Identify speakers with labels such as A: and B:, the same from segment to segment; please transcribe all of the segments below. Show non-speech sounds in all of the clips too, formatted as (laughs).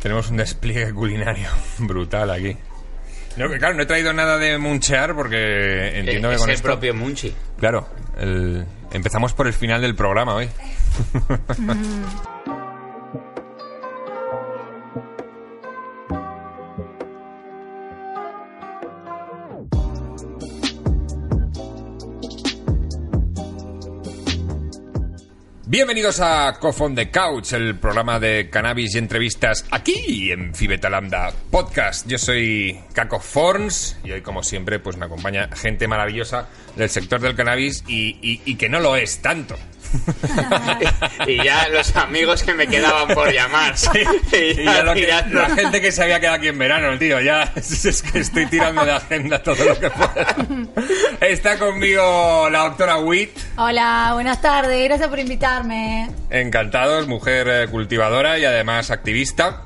A: Tenemos un despliegue culinario (laughs) brutal aquí. No, que claro, no he traído nada de munchear porque entiendo
B: es
A: que con
B: el
A: esto-
B: E-, propio Munchi.
A: Claro, el- empezamos por el final del programa hoy. Bienvenidos a Cough on the Couch, el programa de cannabis y entrevistas aquí en Fibetalanda Podcast. Yo soy Caco Forns y hoy, como siempre, pues me acompaña gente maravillosa del sector del cannabis y, y- y que no lo es tanto.
B: Y ya los amigos que me quedaban por llamar. Y
A: Y
B: ya
A: ya lo que-
B: tirando.
A: la gente que se había quedado aquí en verano, tío, ya (laughs) es, es que estoy tirando de agenda todo lo que pueda. Está conmigo la doctora Witt.
C: Hola, buenas tardes, gracias por invitarme.
A: Encantados, mujer eh, cultivadora y además activista.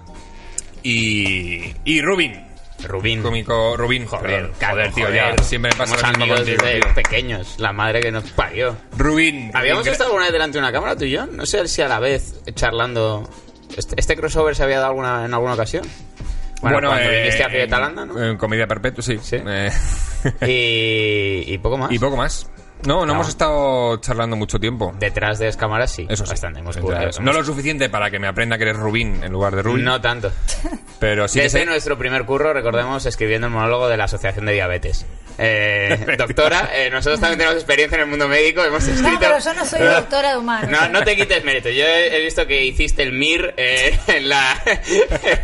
A: Y, y Rubin.
B: Rubín.
A: Cómico Rubin,
B: Joder,
A: perdón.
B: Caco,
A: joder, tío,
B: joder.
A: ya siempre me pasa
B: Somos
A: lo mismo
B: amigos
A: contigo.
B: desde
A: tío.
B: pequeños. La madre que nos parió.
A: Rubin.
B: ¿Habíamos
A: Rubin,
B: estado alguna vez delante de una cámara tú y yo? No sé si a la vez eh, charlando. ¿Este, este crossover se había dado alguna, en alguna ocasión? Bueno, cuando
A: eh,
B: viniste a
A: en-
B: Pietalanda, ¿no?
A: en Comedia Perpetua, sí.
B: Sí.
A: Eh, (laughs)
B: y, y poco más.
A: y poco más. No, no,
B: No.
A: hemos estado charlando mucho tiempo.
B: Detrás de las cámaras sí.
A: Eso sí.
B: bastante. Hemos
A: Entonces,
B: currado.
A: No lo suficiente para que me aprenda que eres Rubin en lugar de Rubin.
B: No tanto.
A: pero sí que
B: Desde
A: sé-
B: nuestro primer curro, recordemos, escribiendo el monólogo de la Asociación de Diabetes. Eh,
A: (laughs)
B: doctora, eh, nosotros también tenemos experiencia en el mundo médico, hemos escrito...
C: No, pero yo no soy doctora de humanos.
B: No, no te quites mérito. Yo he, he visto que hiciste el MIR eh, en la...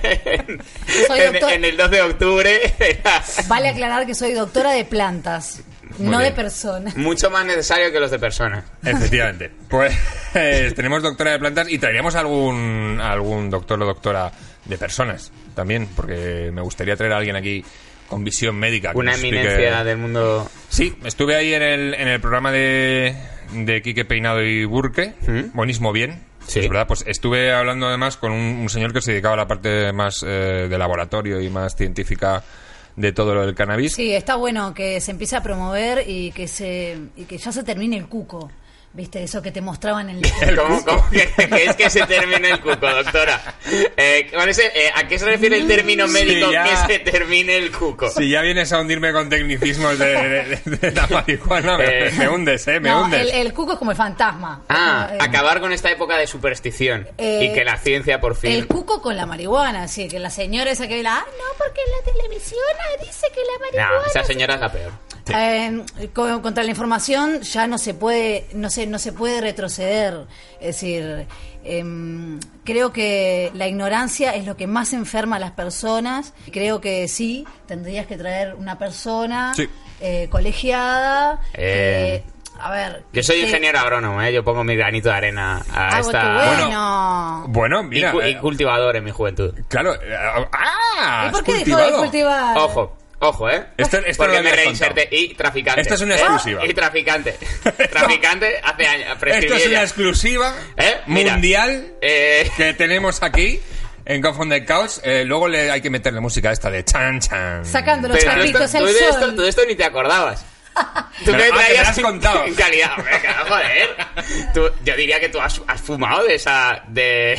C: Soy
B: en,
C: doctor-
B: en el 2 de octubre. Era
C: Vale aclarar que soy doctora de plantas,
A: Muy
C: no
A: bien.
C: de personas.
B: mucho más necesario que los de personas.
A: (laughs) Efectivamente. Pues (laughs) tenemos doctora de plantas y traeríamos algún, algún doctor o doctora de personas también, porque me gustaría traer a alguien aquí con visión médica. que
B: Una
A: nos explique-
B: eminencia del mundo...
A: Sí, estuve ahí en el, en el programa de, de Quique Peinado y Burke,
B: ¿Mm?
A: Bonismo Bien.
B: Sí.
A: Es verdad, pues estuve hablando además con un, un señor que se dedicaba a la parte más eh, de laboratorio y más científica de todo lo del cannabis.
C: Sí, está bueno que se empiece a promover y que se y que ya se termine el cuco. ¿Viste? Eso que te mostraban en el...
B: ¿Cómo, cómo que, que es que se termine el cuco, doctora? Eh, ¿cuál es el- eh, ¿A qué se refiere el término
A: Sí,
B: médico
A: ya.
B: que se termine el cuco?
A: Si ya vienes a hundirme con tecnicismos de, de- de- de la marihuana, me,
B: Eh.
A: me hundes, ¿eh? Me
C: No,
A: hundes.
C: el, el cuco es como el fantasma.
B: Ah,
C: Es como, eh,
B: acabar con esta época de superstición
C: Eh,
B: y que la ciencia por fin...
C: El cuco con la marihuana, sí, que la señora esa que la... Ah, no, porque en la televisión ah, dice que la marihuana...
B: No, esa señora es la peor.
C: Eh, co- contra la información ya no se puede no se no se puede retroceder es decir em, creo que la ignorancia es lo que más enferma a las personas creo que sí tendrías que traer una persona
A: Sí.
C: eh, colegiada
B: Eh,
C: que- a ver
B: Yo soy
C: que-
B: ingeniero agrónomo, ¿eh? Yo pongo mi granito de arena a
C: algo
B: esta...
C: que
A: Bueno,
C: bueno
A: Bueno,
B: y,
A: mira.
B: cu- y
A: eh,
B: cultivador en mi juventud.
A: claro. eh, ¡Ah!
C: ¿y por qué
A: has
C: dejó de
A: cultivado.
C: cultivar
B: Ojo, ojo, ¿eh?
A: Esto- esto
B: Porque
A: no lo
B: me
A: habías
B: reinserté.
A: contado.
B: Y traficante.
A: Esta es una
B: ¿eh?
A: exclusiva. (laughs)
B: Y traficante. traficante hace años.
A: Esto
B: prescribí
A: es una
B: ya.
A: exclusiva
B: ¿Eh? Mira.
A: mundial
B: Eh,
A: que tenemos aquí en Cough on the Couch. Eh, luego le hay que meterle música esta de chan chan.
C: sacando los
B: pero esto-
C: chapitos
B: tú,
C: al
B: de esto,
C: sol
B: tú de esto ni
A: (laughs)
B: te acordabas. Tú
A: Pero-
B: me
A: ah, que me
B: traías
A: has contado.
B: en calidad. Venga, joder. Tú- yo diría que tú has, has fumado de esa.
A: (laughs)
B: De,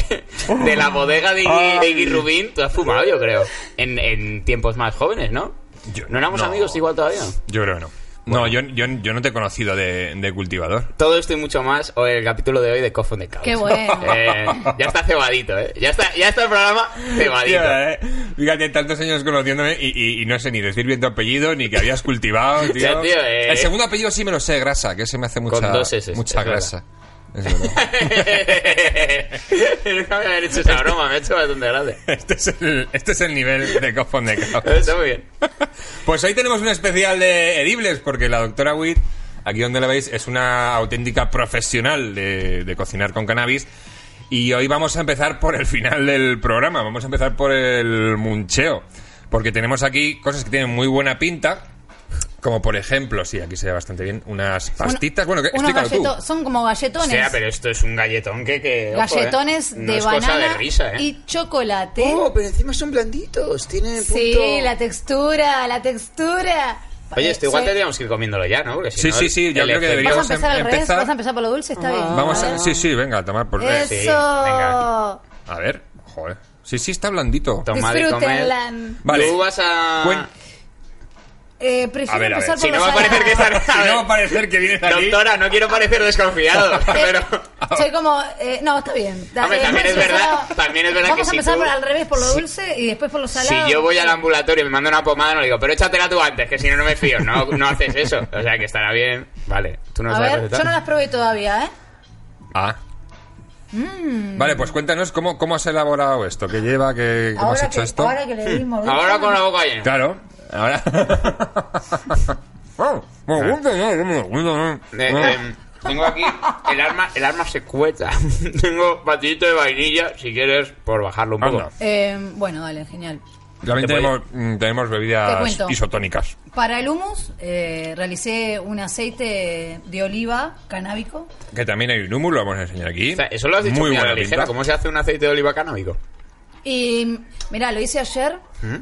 B: de la bodega de Iggy, de Iggy Rubin. Tú has fumado, yo creo. En, en tiempos más jóvenes, ¿no?
A: Yo-
B: no éramos
A: no.
B: amigos igual todavía.
A: Yo creo que no. No, yo, yo, yo no te he conocido de, de cultivador.
B: Todo esto y mucho más hoy en el capítulo de hoy de Coffin de Couch.
C: Qué bueno.
B: (laughs) Eh, ya está cebadito, ¿eh? Ya está, ya está el programa cebadito.
A: Tía, eh, Fíjate, tantos años conociéndome y, y- y no sé ni decir bien tu apellido ni que habías
B: (laughs)
A: cultivado, tío.
B: Ya, tío, eh.
A: El segundo apellido sí me lo sé, grasa, que se me hace mucha,
B: dos Ss,
A: mucha
B: es
A: grasa. Es
B: (laughs)
A: verdad. (laughs)
B: Nunca me habían hecho esa broma, me ha hecho bastante grande.
A: Este es, el, este es el nivel de Cough
B: (laughs)
A: on the Couch.
B: Está muy bien.
A: Pues hoy tenemos un especial de edibles, porque la doctora Witt, aquí donde la veis, es una auténtica profesional de, de cocinar con cannabis. Y hoy vamos a empezar por el final del programa, vamos a empezar por el muncheo, porque tenemos aquí cosas que tienen muy buena pinta, como por ejemplo, sí, aquí se ve bastante bien, unas pastitas, bueno, que
C: unos
A: explícalo tú.
C: galleto- son como
B: O
C: galletones
B: sea, pero esto es un galletón que... que ojo, ¿eh?
C: galletones
B: No
C: de
B: es cosa
C: banana
B: de risa, ¿eh?
C: y chocolate.
B: Oh, pero encima son blanditos, tienen
C: sí, la textura, la textura.
B: Oye, esto igual
C: Soy-
B: tendríamos que ir comiéndolo ya, ¿no? Porque si
A: Sí,
B: no,
A: sí, sí, yo
B: el
A: creo que
B: efecto-
C: ¿Vas a
A: deberíamos
C: empezar
B: em-
C: al revés?
A: empezar-
C: ¿Vas a empezar
B: Ah.
C: por lo dulce? Está bien.
A: Vamos
C: ver.
A: a, sí, sí, venga, a tomar por... eh,
C: Eso.
B: Sí, venga.
A: A ver, joder. Sí, sí, está blandito.
B: Tomar y comer.
C: Disfrútenla.
A: Vale.
B: Tú vas (laughs) a...
A: Cuen-
C: Eh, prefiero
A: A ver, a ver.
C: empezar
B: Si
C: por
B: no va
C: los
B: a parecer que
C: (laughs) salados.
B: están...
A: Si no va a parecer que vienes aquí.
B: Doctora, no quiero parecer
C: (laughs) Eh,
B: desconfiado, pero...
C: Soy como. eh, no, está bien. Da-
B: Hombre,
C: eh,
B: también es
C: vamos a
B: verdad-
C: empezar-
B: también es verdad
C: Vamos
B: que
C: a
B: si
C: empezar
B: tú-
C: por al revés, por lo
B: si-
C: dulce y después por los salados.
B: Si yo voy al ambulatorio y me mando una pomada, no le digo, pero échatela tú antes, que si no, no me fío. No, no haces eso. O sea, que estará bien. Vale, tú no
C: A
B: sabes
C: ver,
B: recetar.
C: yo no las probé todavía, ¿eh?
A: Ah.
C: Mm.
A: Vale, pues cuéntanos cómo, cómo has elaborado esto, qué lleva, qué, cómo has
C: Ahora
A: hecho
C: que,
A: esto.
C: ahora que le dimos.
B: Ahora con la boca llena.
A: Claro, ahora.
C: (laughs)
A: Oh, me gusta, no, me gusta, no.
B: Eh, eh, tengo aquí el arma, el arma secueta. (laughs) tengo batidito de vainilla, si quieres, por bajarlo un poco.
A: Anda.
C: Eh, bueno, dale, genial.
A: También
B: Te
A: tenemos, mm, tenemos
C: Te
A: bebidas
C: cuento.
A: isotónicas.
C: Para el humus eh, realicé un aceite de oliva canábico.
A: Que también hay un humus, lo vamos a enseñar aquí.
B: O sea, eso lo has dicho muy,
A: Muy
B: a la
A: buena
B: ligera.
A: pinta.
B: ¿Cómo se hace un aceite de oliva canábico?
C: Y mira, lo hice ayer.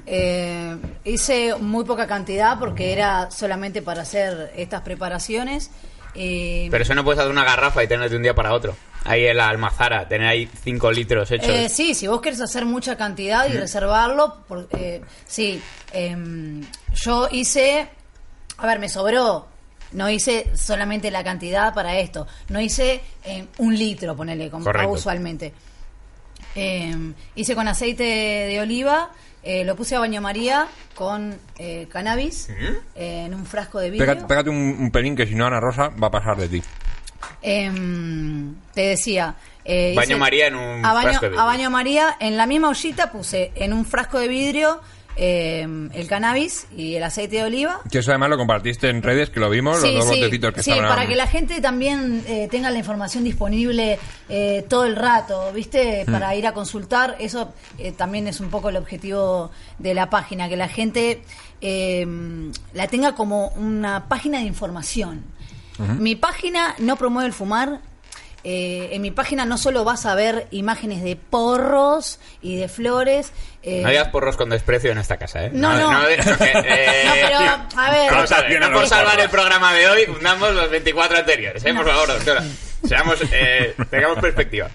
C: Eh, hice muy poca cantidad porque era solamente para hacer estas preparaciones. Y-
B: Pero eso no puedes hacer una garrafa y tener de un día para otro. Ahí en la almazara, tener ahí 5 litros hechos.
C: Eh, sí, si vos querés hacer mucha cantidad y reservarlo, por- eh, sí. em, yo hice, a ver, me sobró. No hice solamente la cantidad para esto. No hice em, un litro, ponele, como hago
B: Correcto.
C: usualmente. Em, hice con aceite de oliva, eh, lo puse a baño María con eh, cannabis eh, en un frasco de vidrio.
A: Pégate, pégate un, un pelín que si no Ana Rosa va a pasar de ti.
C: Em, te decía. eh,
B: Baño María en un
C: a baño,
B: frasco de vidrio.
C: a baño María, en la misma ollita puse en un frasco de vidrio em, el cannabis y el aceite de oliva.
A: Que eso además lo compartiste en redes, que lo vimos, los dos botecitos que
C: sí,
A: estaban.
C: para que la gente también eh, tenga la información disponible eh, todo el rato, ¿viste?
A: Mm.
C: Para ir a consultar, eso eh, también es un poco el objetivo de la página, que la gente eh, la tenga como una página de información. Mi página no promueve el fumar. eh, en mi página no solo vas a ver imágenes de porros y de flores. eh,
B: No digas porros con desprecio en esta casa, ¿eh?
C: No, no. (laughs)
B: de- eh,
C: No, pero, a ver.
B: Vamos a ver,
A: Bien,
B: no por
A: los
B: salvar
A: porros.
B: el programa de hoy, unamos los 24 anteriores, ¿eh? Por favor, doctora. Seamos, eh, tengamos perspectiva.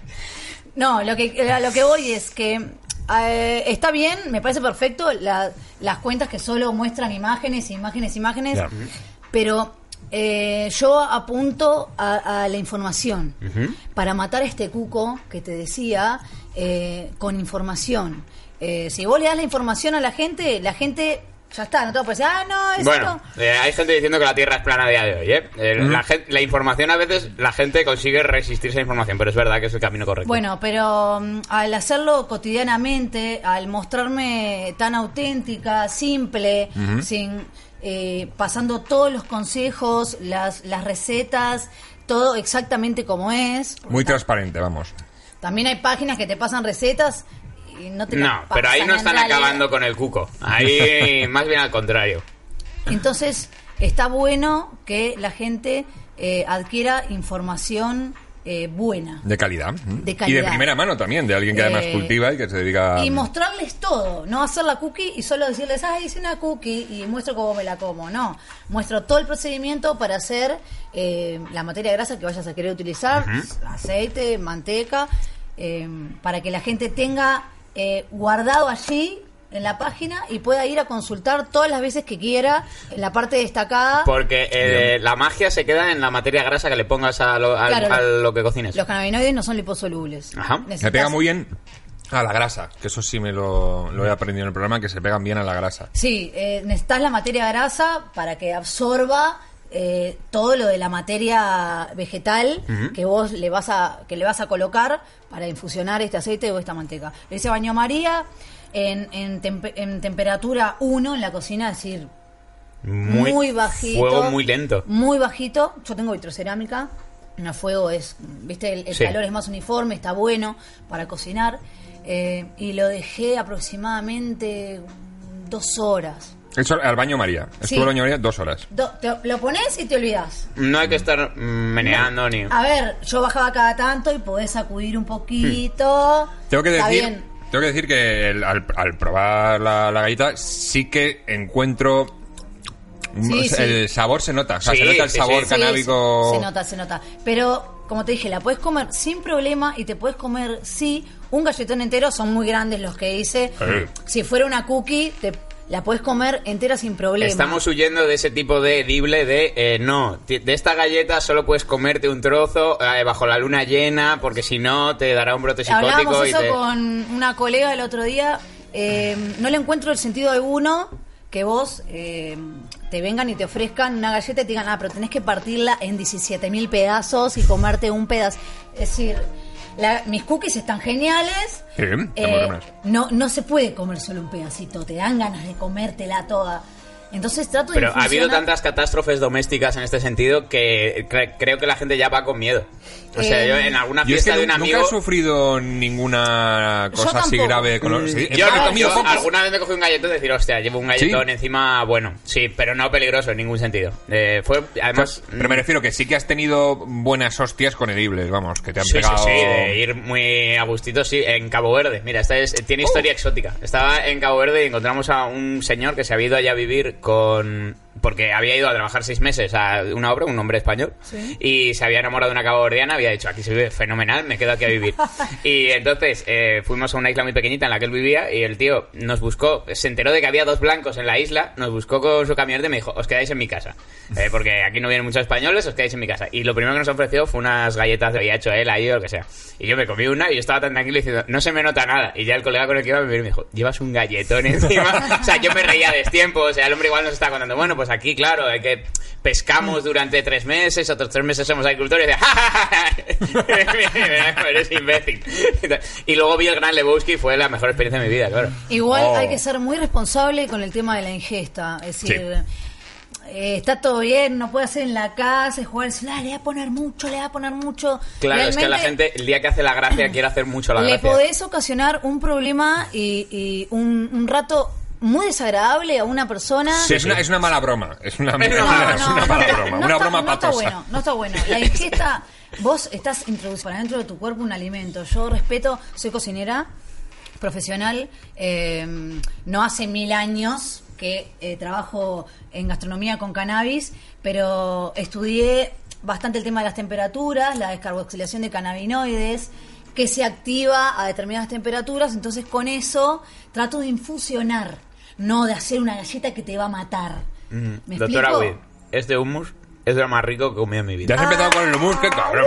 C: No, lo que, eh, a lo que voy es que eh, está bien, me parece perfecto la- las cuentas que solo muestran imágenes, imágenes, imágenes,
A: Ya.
C: pero eh, yo apunto a, a la información para matar a este cuco que te decía eh, con información. Eh, si vos le das la información a la gente, la gente ya está, no te va a decir, ah, no, es
B: Bueno, eh, hay gente diciendo que la Tierra es plana a día de hoy, ¿eh? Eh, la, gen- la información a veces, la gente consigue resistirse a la información, pero es verdad que es el camino correcto.
C: Bueno, pero mm, al hacerlo cotidianamente, al mostrarme tan auténtica, simple, sin eh, pasando todos los consejos, las, las recetas, todo exactamente como es.
A: Muy transparente, vamos.
C: También hay páginas que te pasan recetas y no te
B: No,
C: las
B: pero ahí
C: pasan
B: no
C: en
B: están
C: realidad.
B: acabando con el cuco. Ahí, más bien al contrario.
C: Entonces, está bueno que la gente eh, adquiera información eh, buena.
A: De calidad. ¿m?
C: De
A: Y de
C: calidad.
A: primera mano también, de alguien que además
C: Eh,
A: cultiva y que se dedica a-
C: Y mostrarles todo, no hacer la cookie y solo decirles, ah, hice una cookie y muestro cómo me la como. No, muestro todo el procedimiento para hacer eh, la materia grasa que vayas a querer utilizar, aceite, manteca, eh, para que la gente tenga eh, guardado allí en la página y pueda ir a consultar todas las veces que quiera en la parte destacada
B: Porque eh, la magia se queda en la materia grasa que le pongas a lo, al-
C: Claro,
B: a
C: lo-
B: lo que cocines.
C: los cannabinoides no son liposolubles
B: Ajá.
A: Me
C: Necesitas-
A: pega muy bien a la grasa, que eso sí me lo, lo he aprendido en el programa, que se pegan bien a la grasa.
C: Sí, eh, necesitas la materia grasa para que absorba eh, todo lo de la materia vegetal que vos le vas a que le vas a colocar para infusionar este aceite o esta manteca. Lo hice a baño María en, en tempe- en temperatura 1 en la cocina, es decir, muy, bajito.
B: Fuego muy lento.
C: Muy bajito. Yo tengo vitrocerámica. No, fuego es, viste, el, el
B: Sí.
C: calor es más uniforme, está bueno para cocinar. Eh, y lo dejé aproximadamente dos horas.
A: Eso al baño María.
C: Sí.
A: Estuvo al baño María dos horas.
C: Do- te- lo pones y te olvidas.
B: No hay que estar mm, meneando ni...
C: A ver, yo bajaba cada tanto y podés sacudir un poquito.
A: Hmm. Tengo que
C: Está
A: decir,
C: bien.
A: tengo que, decir que el- al, al probar la, la galleta sí que encuentro...
C: Sí, sí.
A: El sabor se nota, o sea,
B: Sí,
A: se nota el
B: sí,
A: sabor
B: sí.
C: Sí,
A: canábico.
C: se nota, se nota. Pero como te dije, la puedes comer sin problema y te puedes comer, sí, un galletón entero, son muy grandes los que hice.
A: Sí.
C: Si fuera una cookie, te la puedes comer entera sin problema.
B: Estamos huyendo de ese tipo de edible de eh, no, ti- de esta galleta solo puedes comerte un trozo eh, bajo la luna llena porque si no te dará un brote psicótico.
C: Hablábamos
B: Y
C: eso
B: te-
C: con una colega el otro día. eh, no le encuentro el sentido alguno que vos eh, te vengan y te ofrezcan una galleta y te digan, ah, pero tenés que partirla en 17.000 mil pedazos y comerte un pedazo. Es decir, la- mis cookies están geniales.
A: Sí, están
C: Eh,
A: muy buenas.
C: no, no se puede comer solo un pedacito, te dan ganas de comértela toda. Entonces trato de...
B: Pero ha habido
C: infusionar-
B: tantas catástrofes domésticas en este sentido que cre- creo que la gente ya va con miedo. O sea,
C: Eh,
B: yo en alguna
A: Yo es
B: fiesta
A: que
B: de un
A: nu- nunca
B: amigo...
A: he sufrido ninguna
C: Yo
A: cosa así
C: tampoco. Mm.
A: grave con los... sí,
B: Yo
A: he
B: no,
A: comido
B: yo
A: pocos.
B: alguna vez me cogí un galletón y decir, hostia, llevo un galletón encima, bueno, sí, pero no peligroso en ningún sentido. Eh, fue, además...
A: Pero me refiero que sí que has tenido buenas hostias con edibles, vamos, que te han
B: Sí, sí,
A: pegado...
B: sí, de ir muy a gustito, sí, en Cabo Verde. Mira, esta es, tiene
A: Oh.
B: historia exótica. Estaba en Cabo Verde y encontramos a un señor que se había ido allá a vivir con... Porque había ido a trabajar seis meses a una obra, un hombre español,
C: Sí.
B: y se había enamorado de una caboverdiana, había dicho, aquí se vive fenomenal, me quedo aquí a vivir. y entonces eh, fuimos a una isla muy pequeñita en la que él vivía y el tío nos buscó, se enteró de que había dos blancos en la isla, nos buscó con su camioneta y me dijo, os quedáis en mi casa, Eh, porque aquí no vienen muchos españoles, os quedáis en mi casa. Y lo primero que nos ofreció fue unas galletas que había hecho él ahí o lo que sea. Y yo me comí una y yo estaba tan tranquilo diciendo, no se me nota nada. Y ya el colega con el que iba a vivir me dijo, llevas un galletón (laughs) encima. o sea, yo me reía de tiempo, o sea, el hombre igual nos estaba contando, bueno, pues aquí, claro, hay que pescamos durante tres meses, otros tres meses somos agricultores. (laughs) Y, dice, "Ja, (laughs) ja, ja". Eres imbécil. Y luego vi el Gran Lebowski y fue la mejor experiencia de mi vida, claro.
C: Igual
A: Oh.
C: hay que ser muy responsable con el tema de la ingesta. Es
A: Sí.
C: decir, eh, está todo bien, no puede hacer en la casa, jugar al celular, le va a poner mucho, le va a poner mucho.
B: Claro, es que la
C: Realmente
B: gente, el día que hace la gracia, quiere hacer mucho la
C: Le
B: gracia.
C: podés ocasionar un problema y, y un, un rato muy desagradable a una persona.
A: Sí, es, una, es una mala broma. Es una,
B: Es una
A: es (laughs)
B: mala
A: una-
B: broma.
A: es una mala broma.
C: no
A: una
C: está-
A: broma
C: no está
A: patosa.
C: bueno, no está bueno. La ingesta, vos estás introduciendo para dentro de tu cuerpo un alimento. Yo respeto, soy cocinera profesional, eh, no hace mil años que eh, trabajo en gastronomía con cannabis, pero estudié bastante el tema de las temperaturas, la descarboxilación de cannabinoides que se activa a determinadas temperaturas, entonces con eso trato de infusionar, no de hacer una galleta que te va a matar.
A: Mm,
C: ¿Me
B: Mm. Doctora
C: explico?
B: Witt, este hummus es de lo más rico que comí en mi
A: Ya
B: vida.
A: has
C: Ah.
A: empezado con el hummus, qué cabrón.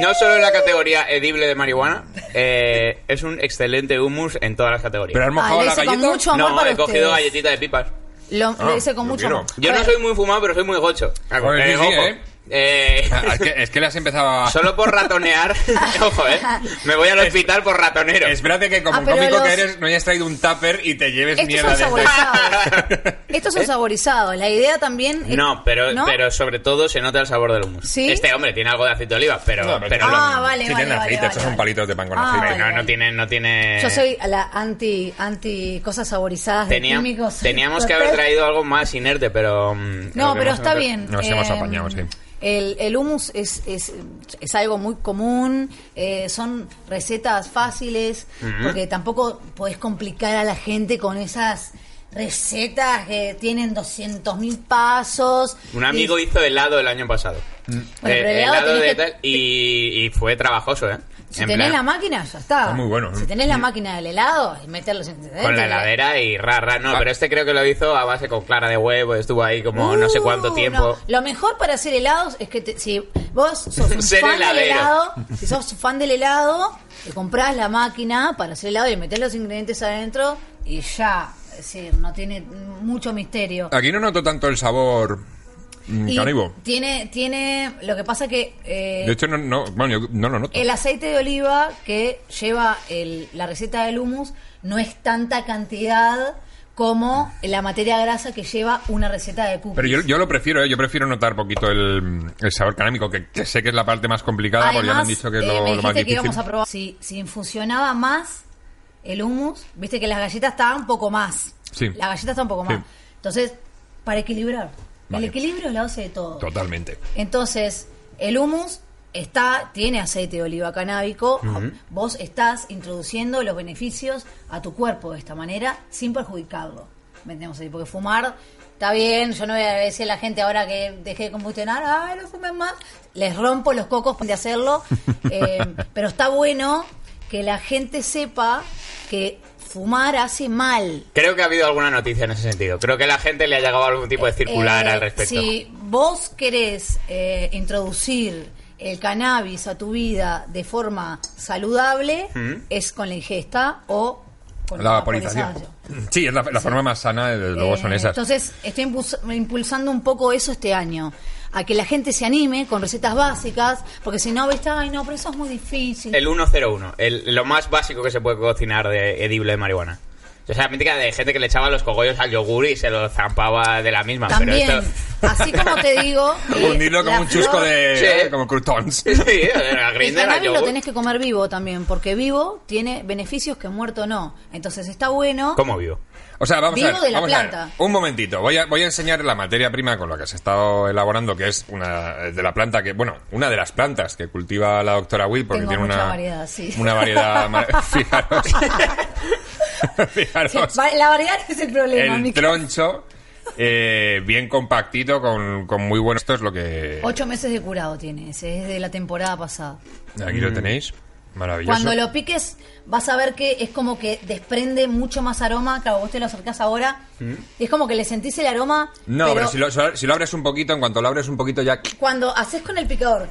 B: No solo en la categoría edible de marihuana, eh, es un excelente hummus en todas las categorías.
A: Pero has mojado
C: Ah, le
A: la
C: hice con
A: galleta.
C: mucho- amor
B: no,
C: para
B: he cogido
C: ustedes.
B: galletita de pipas.
C: Lo,
A: Ah,
C: lo hice con
A: lo
C: mucho
A: quiero.
C: amor.
B: Yo
C: A
B: no
C: ver,
B: soy muy fumado, pero soy muy gocho.
A: Joder,
B: Eh,
A: sí, sí,
B: ojo.
A: ¿eh?
B: Eh,
A: (laughs)
B: (laughs)
A: Ah, Es que, es que le has empezado a.
B: Solo por ratonear. (laughs) Ojo, eh. Me voy al hospital por ratonero.
C: (laughs)
A: Espérate que como
C: Ah, pero
A: cómico
C: los-
A: que eres, no hayas traído un tupper y te lleves
C: Estos
A: mierda
C: son
A: de este.
C: saborizados. Estos son saborizados. La idea también. es-
B: ¿Eh? No, pero, pero sobre todo se nota el sabor del hummus.
C: ¿Sí?
B: Este hombre tiene algo de aceite de oliva, pero,
A: No, pero
B: pero,
A: tiene-
B: lo-
C: Ah, vale,
A: sí,
C: vale,
A: tienen
C: vale,
A: aceite,
C: vale,
A: estos
C: vale.
A: son palitos de pan con
C: Ah,
A: aceite.
C: vale,
B: no,
C: vale.
B: no tiene, no tiene.
C: Yo soy la anti anti cosas saborizadas
B: Tenía-
C: de químicos.
B: teníamos
C: (laughs)
B: que haber traído algo más inerte, pero. mm,
C: No,
B: creo que
C: pero
B: más-
C: está bien. Eh,
A: nos hemos apañado, sí.
C: El, el hummus es, es, es algo muy común, eh, son recetas fáciles, porque tampoco podés complicar a la gente con esas recetas que tienen 200.000 pasos.
B: Un amigo
C: y-
B: hizo helado el año pasado. Eh,
C: pero el helado
B: de
C: tenés que-
B: tal. Y, y fue trabajoso, ¿eh.
C: Si
B: En
C: tenés
B: plan-
C: la máquina, ya está.
A: Está muy bueno,
C: Si
A: ¿eh?
C: tenés la máquina del helado, y meter los ingredientes.
B: Con la heladera y rara, no, pero este creo que lo hizo a base con clara de huevo, estuvo ahí como no sé cuánto
C: Uh,
B: tiempo.
C: no. Lo mejor para hacer helados es que te- si vos sos
B: (laughs)
C: un
B: Ser
C: fan del
B: heladero. (laughs)
C: helado, si sos fan del helado, te comprás la máquina para hacer helado y metés los ingredientes adentro y ya. Es decir, no tiene mucho misterio.
A: Aquí no noto tanto el sabor mm,
C: Y
A: canivo.
C: tiene, tiene, lo que pasa que eh,
A: De hecho, no, no, bueno, yo no lo noto.
C: el aceite de oliva que lleva el- la receta del hummus no es tanta cantidad como la materia grasa que lleva una receta de cookies.
A: Pero yo, yo lo prefiero, ¿eh? yo prefiero notar poquito el, el sabor canámico, que, que sé que es la parte más complicada, porque ya me han dicho que es
C: eh,
A: lo,
C: me
A: lo más
C: dijiste que
A: difícil.
C: íbamos a probar. Si, si infusionaba más el hummus, viste que las galletas estaban un poco más.
A: Sí.
C: La galleta está un poco más.
A: Sí.
C: Entonces, para equilibrar.
A: Vale.
C: El equilibrio es la base de todo.
A: Totalmente.
C: Entonces, el hummus está, tiene aceite de oliva canábico. Vos estás introduciendo los beneficios a tu cuerpo de esta manera sin perjudicarlo. vendemos ahí, porque fumar está bien, yo no voy a decir a la gente ahora que dejé de combustionar, ay, no fumen más, les rompo los cocos de hacerlo, eh, pero está bueno que la gente sepa que fumar hace mal.
B: Creo que ha habido alguna noticia en ese sentido. Creo que la gente le ha llegado algún tipo de circular
C: Eh,
B: al respecto.
C: Si vos querés eh, introducir el cannabis a tu vida de forma saludable,
B: Mm.
C: es con la ingesta o con
A: La vaporización. Sí, es la, la forma más sana, desde luego, son
C: Eh,
A: esas.
C: Entonces, estoy impus- impulsando un poco eso este año. A que la gente se anime con recetas básicas, porque si no, ves, ay, no, pero eso es muy difícil.
B: El 101, el, lo más básico que se puede cocinar de edible de marihuana. O sea, la mítica de gente que le echaba los cogollos al yogur y se los zampaba de la misma.
C: También,
B: Ah, Pero esto... (laughs)
C: así como te digo. eh,
A: (laughs) Hundirlo como
C: la
A: un chusco
C: flor-
A: de.
B: Sí.
A: como croutons.
B: Sí, sí, de la
C: El
B: grinder al
C: cannabis lo
B: yogur.
C: tenés que comer vivo también, porque vivo tiene beneficios que muerto no. Entonces está bueno.
B: ¿Cómo vivo?
A: O sea, vamos a
C: Vivo
A: ver.
C: de la
A: vamos a ver.
C: planta.
A: Un momentito, voy a, voy a enseñar la materia prima con la que se ha estado elaborando, que es una de la planta que, bueno, una de las plantas que cultiva la doctora Will, porque
C: Tengo
A: tiene
C: mucha
A: una
C: variedad, sí.
A: Una variedad, mar- (laughs)
C: (laughs)
A: fijaros.
C: Sí,
A: fijaros.
C: va- La variedad es el problema,
A: El
C: mi-
A: troncho, eh, bien compactito, con, con muy bueno. Esto es lo que.
C: Ocho meses de curado tiene, ese es de la temporada pasada.
A: Aquí
B: Mm.
A: lo tenéis. Maravilloso.
C: Cuando lo piques, vas a ver que es como que desprende mucho más aroma. Claro, vos te lo acercás ahora. Y es como que le sentís el aroma.
A: Mm. No, pero, si, lo, si lo abres un poquito, en cuanto lo abres un poquito ya...
C: Cuando haces con el picador.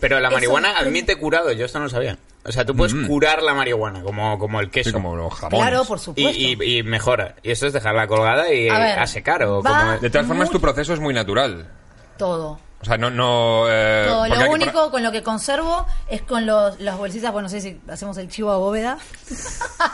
B: Pero la
C: Eso
B: marihuana
C: es tremendo.
B: admite curado, yo esto no lo sabía. O sea, tú puedes curar la marihuana, como, como el queso.
A: Mm. Sí, como los jamones.
C: Claro, por
B: y,
C: supuesto.
B: y, y mejora. Y eso es dejarla colgada y
C: A ver,
B: a secar. O
C: va-
B: como...
A: De todas formas, tu proceso es muy natural.
C: Todo.
A: O sea, no... no eh,
C: Todo.
A: porque
C: Lo
A: hay que-
C: único con lo que conservo es con los, las bolsitas, bueno, no sé si hacemos el chivo a bóveda. (laughs)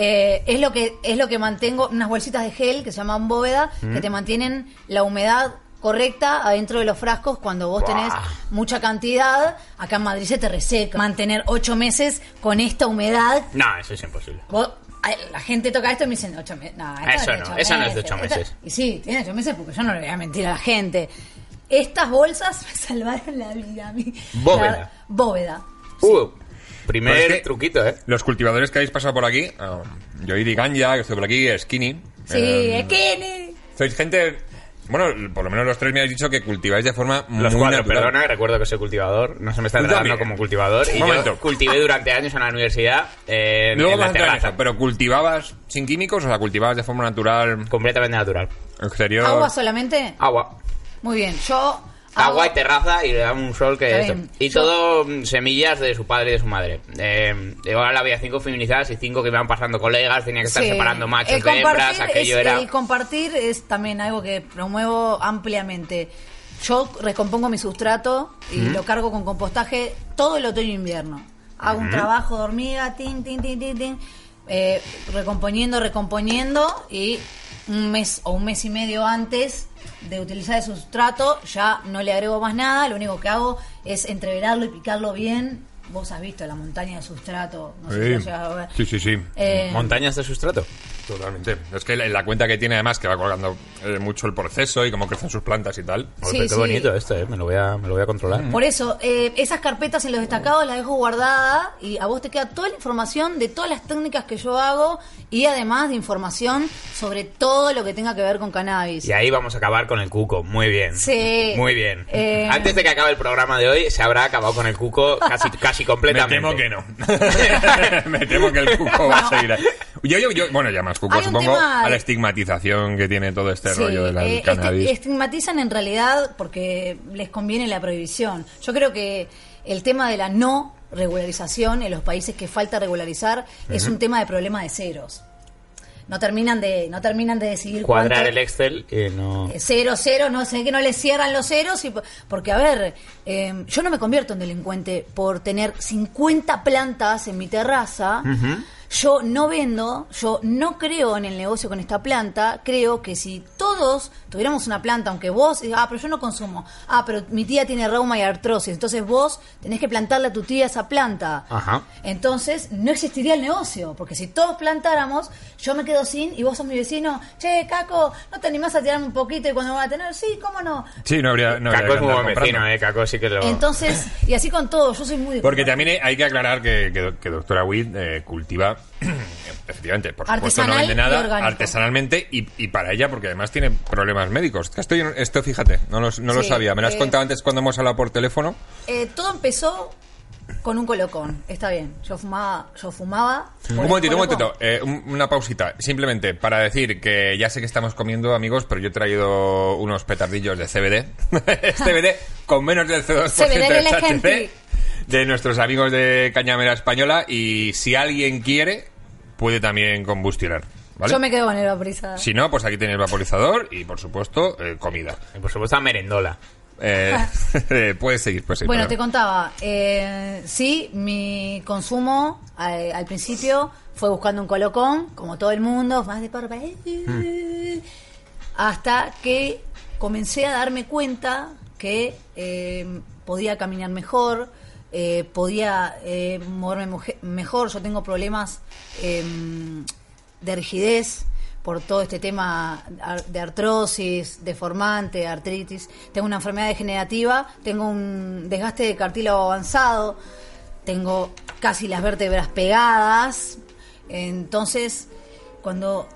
C: Eh, es lo que es lo que mantengo unas bolsitas de gel que se llaman bóveda
A: Mm.
C: que te mantienen la humedad correcta adentro de los frascos cuando vos tenés mucha cantidad acá en Madrid se te reseca mantener ocho meses con esta humedad
B: No, eso es imposible.
C: Vos- ay, la gente toca esto y me dicen ocho meses. No, esto
B: Eso
C: es de
B: no,
C: ocho
B: eso no es de
C: meses,
B: ocho
C: esto-
B: meses.
C: Y sí, tiene ocho meses porque yo no le voy a mentir a la gente. Estas bolsas me (laughs) salvaron la vida a mí.
B: Bóveda.
C: La- bóveda.
B: Uh, primer
A: Pero es que-
B: truquito, ¿eh?
A: Los cultivadores que habéis pasado por aquí... ah, yo Iri Ganja, que estoy por aquí, Skinny.
C: Sí,
A: eh,
B: Em,
C: es que...
A: Sois gente... Bueno, por lo menos los tres me habéis dicho que cultiváis de forma
B: Los
A: muy
B: cuatro,
A: natural.
B: perdona, recuerdo que soy cultivador, no se me está
A: Tú
B: tratando
A: también.
B: como cultivador. Y
A: Momento.
B: yo cultivé durante años en la universidad, eh, en,
A: Luego
B: la
A: vamos a entrar en
B: terraza,
A: eso, pero ¿cultivabas sin químicos? O sea, ¿cultivabas de forma natural,
B: completamente natural.
A: exterior?
C: ¿Agua solamente?
B: Agua.
C: Muy bien, yo...
B: Agua y terraza y le da un sol que...
C: Ah. Está
B: esto.
C: bien.
B: Y
C: Yo-
B: todo mm, semillas de su padre y de su madre. Eh, yo ahora había cinco feminizadas y cinco que iban pasando colegas, tenía que estar
C: Sí.
B: separando
C: El
B: machos de hembras,
C: compartir
B: aquello
C: es-
B: era...
C: El compartir es también algo que promuevo ampliamente. Yo recompongo mi sustrato y lo cargo con compostaje todo el otoño e invierno. Hago un trabajo de hormiga, tin, tin, tin, tin, tin, eh, recomponiendo, recomponiendo y un mes o un mes y medio antes de utilizar el sustrato ya no le agrego más nada, lo único que hago es entreverarlo y picarlo bien. Vos has visto la montaña de sustrato, no sé si lo has
A: Sí,
C: llegado a ver.
A: sí, sí. sí.
C: Eh,
B: ¿Montañas de sustrato?
A: Totalmente. Es que la, la cuenta que tiene además que va colgando eh, mucho el proceso y cómo crecen sus plantas y tal.
B: Oye,
C: Sí,
B: pero qué
C: sí.
B: bonito esto, ¿eh? Me lo voy a, me lo voy a controlar.
A: Mm.
C: Por eso, eh, esas carpetas en los destacados las dejo guardada y a vos te queda toda la información de todas las técnicas que yo hago y además de información sobre todo lo que tenga que ver con cannabis.
B: Y ahí vamos a acabar con el cuco. Muy bien.
C: Sí.
B: Muy bien.
C: Eh,
B: Antes de que acabe el programa de hoy, se habrá acabado con el cuco
C: (laughs)
B: casi, casi
A: Me
B: completamente.
A: temo
B: (laughs)
A: que no. (laughs) Me temo que el cuco va a seguir. ahí. Yo, yo, yo, bueno, llamas cuco,
C: Hay un
A: supongo,
C: tema-
A: a la estigmatización que tiene todo este
C: Sí,
A: rollo del
C: eh, esti-
A: cannabis.
C: estigmatizan en realidad porque les conviene la prohibición. Yo creo que el tema de la no regularización en los países que falta regularizar es un tema de problema de ceros. No terminan de, no terminan de decidir
B: Cuadrar
C: cuánto-
B: el Excel y no.
C: Eh, cero, cero, no sé, que no le cierran los ceros. Y, po- porque, a ver, eh, yo no me convierto en delincuente por tener 50 plantas en mi terraza. Yo no vendo, yo no creo en el negocio con esta planta. Creo que si todos tuviéramos una planta, aunque vos, digas, ah, pero yo no consumo, ah, pero mi tía tiene reuma y artrosis, entonces vos tenés que plantarle a tu tía esa planta.
B: Ajá.
C: Entonces no existiría el negocio, porque si todos plantáramos, yo me quedo sin y vos sos mi vecino, che, Caco, ¿no te animás a tirarme un poquito y cuando me va a tener? Sí, ¿cómo no?
A: Sí, no habría. No habría
B: Caco
A: que
B: es muy
A: andar
B: buen vecino,
A: comprando.
B: ¿eh? Caco sí que lo.
C: Entonces, y así con todo, yo soy muy... de
A: Porque
C: comprar.
A: también hay que aclarar que, que, que doctora Witt eh, cultiva (clears throat) efectivamente, por supuesto no
C: Artesanal
A: vende
C: y
A: nada
C: orgánico.
A: artesanalmente y, y para ella, porque además tiene problemas médicos. Esto, yo no- esto fíjate, no, lo- no lo
C: Sí,
A: sabía. Me lo has
C: eh,
A: contado antes cuando hemos hablado por teléfono.
C: Eh, todo empezó con un colocón. Está bien. Yo fumaba. Yo fumaba por
A: Un
C: el
A: momentito, un
C: colocón.
A: momentito. Eh, un- una pausita. Simplemente para decir que ya sé que estamos comiendo, amigos, pero yo he traído unos petardillos de (laughs) CBD. CBD con menos del 2%
C: CBD de la
A: de
C: gente.
A: THC de nuestros amigos de Cañamera Española. Y si alguien quiere, puede también combustionar. ¿vale?
C: Yo me quedo con el vaporizador.
A: Si no, pues aquí tiene el vaporizador y, por supuesto, eh, comida.
B: Y por supuesto, a merendola.
A: (laughs) Eh, puedes seguir, pues
C: Ah. Bueno, te contaba, eh, sí, mi consumo eh, al principio fue buscando un colocón, como todo el mundo, más de por hasta que comencé a darme cuenta que eh, podía caminar mejor, eh, podía eh, moverme muje- mejor, yo tengo problemas em, de rigidez por todo este tema ar- de artrosis, deformante, artritis. Tengo una enfermedad degenerativa, tengo un desgaste de cartílago avanzado, tengo casi las vértebras pegadas. Entonces, cuando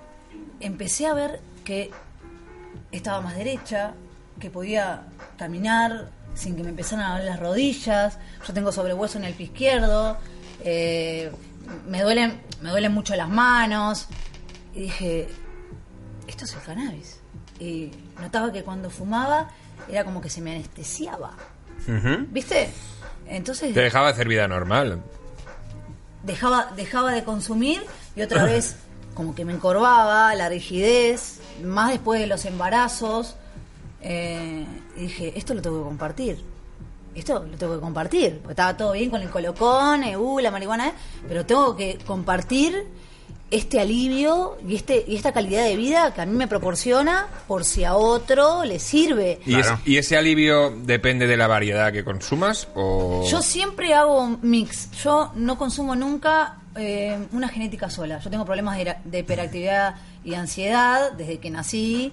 C: empecé a ver que estaba más derecha, que podía caminar sin que me empezaran a doler las rodillas. Yo tengo sobrehueso en el pie izquierdo, eh, me, duelen, me duelen mucho las manos. Y dije, esto es el cannabis. Y notaba que cuando fumaba era como que se me anestesiaba. ¿Viste? Entonces
A: Te dejaba hacer vida normal.
C: dejaba, dejaba de consumir y otra (laughs) vez como que me encorvaba, la rigidez, más después de los embarazos. Eh, y dije, esto lo tengo que compartir. Esto lo tengo que compartir. Porque estaba todo bien con el colocón, eh, uh, la marihuana, eh, pero tengo que compartir este alivio y, este, y esta calidad de vida que a mí me proporciona por si a otro le sirve.
A: ¿Y,
B: Claro.
A: es- y ese alivio depende de la variedad que consumas? o
C: Yo siempre hago un mix. Yo no consumo nunca eh, una genética sola. Yo tengo problemas de, ira- de hiperactividad y ansiedad desde que nací.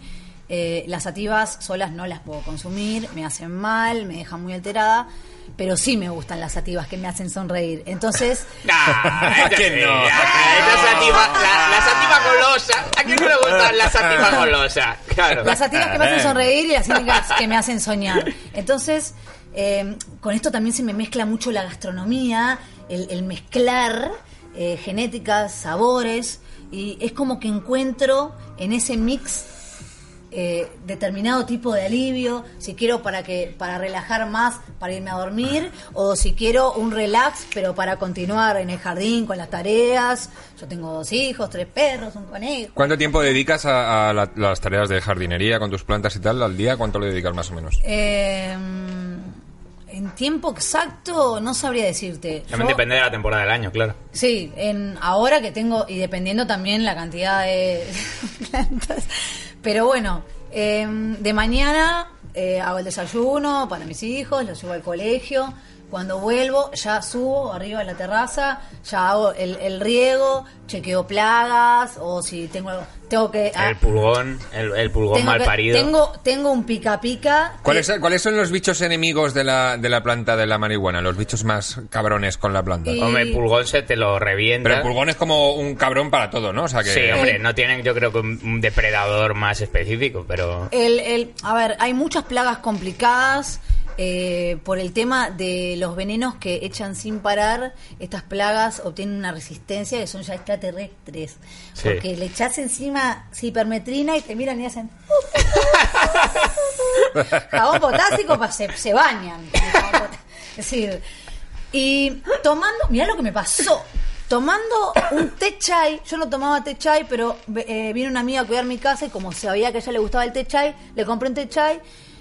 C: Eh, las sativas solas no las puedo consumir, me hacen mal, me dejan muy alterada. Pero sí me gustan las sativas que me hacen sonreír. Entonces,
B: (laughs) Ah,
A: ¿A quién
B: sí,
A: no?
B: ah,
A: ¿A quién
B: esta
A: no?
B: sativa- la, la sativa golosa. ¿A quién no le (laughs) gusta la sativa golosa? Claro.
C: Las sativas que me hacen sonreír y las cínicas que me hacen soñar. Entonces, eh, con esto también se me mezcla mucho la gastronomía, el, el mezclar eh, genéticas, sabores, y es como que encuentro en ese mix eh, determinado tipo de alivio, si quiero para que para relajar más, para irme a dormir, o si quiero un relax, pero para continuar en el jardín con las tareas. Yo tengo dos hijos, tres perros, un conejo.
A: ¿Cuánto tiempo dedicas a, a la- las tareas de jardinería con tus plantas y tal al día? ¿Cuánto le dedicas más o menos?
C: Eh, en tiempo exacto no sabría decirte.
B: También
C: Yo-
B: depende de la temporada del año, claro.
C: Sí, en ahora que tengo y dependiendo también la cantidad de (laughs) plantas. Pero bueno, eh, de mañana eh, hago el desayuno para mis hijos, los llevo al colegio. Cuando vuelvo ya subo arriba a la terraza, ya hago el, el riego, chequeo plagas o si tengo tengo que ah,
B: El pulgón, el, el pulgón
C: tengo,
B: mal
C: que-
B: parido.
C: tengo tengo un pica pica.
A: ¿Cuáles, son- ¿Cuáles son los bichos enemigos de la, de la planta de la marihuana? Los bichos más cabrones con la planta.
C: Y-
B: Hombre, el pulgón se te lo revienta.
A: Pero el pulgón es como un cabrón para todo, ¿no? O sea que...
B: Sí, hombre, no tienen yo creo que un un depredador más específico, pero...
C: El, el- a ver, hay muchas plagas complicadas eh, por el tema de los venenos que echan sin parar. Estas plagas obtienen una resistencia que son ya extraterrestres.
B: Sí.
C: Porque le echas encima cipermetrina y te miran y hacen. Jabón potásico, pa- se, se bañan. Es decir, y tomando, mirá lo que me pasó. Tomando un té chai, yo no tomaba té chai, pero eh, vino una amiga a cuidar mi casa y como sabía que a ella le gustaba el té chai, le compré un té chai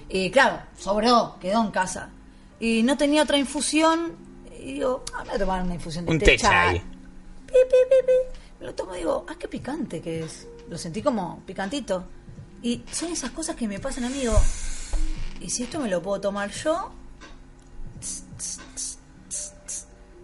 C: y claro, sobró, quedó en casa. Y no tenía otra infusión y digo, ah, me voy a tomar una infusión de
B: Un
C: té
B: té
C: chai.
B: chai.
C: Pi, pi, pi, pi. Me lo tomo y digo, ah, qué picante que es. Lo sentí como picantito. Y son esas cosas que me pasan a mí, digo, y si esto me lo puedo tomar yo,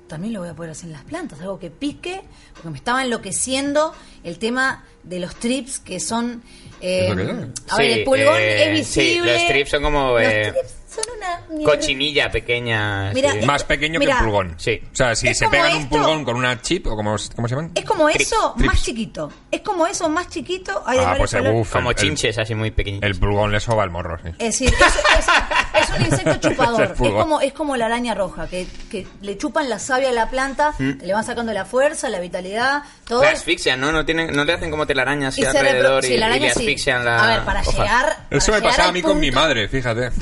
C: también lo voy a poder hacer en las plantas, algo que pique, porque me estaba enloqueciendo el tema de los trips que son... eh,
A: ¿Eso qué es?
C: a ver,
B: Sí,
C: el pulgón
B: eh,
C: es visible.
B: sí, los trips son como,
C: Los
B: eh,
C: trips son una mierda.
B: Cochinilla pequeña.
C: Mira,
B: sí.
C: es-
A: Más pequeño
C: Mira,
A: que el pulgón.
B: Sí.
A: O sea, si
C: Es
A: se
C: como
A: pegan un
C: esto.
A: pulgón con una chip, o como, ¿cómo se llaman?
C: Es como
B: Trips,
C: eso
A: trips.
C: más chiquito. Es como eso más chiquito. Hay de
A: ah,
C: varios
A: pues el
C: colores.
A: buff.
B: Como
A: el-
B: chinches así muy pequeñitos.
A: El, el pulgón le soba el morro, sí.
C: Es decir, es, es- es
B: (laughs)
C: un insecto chupador.
A: Es
C: Es,
A: el pulgón.
C: como, es como la araña roja, que, que le chupan la savia a la planta, que le van sacando la fuerza, la vitalidad, todo.
B: Mm. La asfixian, ¿no? No, tienen, no le hacen como telaraña así
C: Y se
B: alrededor
C: repro-
B: y,
C: sí, la
B: y le
C: araña sí.
B: asfixian la.
C: A ver, para
B: hoja.
C: llegar. para
A: Eso me
C: llegar
A: pasaba
C: al
A: a mí con mi
C: punto-
A: madre, fíjate.
B: (laughs)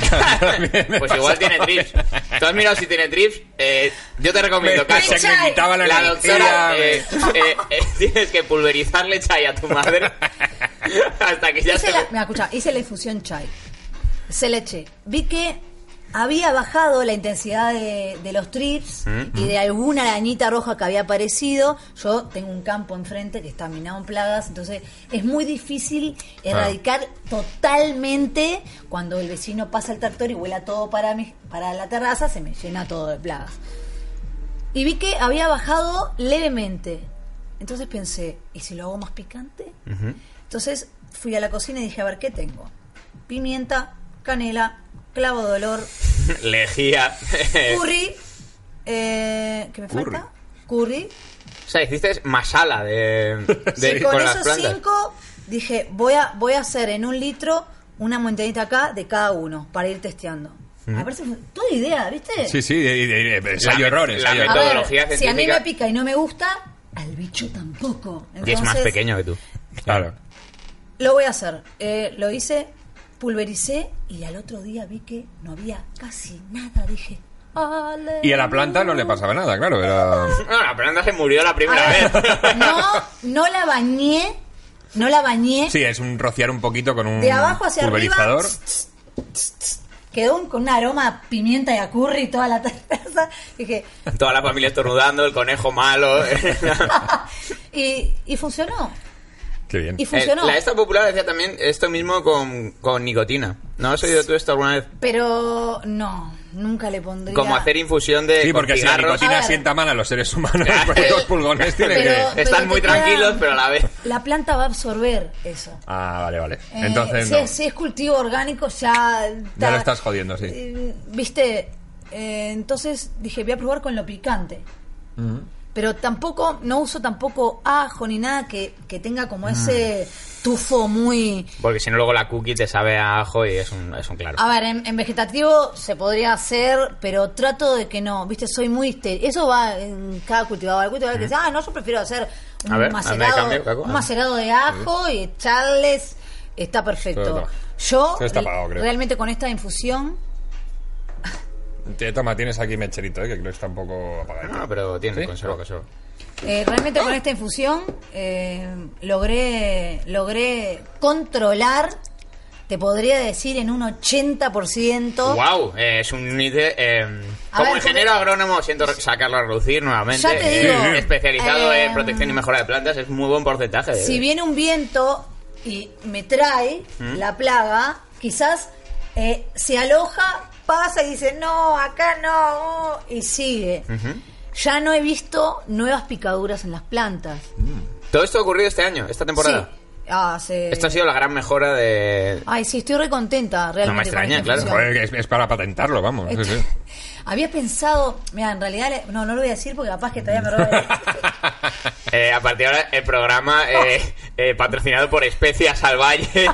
B: Pues igual tiene trips. Tú has mirado si tiene trips. Eh, yo te
A: (laughs)
B: recomiendo,
A: Me,
B: Carlos.
A: se me quitaba la,
B: La doctora,
A: energía,
B: eh, eh, eh, (laughs) tienes que pulverizarle chai a tu madre (laughs) hasta que ya
C: Hice
B: se...
C: la, mira, escucha, hice la infusión chai. Se leche. Vi que había bajado la intensidad de, de los trips y de alguna arañita roja que había aparecido. Yo tengo un campo enfrente que está minado en plagas, entonces es muy difícil erradicar totalmente cuando el vecino pasa el tractor y vuela todo para, mi- para la terraza, se me llena todo de plagas. Y vi que había bajado levemente. Entonces pensé, ¿y si lo hago más picante? Entonces fui a la cocina y dije, a ver, ¿qué tengo? Pimienta, canela, clavo de olor,
B: (laughs) Lejía.
C: curry, eh, ¿qué me
A: Curry.
C: falta? Curry.
B: o sea, hiciste masala
A: (laughs)
B: de, de-
C: y con,
B: con las
C: esos
B: plantas.
C: cinco dije, voy a, voy a hacer en un litro una montañita acá de cada uno para ir testeando.
B: Mm.
C: A ver si fue- toda idea, ¿viste?
A: Sí, sí, de- de- de- de- hay
B: La-
A: errores.
B: la
A: hay
B: de
C: a
A: errores.
C: ver,
B: metodología
C: si a mí me
B: científica.
C: pica y no me gusta, al bicho tampoco. Entonces,
B: Y es más pequeño
C: (laughs)
B: que tú.
A: Claro.
C: Lo voy a hacer. Eh, lo hice, pulvericé y al otro día vi que no había casi nada. Dije, "Aleluya".
A: Y a la planta no le pasaba nada, claro. Era...
B: No, la planta se murió la primera
C: A
B: vez. (laughs)
C: ver, (laughs) No, no la bañé, no la bañé.
A: Sí, es un rociar un poquito con un
C: De abajo hacia
A: pulverizador.
C: arriba. tss, tss, tss, tss. Quedó un- con un aroma a pimienta y a curry toda la terraza. (laughs) Dije,
B: Toda la familia estornudando, el conejo
C: (laughs)
B: malo. (laughs)
C: y, y funcionó.
A: Qué bien.
C: Y funcionó.
B: Eh, La esta popular decía también esto mismo con, con nicotina. ¿No has oído tú esto alguna vez?
C: Pero no, nunca le pondría.
B: Como hacer infusión de
A: Sí, porque si la
B: cigarros.
C: A
A: nicotina
C: ver.
A: sienta mal a los seres humanos, (laughs) pues los pulgones tienen
C: Pero-
A: que...
B: Están
C: te
B: muy
C: queda-
B: tranquilos, pero a la vez.
C: La planta va a absorber eso.
A: Ah, vale, vale.
C: Eh,
A: Entonces,
C: si,
A: no.
C: es, si es cultivo orgánico, ya.
A: Ya
C: ta-
A: lo estás jodiendo, sí.
C: eh, Viste, eh, entonces dije, voy a probar con lo picante. Pero tampoco, no uso tampoco ajo ni nada que, que tenga como
A: Mm.
C: ese tufo muy.
B: Porque si no, luego la cookie te sabe a ajo y es un, es un claro.
C: A ver, en, en vegetativo se podría hacer, pero trato de que no. Viste, soy muy. histe- Eso va en cada cultivador. Hay cultivador que dice, ah, no, yo prefiero hacer un,
B: A ver, anda de
C: macerado,
B: cambio, Caco.
C: un macerado de ajo y echarles. Está
A: Todo
C: perfecto.
A: está-
C: Yo,
A: todo está
C: re-
A: apagado, creo.
C: realmente con esta infusión,
A: Te- Toma, tienes aquí mecherito, eh, que creo que está un poco apagadito.
B: No, pero tiene
A: ¿Sí?
B: conserva, conserva.
C: eh, realmente con esta infusión, eh, logré, logré controlar, te podría decir, en un 80%.
B: ¡Wow! eh, es un índice. eh,
C: Oh. A
B: como
C: ver,
B: ingeniero
C: porque-
B: agrónomo, siento re- sacarlo a reducir nuevamente.
C: Ya te
B: eh,
A: digo,
B: especializado
C: eh,
B: en protección y mejora de plantas, es muy buen porcentaje. eh. ¿Mm?
C: Si viene un viento y me trae la plaga, quizás eh, se aloja, pasa y dice, no, acá no, oh", y sigue. Ya no he visto nuevas picaduras en las plantas.
B: Todo esto ha ocurrido este año, esta temporada.
C: Sí. Ah, se-
B: Esto ha sido la gran mejora de.
C: Ay, sí, estoy recontenta realmente.
B: No me
C: con
B: extraña,
C: esta
B: claro.
C: infusión.
A: Joder, que es, es para patentarlo, vamos. sí, sí.
C: (laughs) Había pensado, mira, en realidad, le- no, no lo voy a decir porque capaz que todavía me
B: (laughs)
C: robe.
B: eh, a partir de ahora, el programa eh, eh, patrocinado por Especias al Valle, (laughs) eh,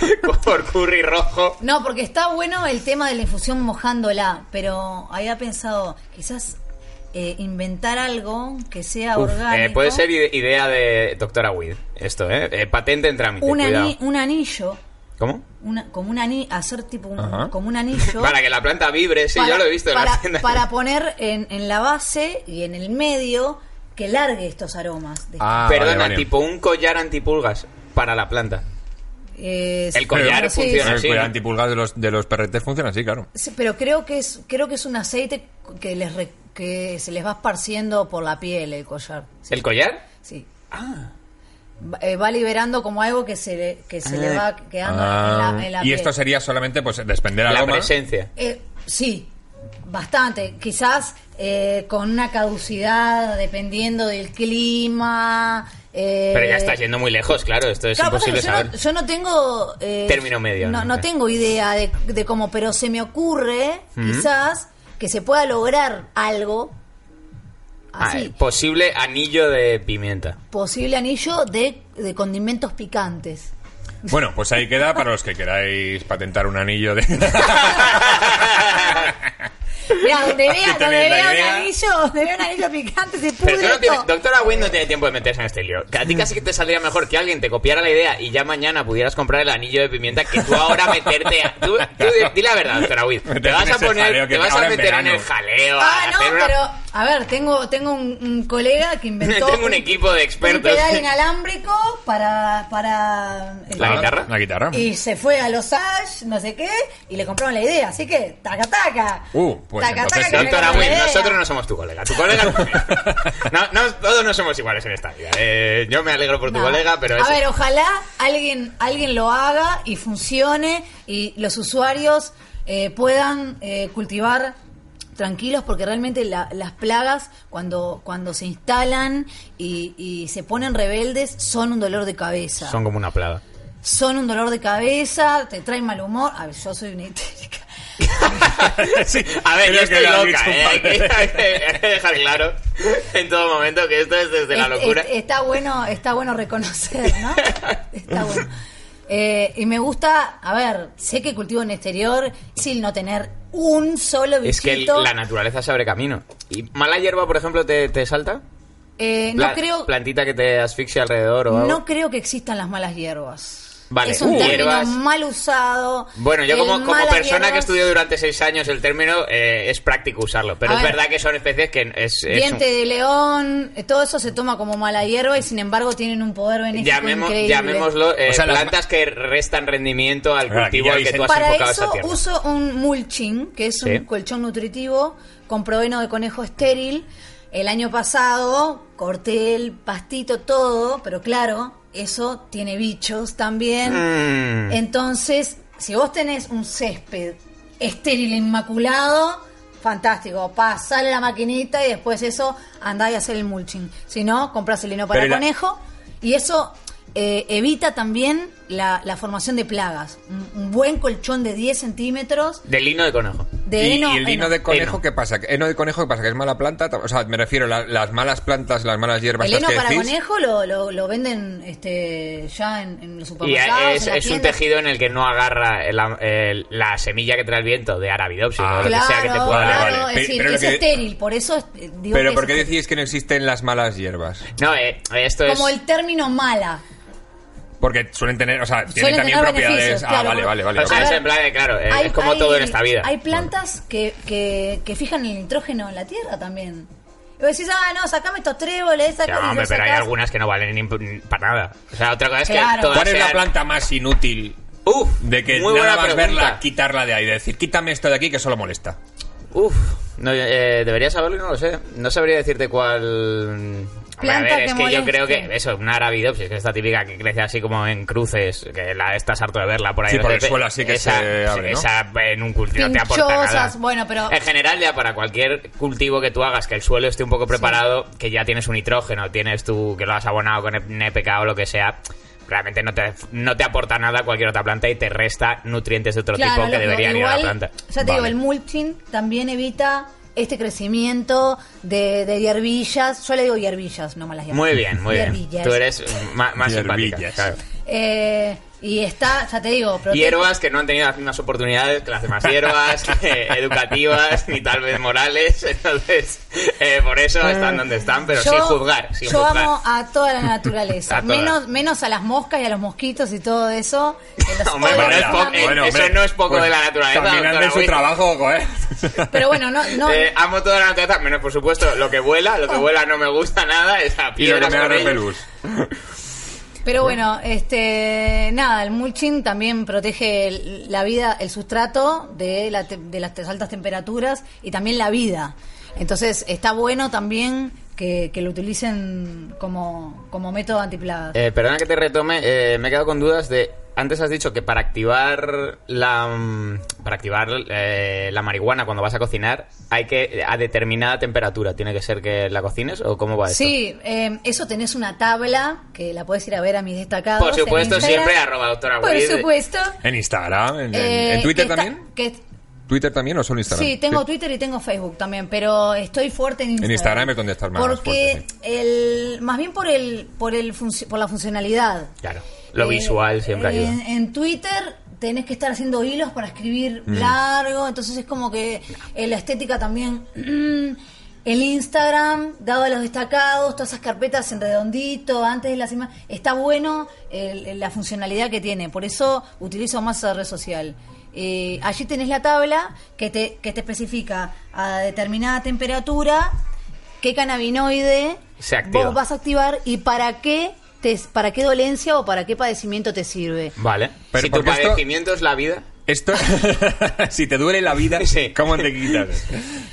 B: (laughs) por curry rojo.
C: No, porque está bueno el tema de la infusión mojándola, pero había pensado quizás eh, inventar algo que sea
B: Uf,
C: orgánico.
B: eh, puede ser ide- idea de doctora Weed, esto, ¿eh? Eh, patente en trámite,
C: un,
B: cuidado.
C: ani- un anillo,
B: ¿Cómo?
C: una, como un ani- hacer tipo un-
A: Ajá.
C: como un
B: (laughs)
C: anillo.
B: Para que la planta vibre, sí, yo lo he visto en la
C: para-
B: tienda.
C: para poner en, en la base y en el medio que largue estos aromas. de-
A: Ah, vale,
B: Perdona,
A: vale.
B: tipo un collar antipulgas para la planta.
C: Eh,
B: el collar
C: sí,
B: funciona.
A: El cuidado Eh,
B: así, ¿no?
A: pues, antipulgas de los, de los perretes funciona así, claro.
C: Sí, pero creo que es creo que es un aceite que les re- que se les va esparciendo por la piel el collar. Sí.
B: ¿El collar?
C: sí. Va- eh, va liberando como algo que se le, que se le va quedando en la, en
B: Ah.
C: la
A: Ah, y esto
C: piel.
A: sería solamente pues despender
B: La
A: aroma.
B: presencia.
C: Eh, sí, bastante. Quizás eh, con una caducidad dependiendo del clima Eh,
B: Pero ya estás yendo muy lejos, claro, esto es
C: Claro, pasa que
B: imposible
C: yo,
B: saber.
C: no, yo no tengo... eh,
B: Término medio,
C: No,
B: ¿no?
C: no tengo idea de, de cómo, pero se me ocurre, quizás, que se pueda lograr algo
B: Ah,
C: así.
B: posible anillo de pimienta.
C: posible anillo de, de condimentos picantes.
A: Bueno, pues ahí queda para los que queráis patentar un anillo de...
B: (laughs)
C: Mira, donde vea,
A: Así
C: donde
A: tenés la
C: vea
A: idea.
C: un anillo, donde vea un anillo picante, se
B: Pero
C: pudre
B: tú no tienes,
C: todo.
B: doctora Wynne no tiene tiempo de meterse en este lío. A
A: Mm.
B: ti casi que te saldría mejor que alguien te copiara la idea y ya mañana pudieras comprar el anillo de pimienta que tú ahora meterte a... Tú, tú di- di la verdad, doctora Wynne.
A: Meterte
B: Te vas
A: en
B: a
A: ese jaleo
B: poner...
A: que
B: Te vas a
A: ahora en
B: meter en
A: verano.
B: el jaleo. a
C: Ah, no,
B: hacer una- (laughs)
C: pero a ver, tengo, tengo un, un colega que inventó
B: Tengo un equipo de
C: un
B: expertos.
C: pedal inalámbrico para para eh,
B: ¿La
A: Ah,
B: guitarra?
A: La guitarra.
C: y se fue a los Ash, no sé qué, y le compraron la idea, así que taca taca.
A: Uh, pues entonces,
C: que
B: (laughs)
C: me
B: Doctora
C: compró la
B: Wynne,
C: idea.
B: nosotros no somos tu colega. Tu colega no No, no, todos no somos iguales en esta vida. Eh, yo me alegro por tu
C: No.
B: colega, pero...
C: A
B: eso-
C: ver, ojalá alguien, alguien lo haga y funcione y los usuarios eh, puedan eh, cultivar tranquilos porque realmente la- las plagas cuando, cuando se instalan y, y se ponen rebeldes son un dolor de cabeza.
B: Son como una plaga.
C: Son un dolor de cabeza, te traen mal humor. A ver, yo soy una (laughs) histérica.
A: (laughs) Sí,
B: A ver,
A: creo que
B: yo estoy
A: lo has
B: loca,
A: dicho un
B: ¿eh?
A: par de
B: Hay que,
A: veces.
B: hay que- (laughs) hay que dejar claro en todo momento que esto es desde la
C: Es- es-
B: locura.
C: está bueno, está bueno reconocer,
B: (laughs)
C: ¿no? Está bueno. Eh, y me gusta, a ver, sé que cultivo en exterior sin no tener un solo bichito.
B: Es que el- la naturaleza se abre camino. ¿Y mala hierba, por ejemplo, te, te salta?
C: Eh, no
B: Pla-
C: creo,
B: ¿Plantita que te asfixia alrededor o algo?
C: no creo que existan las malas hierbas.
B: Vale,
C: es un
B: uh,
C: término
B: hierbas.
C: mal usado.
B: Bueno, yo
C: El
B: como, como
C: eh, malas
B: persona que
C: hierbas,
B: estudió durante seis años el término, eh, es práctico usarlo. Pero
C: A
B: es
C: ver.
B: verdad que son especies que es... es
C: Diente
B: un-
C: de león, eh, todo eso se toma como mala hierba y sin embargo tienen un poder benéfico
B: llamemo-
C: increíble.
B: llamémoslo eh,
A: O sea, las-
B: plantas que restan rendimiento al
A: Ahora, aquí
B: cultivo
A: ya
B: al que
A: dicen-
B: tú has
C: Para
B: enfocado
C: eso
B: esta tierra.
C: uso un mulching, que es
B: Sí.
C: un colchón nutritivo con proveno de conejo estéril. El año pasado corté el pastito todo, pero claro, eso tiene bichos también.
B: Mm.
C: Entonces, si vos tenés un césped estéril e inmaculado, fantástico, pasale la maquinita y después eso andá y hacer el mulching. Si no, compras el lino para
A: Pero la-
C: conejo y eso eh, evita también la, la formación de plagas. Un, un buen colchón de 10 centímetros
B: De lino de conejo.
C: de
A: y,
C: heno.
A: y el lino
C: heno.
A: de conejo,
B: Heno.
A: ¿qué pasa? ¿Que ¿Heno de conejo qué pasa? ¿Que es mala planta? O sea, me refiero la- las malas plantas, las malas hierbas
C: El
A: estas
C: heno
A: que
C: para
A: decís.
C: conejo lo, lo, lo venden este, ya en, en los
B: Y
C: supermercados. en
B: es,
C: las
B: es un
C: tiendas.
B: tejido en el que no agarra el- el- la semilla que trae el viento de Arabidopsis
A: Ah,
B: o lo que sea que te
C: Claro,
B: pueda
A: Vale,
B: dar.
C: claro,
A: vale.
C: es decir,
A: eh. Pero lo
C: es
A: que-
C: estéril, por eso eh, digo
A: Pero
C: que
A: ¿por qué
C: es
A: decís que no existen las malas hierbas?
B: No, eh, esto
C: como
B: es.
C: el término mala.
A: Porque suelen tener, o sea, tienen
C: Suelen
A: también
C: tener
A: propiedades.
C: beneficios,
A: Ah,
C: claro.
A: vale, vale, vale.
B: O sea,
A: ok.
C: A
B: es
C: ver,
B: en plan de, claro, eh, es como todo en esta vida.
C: Hay plantas que, que, que fijan el nitrógeno en la tierra también. Y vos decís, ah, no, sacame estos tréboles,
B: Ya,
C: saca, y
B: hombre,
C: los
B: pero hay
C: sacás.
B: algunas que no valen ni ni para nada. O sea, otra cosa es que
C: Claro.
B: todas
A: ¿Cuál es la
B: sean-
A: planta más inútil
B: Uf,
A: de que
B: muy
A: nada
B: buena
A: más
B: pregunta.
A: verla, quitarla de ahí? De decir, quítame esto de aquí que solo molesta.
B: Uf, no, eh, debería saberlo y no lo sé. No sabría decirte cuál. Hombre, a
C: Planta
B: ver, es
C: que
B: que yo
C: moleste.
B: creo que eso, una arabidopsis, que es esta típica que crece así como en cruces, que la estás harto de verla por ahí.
A: Sí, por el
B: veces.
A: suelo así que
B: esa,
A: se abre, ¿no?
B: Esa en un cultivo no te aporta nada.
C: Pinchosas, bueno, pero-
B: En general ya para cualquier cultivo que tú hagas, que el suelo esté un poco preparado, que ya tienes un nitrógeno, tienes tú que lo has abonado con NPK o lo que sea... Realmente no te, no te aporta nada cualquier otra planta y te resta nutrientes de otro tipo que
C: lógico,
B: deberían ir a la planta.
C: Ya te
A: Vale.
C: digo, el mulching también evita este crecimiento de, de hierbillas. Yo le digo hierbillas, no malas hierbas.
B: Muy bien, muy bien.
C: Hierbillas.
B: Tú eres ma- más simpática.
A: Hierbillas.
B: claro.
C: Eh, y está, ya te digo, protege-
B: Hierbas que no han tenido las mismas oportunidades que las demás
C: (laughs)
B: hierbas, eh, educativas, ni tal vez morales. (laughs) Entonces, eh, por eso están donde están, pero sin juzgar. Sin
C: Ah. yo
B: juzgar.
C: amo a toda la naturaleza.
B: (laughs) A todas.
C: menos, menos a las moscas y a los mosquitos y todo eso.
B: (laughs)
C: que los
B: Hombre,
C: odio
B: pero es
C: profundamente.
B: poco- eso no es poco de la naturaleza,
A: pues También
B: doctora
A: hacen su
B: Witt.
A: trabajo, joder.
C: Pero bueno, no, no, Oh.
B: Eh, amo toda la naturaleza, menos por supuesto lo que vuela. Lo que vuela no me gusta nada. Esa
A: y lo
B: piedra
A: que me da
B: sobre ello.
A: repelús.
C: pero bueno, este, nada, el mulching también protege el- la vida, el sustrato de, la te- de las te- altas temperaturas y también la vida. Entonces está bueno también que, que lo utilicen como, como método antiplagas.
B: Eh, perdona que te retome, eh, me he quedado con dudas de antes has dicho que para activar la mm, para activar eh, la marihuana cuando vas a cocinar hay que a determinada temperatura tiene que ser que la cocines o cómo va eso.
C: Sí, eh, eso tenés una tabla que la podés ir a ver a mis destacados.
B: Por
C: en
B: supuesto,
C: Instagram.
B: siempre arroba doctora
C: Por
B: Wade.
C: supuesto.
A: En Instagram, en, en-
C: Eh,
A: en Twitter
C: que está-
A: también.
C: que-
A: ¿Twitter también o solo Instagram?
C: sí, tengo Twitter y tengo Facebook también, pero estoy fuerte en Instagram.
A: Instagram es donde estás más
C: Porque
A: fuerte,
C: el, más bien por el, por el funci- por la funcionalidad.
B: Claro, lo
C: Eh,
B: visual siempre
C: eh,
B: ayuda.
C: En, en Twitter tenés que estar haciendo hilos para escribir
B: Mm.
C: largo, entonces es como que eh, la estética también. (clears throat) El Instagram, dado a los destacados, todas esas carpetas en redondito, antes de la semana, está bueno el- el- la funcionalidad que tiene. Por eso utilizo más esa red social. Eh, allí tenés la tabla que te, que te especifica a determinada temperatura qué cannabinoide
B: Se activa.
C: vos vas a activar y para qué te, para qué dolencia o para qué padecimiento te sirve.
B: Vale.
A: Pero
B: si tu
A: porque esto-
B: padecimiento es la vida,
A: Esto, (laughs) si te duele la vida,
B: Sí.
A: ¿cómo te quitas?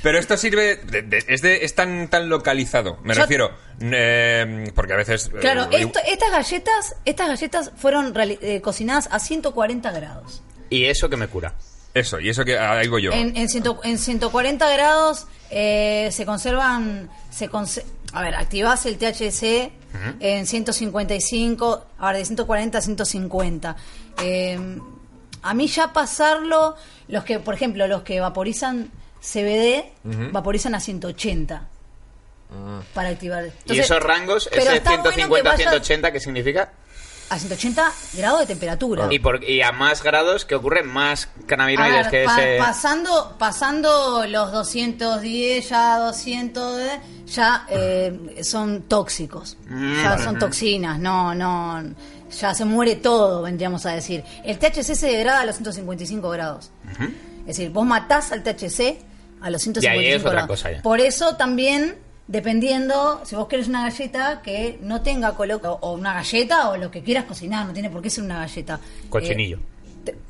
A: Pero esto sirve, de- de- es, de- es tan, tan localizado, me
C: Yo-
A: refiero, eh, porque a veces... eh,
C: Claro,
A: hay-
C: esto- estas galletas, estas galletas fueron reali- eh, cocinadas a 140 grados.
B: y eso que me cura.
A: Eso, y eso que ah, ahí voy yo.
C: En, en ciento- en 140 grados eh, se conservan, se conse- a ver, activás el THC en 155, a ver, de 140 a 150. Eh, a mí ya pasarlo, los que, por ejemplo, los que vaporizan CBD, vaporizan a 180 para activar.
B: Ah. y
C: Entonces,
B: esos rangos,
C: pero
B: ese
C: está bueno que
B: 150
C: vayas
B: 180, ¿qué significa?
C: A 180 grados de temperatura.
B: Y, por, y a más grados, ¿qué ocurre? Más
C: A
B: cannabinoides
C: ver,
B: que
C: Ah, pa-
B: ese.
C: pasando, pasando los 210, ya 200, de- ya eh, son tóxicos.
B: Mm,
C: ya son toxinas, no, no. Ya se muere todo, vendríamos a decir. El THC se degrada a los 155 grados. Es decir, vos matás al THC a los 155
B: Y ahí es otra
C: grados.
B: cosa ya.
C: Por eso también, dependiendo, si vos querés una galleta que no tenga color, o, o una galleta o lo que quieras cocinar, no tiene por qué ser una galleta.
B: Cochinillo.
C: Eh,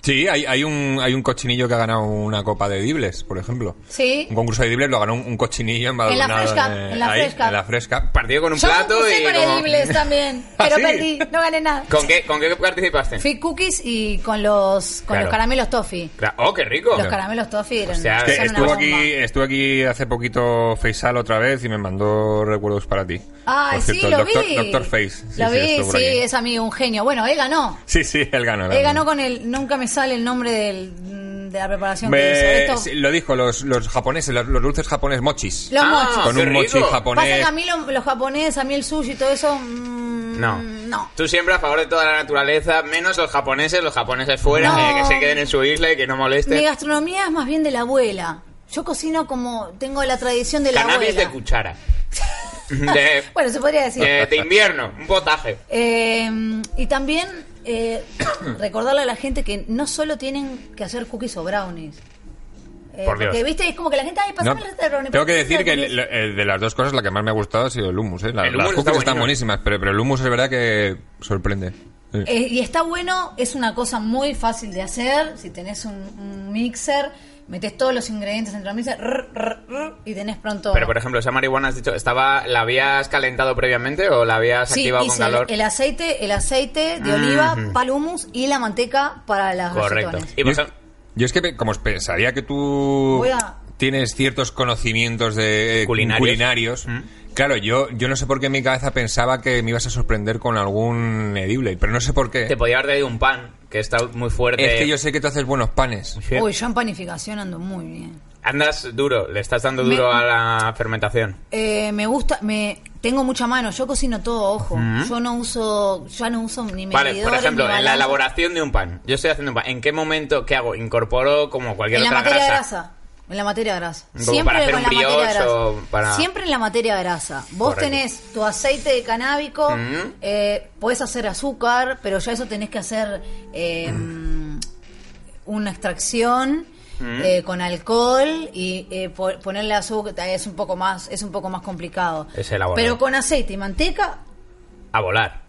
A: Sí, hay, hay, un, hay un cochinillo que ha ganado una copa de Edibles, por ejemplo.
C: Eh, sí.
A: Un concurso de Edibles lo ganó un, un cochinillo en Badalona,
C: Fresh Cup,
A: eh,
C: en la
A: ahí,
C: Fresh Cup.
A: en la Fresh Cup.
B: Partido con un
C: Yo
B: plato
C: concursé
B: y.
C: con
B: como-
A: (laughs)
C: edibles también, pero
A: ¿Ah, sí?
C: perdí, no gané nada.
B: ¿Con qué, ¿Con qué participaste?
C: Fui cookies y con los con
B: Claro.
C: los caramelos toffee.
B: Cla- ¡Oh, qué rico!
C: Los caramelos toffee eran,
B: O sea,
A: Es
C: son
A: que
C: Ah, una
A: estuvo
C: bomba.
A: aquí, estuvo aquí hace poquito Faisal otra vez y me mandó recuerdos para ti.
C: Ah,
A: Por
C: sí,
A: cierto,
C: lo
A: el doctor,
C: vi.
A: Doctor Face. Sí,
C: lo
A: sí,
C: vi, sí,
A: estuvo por aquí.
C: es amigo, un genio. Bueno, él ganó.
A: Sí, sí, él ganó. él
C: Él ganó con el nunca me sale el nombre del, mm, de la preparación que hizo
A: Me-
C: esto.
A: sí, lo dijo, los, los japoneses, los, los dulces japoneses mochis.
C: Los
B: Ah,
C: mochis.
A: con
B: qué
A: un mochi
B: rico.
C: Pasa que
A: japonés.
C: a mí lo- los japoneses, a mí el sushi y todo eso mm,
B: No.
C: No.
B: Tú siempre a favor de toda la naturaleza, menos los japoneses, los japoneses fuera,
C: No.
B: eh, que se queden en su isla y que no
C: Mi
A: Este
B: molesten.
C: gastronomía es más bien de la abuela. Yo cocino como tengo la tradición de la
B: Cannabis
C: abuela. Pues
B: de
C: (laughs)
B: cuchara. De, eh,
C: Bueno, se podría decir.
B: de- de invierno, un potaje.
C: Eh, y también eh, (coughs) recordarle a la gente que no solo tienen que hacer cookies o brownies. Eh,
B: Por Dios.
C: Porque, viste, es como que la gente, ay,
A: No,
C: pasame la receta de brownie.
A: tengo que
C: pasame la
A: decir que
C: de
A: el-
C: brownie".
A: el- de las dos cosas la que más me ha gustado ha sido el hummus. ¿eh? La-
B: El hummus
A: las
B: está
A: cookies están
B: buenísimo.
A: buenísimas, pero, pero el hummus es verdad que sorprende. Sí.
C: Eh, y está bueno, es una cosa muy fácil de hacer. Si tenés un, un mixer, metes todos los ingredientes dentro del mixer rr, rr, rr, y tenés pronto.
B: Pero, por ejemplo, esa marihuana, has dicho, estaba, ¿la habías calentado previamente o la habías
C: Sí,
B: activado con
C: hice
B: calor?
C: el, el aceite, el aceite de oliva, pal hummus y la manteca para las
B: Correcto.
C: aceitunas.
B: Y
A: Yo,
B: por ejemplo-
A: yo es que pe- como pensaría que tú
C: Voy a-
A: tienes ciertos conocimientos de eh,
B: Culinarios.
A: culinarios, Mm. Claro, yo, yo no sé por qué en mi cabeza pensaba que me ibas a sorprender con algún edible, pero no sé por qué.
B: Te podía haber traído un pan, que está muy fuerte.
A: Es que yo sé que tú haces buenos panes.
B: Sí.
C: Uy, yo en panificación ando muy bien.
B: Andas duro, le estás dando duro
C: Me-
B: a la fermentación.
C: Eh, me gusta, me tengo mucha mano, yo cocino todo a ojo. Yo no uso, ya no uso ni medidores
B: Mm. Vale, por ejemplo,
C: ni
B: en la
C: balanza.
B: elaboración de un pan. Yo estoy haciendo un pan. ¿En qué momento qué hago? Incorporo como cualquier
C: en la
B: otra
C: materia
B: grasa.
C: grasa. En la materia grasa.
B: Como para hacer un brioche o para-
C: Siempre en la materia grasa. Vos
B: Correcto.
C: tenés tu aceite de canábico,
B: Mm.
C: eh, podés hacer azúcar, pero ya eso tenés que hacer eh, una extracción.
B: Mm.
C: eh, con alcohol y eh, po- ponerle azúcar es un poco más es un poco más complicado
B: Es elaborado.
C: pero con aceite y manteca
B: A volar.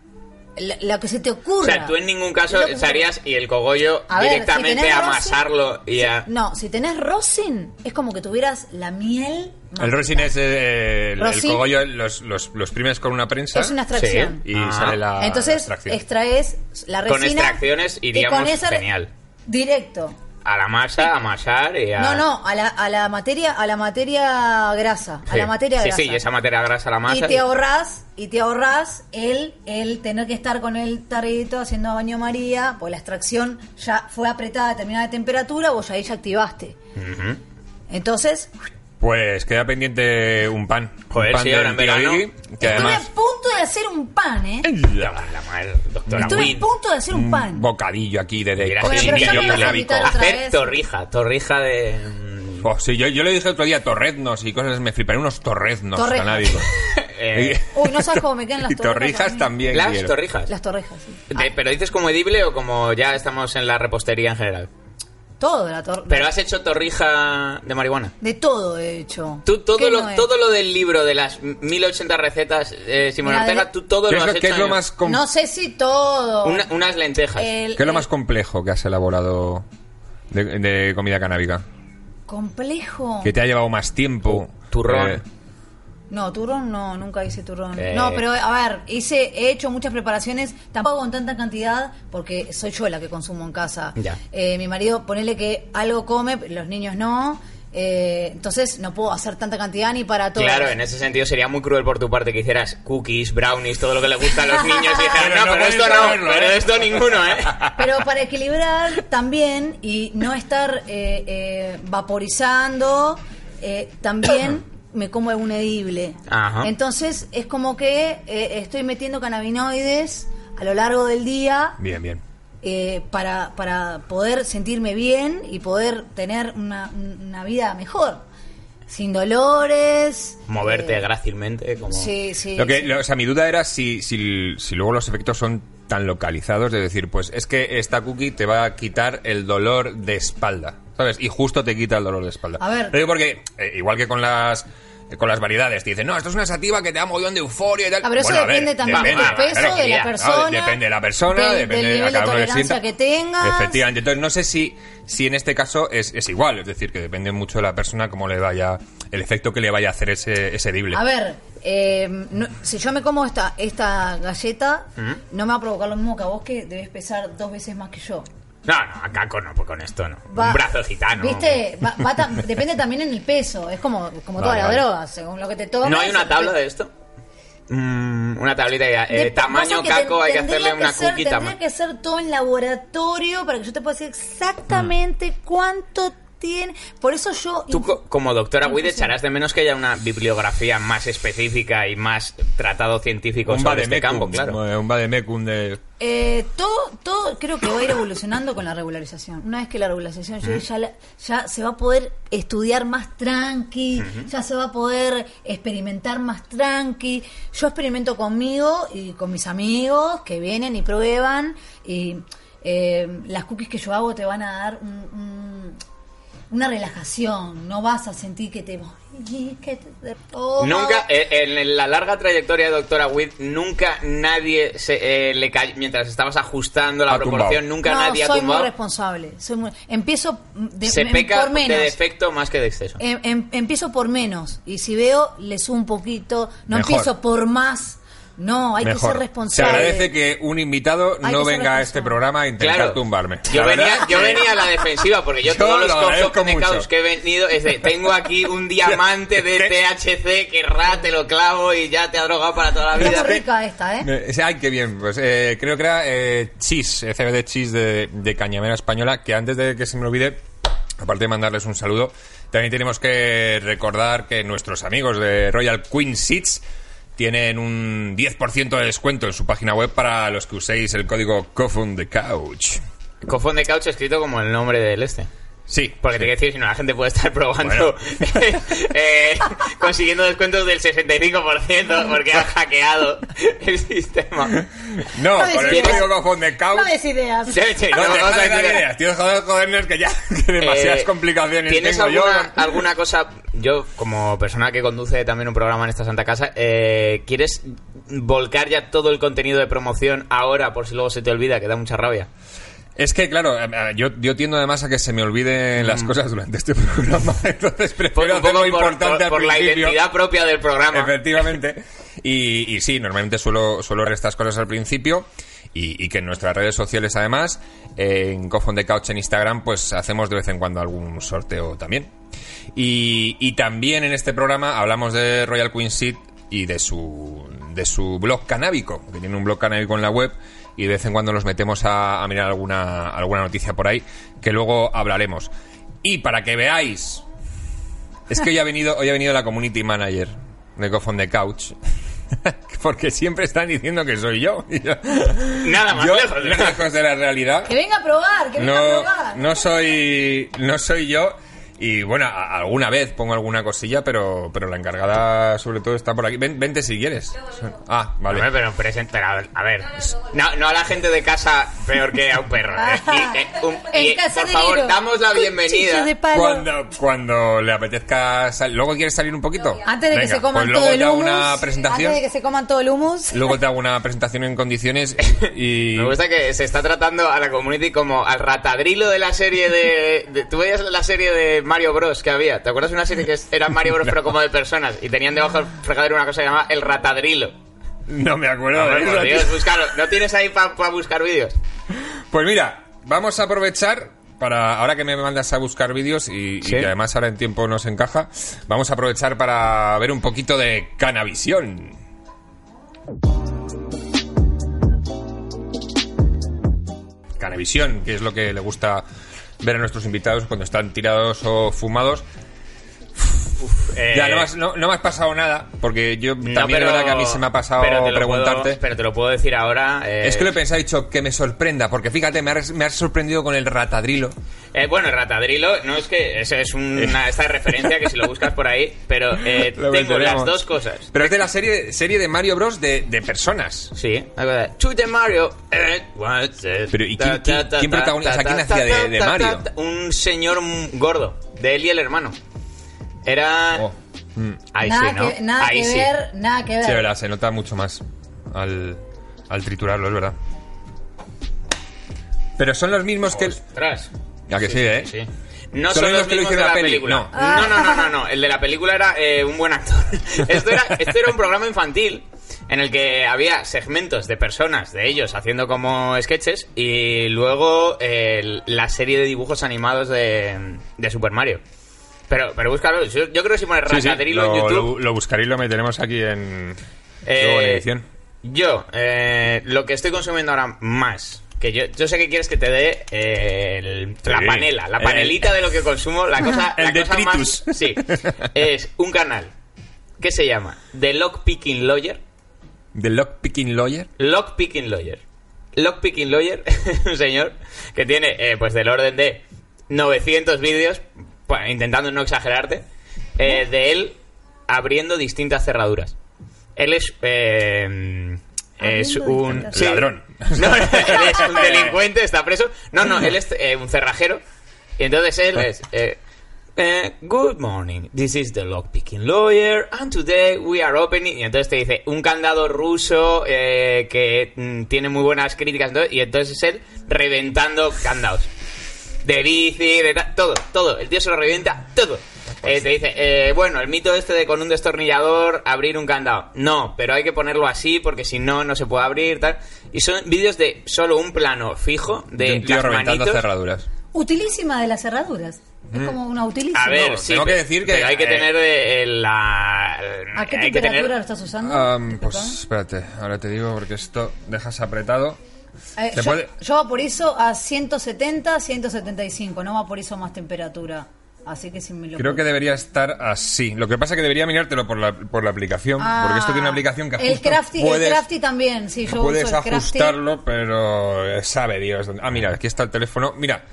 C: la- lo que se te
B: O
C: ocurra.
B: sea, tú en ningún caso
C: Lo que-
B: echarías y el cogollo
C: A ver, si
B: directamente
C: tenés
B: a
C: rosin-
B: amasarlo y a...
C: No, si tenés rosin, es como que tuvieras la miel.
A: El rosin es eh, el, el
C: Rosin.
A: cogollo, los, los, los primes con una prensa
C: Es una extracción.
A: y
B: Ah.
A: sale la, la
C: Entonces,
A: extracción.
C: extraes la resina.
B: Con extracciones
C: y
B: iríamos
C: con esa-
B: genial.
C: Directo.
B: A la masa, a amasar y a...
C: No, no, a la, a la materia, a la materia grasa, a
B: Sí.
C: la materia
B: Sí,
C: grasa.
B: sí, y esa materia grasa a la
C: Y
B: masa.
C: te ahorras, y te ahorras el, el tener que estar con el tarrito haciendo baño María, pues la extracción ya fue apretada a determinada temperatura, vos ahí ya activaste.
B: Ujú.
C: Entonces,
A: Pues queda pendiente un pan.
B: Joder,
A: un pan
B: sí,
A: de
B: ahora en verano.
A: que
C: estuve
A: además...
C: a punto de hacer un pan, ¿eh?
B: Toma la madre, doctora
C: Estuve
B: Wynn.
C: a punto de hacer un
B: Mm,
C: pan.
A: Un bocadillo aquí de, de
B: Hubiera
C: Bueno,
B: sido
C: pero ya me
B: increíble.
C: vas a invitar otra
B: Hacer
C: vez.
B: torrija, torrija de... mm,
A: Oh, sí, yo, yo le dije otro día torreznos y cosas, me fliparé unos torreznos
C: Torrejas. (laughs)
A: canábicos. (laughs)
B: eh,
C: Uy, no sabes cómo me quedan las
A: y
C: torrejas.
A: torrijas
C: a mí.
A: también.
B: las
A: quiero.
B: torrijas.
C: Las torrejas, sí.
B: De- ¿Pero dices como edible o como ya estamos en la repostería en general?
C: Todo de la torre.
B: ¿Pero has hecho torrija de marihuana?
C: De todo he hecho.
B: Tú todo
C: ¿Qué
B: lo,
C: no he
B: todo lo del libro de las 1080 recetas, eh, Simón
C: Mira,
B: Ortega,
C: de- Oh.
B: tú todo
A: ¿Qué
B: lo
A: es
B: has
A: lo,
B: hecho.
A: qué es lo
B: en-
A: más com-
C: No sé si todo.
B: una- unas lentejas.
C: El-
A: qué es lo
C: el
A: más complejo que has elaborado de, de comida canábica?
C: complejo.
A: Que te ha llevado más tiempo.
B: Turrón.
A: Eh,
C: No, turrón no, nunca hice turrón.
B: Eh.
C: No, pero a ver, hice, he hecho muchas preparaciones, tampoco con tanta cantidad, porque soy yo la que consumo en casa.
B: Ya.
C: Eh, mi marido, ponele que algo come, los niños no. eh, entonces no puedo hacer tanta cantidad ni para todos.
B: Claro, en ese sentido sería muy cruel por tu parte que hicieras cookies, brownies, todo lo que le gusta a
C: (laughs)
B: los niños y dijeras,
A: Pero
B: no,
A: no
B: pero
A: podéis
B: esto no,
A: saberlo, ¿eh?"
B: pero esto ninguno, ¿eh?
C: (laughs) Pero para equilibrar también y no estar eh, eh, vaporizando, eh, también me como algún edible.
B: Ajá.
C: Entonces es como que eh, estoy metiendo cannabinoides a lo largo del día
A: bien, bien.
C: eh, para, para poder sentirme bien y poder tener una, una vida mejor. Sin dolores.
B: Moverte
C: eh,
B: grácilmente, como...
C: Sí, sí.
A: Lo que,
C: sí.
A: lo- o sea, mi duda era si, si, si luego los efectos son tan localizados de decir, pues es que esta cookie te va a quitar el dolor de espalda, ¿sabes? Y justo te quita el dolor de espalda.
C: A ver.
A: Lo digo porque, eh, igual que con las eh, con las variedades, te dicen, no, esto es una sativa que te da mogollón de euforia y tal.
C: Ah, pero eso
A: Bueno, a ver,
C: depende también
A: depende,
C: del peso
A: claro,
C: de la
A: ya,
C: persona,
A: ¿no? Depende de la persona,
C: del-
A: depende
C: del
A: a
C: nivel
A: cada
C: de
A: uno le
C: tolerancia
A: sienta.
C: que tengas.
A: Efectivamente. Entonces, no sé si, si en este caso es, es igual, es decir, que depende mucho de la persona cómo le vaya, el efecto que le vaya a hacer ese, ese edible.
C: A ver, eh, no- si yo me como esta, esta galleta, no me va a provocar lo mismo que a vos que debes pesar dos veces más que yo.
B: No, no, a Caco no, pues con esto no.
C: Va-
B: Un brazo gitano.
C: Viste, va- va tam- depende también en el peso, es como, como toda
A: Vale,
C: la
A: vale.
C: droga, según lo que te tomes.
B: ¿No hay una tabla de esto? Mm, una tablita de, eh,
C: De-
B: tamaño
C: pasa que
B: caco,
C: ten-
B: hay que
C: tendría
B: hacerle una
C: ser-
B: cookie
C: Tendría
B: tamaño.
C: que ser todo en laboratorio para que yo te pueda decir
B: Mm.
C: exactamente cuánto tiene. Por eso yo.
B: Tú, co- como doctora Witt, echarás de menos que haya una bibliografía más específica y más tratado científico
A: un
B: sobre
A: de
B: este campo, claro.
A: Un vademecum de...
C: Eh, todo, todo creo que va a ir evolucionando con la regularización. Una vez que la regularización
B: Mm.
C: llegue, ya, la- ya se va a poder estudiar más tranqui, ya se va a poder experimentar más tranqui. Yo experimento conmigo y con mis amigos que vienen y prueban y eh, las cookies que yo hago te van a dar un- un- una relajación. No vas a sentir que te... "Ay, que te- oh,
B: Nunca,
C: oh".
B: eh, en, en la larga trayectoria de doctora Witt, nunca nadie se, eh, le cayó, mientras estabas ajustando la
A: Ha tumbado.
B: proporción, nunca
C: no,
B: nadie ha
C: soy muy
B: tumbado.
C: responsable. Soy muy- empiezo de,
B: Se
C: me-
B: peca
C: por menos.
B: de defecto más que de exceso.
C: Em- em- empiezo por menos. Y si veo, le subo un poquito. No
A: Mejor.
C: empiezo por más. No, hay que
A: Mejor.
C: ser
A: Se
C: responsable.
A: agradece que un invitado
C: Hay
A: no
C: que ser
A: venga a este
C: responsable.
A: programa a intentar
B: Claro.
A: tumbarme.
B: Yo
A: La
B: venía,
A: verdad
B: yo
A: que-
B: venía a la defensiva, porque yo,
A: (laughs) Yo
B: todos los
A: lo agradezco
B: conceptos
A: mucho.
B: que he venido es de, tengo
A: (laughs)
B: aquí un diamante de
A: Te-
B: THC que ra, te lo clavo y ya te ha drogado para toda la
C: Está muy
B: vida.
C: rica esta, ¿eh?
A: Eh, Ay, qué bien. Pues eh, creo que era eh, cheese, eh, CBD cheese de, de Cañamera Española, que antes de que se me olvide, aparte de mandarles un saludo, también tenemos que recordar que nuestros amigos de Royal Queen Seats tienen un 10% de descuento en su página web para los que uséis el código COFUN the Couch.
B: Cofón de caucho escrito como el nombre del este.
A: Sí.
B: Porque te quiero decir, si no, la gente puede estar probando, (laughs) eh, consiguiendo descuentos del 65% porque ha hackeado
A: (laughs)
B: el sistema.
A: No,
D: No
A: con el
D: decidas.
A: código cojón de Cow.
D: No des ideas.
B: Sí, sí,
A: No,
B: no,
A: deja
B: vamos a
A: de dar
B: decir-
A: ideas. Tío, joder, jodernos que ya (laughs) que demasiadas
B: Eh,
A: complicaciones
B: ¿Tienes
A: tengo yo.
B: alguna, alguna cosa, yo como persona que conduce también un programa en esta Santa Casa, eh, ¿quieres volcar ya todo el contenido de promoción ahora por si luego se te olvida, que da mucha rabia?
A: Es que, claro, a- a- yo, yo tiendo además a que se me olviden las cosas durante este (laughs) programa, entonces prefiero
B: Mm. un poco
A: hacer lo importante
B: por,
A: al
B: por la
A: principio.
B: identidad propia del programa.
A: Efectivamente. Y, y sí, normalmente suelo, suelo ver estas cosas al principio. Y, y que en nuestras redes sociales, además, eh, en Cough on the Couch en Instagram, pues hacemos de vez en cuando algún sorteo también. Y, y también en este programa hablamos de Royal Queen Seed y de su, de su blog canábico, que tiene un blog canábico en la web. Y de vez en cuando nos metemos a, a mirar alguna, alguna noticia por ahí, que luego hablaremos. Y para que veáis es que hoy ha venido, hoy ha venido la community manager de Cofón de Couch. (laughs) Porque siempre están diciendo que soy yo. (laughs) Y yo-
B: Nada más
A: yo,
B: lejos.
A: lejos de la realidad.
D: Que venga a probar, que venga a
A: No,
D: probar.
A: no soy. No soy yo. Y bueno, a- alguna vez pongo alguna cosilla, pero, pero la encargada sobre todo está por aquí. Ven- vente si quieres. Ah,
B: Hombre,
A: vale.
B: pero presenta, pero a ver, no, no a la gente de casa peor que a un perro.
C: Ah,
B: ¿eh?
D: (laughs)
B: Y, eh, un-
D: En
B: y,
D: casa
B: por
D: de
B: favor,
D: Niro.
B: damos la bienvenida.
D: Cuchillos de palo.
A: Cuando, cuando le apetezca salir. ¿Luego quieres salir un poquito?
D: Antes de
A: Venga,
D: que se coman
A: pues
D: todo
A: luego
D: el
A: te hago
D: hummus.
A: una presentación.
D: Antes de que se coman todo el hummus.
A: Luego te hago una presentación en
B: (laughs)
A: condiciones y.
B: Me gusta que se está tratando a la community como al ratadrilo de la serie de, de- Tú veías la serie de Mario Bros que había. ¿Te acuerdas de una serie que es- era Mario (laughs) Bros pero como de personas? Y tenían debajo del fregadero una cosa llamada el ratadrilo.
A: No me acuerdo de
B: Hombre,
A: eso,
B: por
A: tío.
B: Dios, búscalo. ¿No tienes ahí para buscar vídeos?
A: Pues mira, vamos a aprovechar para ahora que me mandas a buscar vídeos y, y
B: Sí.
A: que además ahora en tiempo nos encaja, vamos a aprovechar para ver un poquito de Canavisión. Canavisión, que es lo que le gusta ver a nuestros invitados cuando están tirados o fumados. Ya no, has- no- no me has pasado nada, porque yo
B: Eh, No,
A: también
B: pero-
A: es verdad que a mí se me ha pasado
B: pero te lo
A: preguntarte.
B: puedo- pero te lo puedo decir ahora. eh,
A: Es que lo he pensado, he dicho que me sorprenda, porque fíjate, me has, me has sorprendido con el ratadrilo.
B: Eh, bueno, el ratadrilo, no es que eso es
A: Eh.
B: una esta referencia que si lo buscas por ahí, pero
A: (laughs)
B: eh,
A: Lo
B: tengo las
A: venderemos.
B: dos cosas.
A: Pero es de la serie, serie de Mario Bros. de, de personas.
B: Sí, es verdad. Chute Mario. eh, what's it?
A: Pero, ¿y
B: Ta,
A: quién- quién-
B: ta, ta,
A: quién
B: ta,
A: protagoni- o sea,
B: ta,
A: quién
B: ta,
A: hacía de-
B: ta,
A: de
B: ta,
A: Mario?
B: ta, ta. Un señor m- gordo, de él y el hermano. Era...
A: Oh. Mm.
B: Ahí
C: nada
B: sí, ¿no?
C: que, nada
B: ahí
C: que
B: sí.
C: ver, nada que ver.
A: Sí, es verdad, se nota mucho más al, al triturarlo, es verdad. Pero son los mismos que... el-
B: Ostras.
A: Ya que sí, ¿eh?
B: Sí. No
A: Son
B: son,
A: los
B: los,
A: que lo hicieron
B: mismos de
A: la
B: la
A: peli,
B: película.
A: no.
B: No, no, no, no, no. El de la película era eh, un buen
A: (laughs)
B: actor. Esto era, esto era un programa infantil en el que había segmentos de personas, de ellos, haciendo como sketches y luego eh, la serie de dibujos animados de, de Super Mario. Pero, pero búscalo. Yo, yo creo que si pones
A: Sí, sí,
B: Ratadrilo
A: lo,
B: en
A: lo-
B: YouTube...
A: lo buscaré y lo meteremos aquí en...
B: Eh,
A: luego en edición.
B: Yo, eh, lo que estoy consumiendo ahora más, que yo, yo sé que quieres que te dé eh, el- la
A: Sí.
B: panela, la
A: El-
B: panelita de lo que consumo,
A: (laughs)
B: la cosa,
A: El
B: la cosa
A: detritus.
B: más... Sí, es un canal que se llama The Lockpicking Lawyer.
A: The Lockpicking Lawyer.
B: Lockpicking Lawyer. Lockpicking Lawyer, (laughs) un señor que tiene, eh, pues, del orden de 900 vídeos, pues, intentando no exagerarte, eh, de él abriendo distintas cerraduras. Él es. eh, es
D: Abriendo
B: un.
D: distintas
B: sí.
A: Ladrón.
B: (laughs) No, no, él es un delincuente, está preso. No, no, él es eh, un cerrajero. Y entonces él es. eh, eh, good morning, this is the lockpicking lawyer, and today we are opening. Y entonces te dice un candado ruso eh, que mm, tiene muy buenas críticas. entonces- y entonces es él reventando candados de bici, de ta- todo, todo. El tío se lo revienta todo.
A: Pues
B: Eh, te dice, eh, bueno, el mito este de con un destornillador abrir un candado. No, pero hay que ponerlo así porque si no, no se puede abrir, tal. Y son vídeos de solo un plano fijo de,
A: de un tío
B: las
A: reventando
B: manitos.
A: cerraduras.
D: Utilísima de las cerraduras. Es como una utilísima.
B: A ver,
A: No,
B: sí,
A: tengo que
B: pero-
A: decir que,
B: pero hay que
A: eh,
B: tener eh, la...
C: ¿A qué
B: hay que
C: temperatura
B: tener-
C: lo estás usando?
A: Ah, pues espérate, ahora te digo porque esto dejas apretado.
C: Eh,
A: ¿se
C: yo,
A: puede?
C: yo vaporizo a 170, 175, no vaporizo más temperatura. Así que si me lo
A: Creo que debería estar así. Lo que pasa es que debería mirártelo por la, por la aplicación,
C: Ah,
A: porque esto tiene una aplicación que
C: el
A: ajusta.
C: crafty,
A: puedes,
C: el crafty también, sí, yo
A: puedes
C: uso el crafty.
A: ajustarlo, pero eh, sabe Dios dónde. Ah, mira, (laughs) aquí está el teléfono. Mira,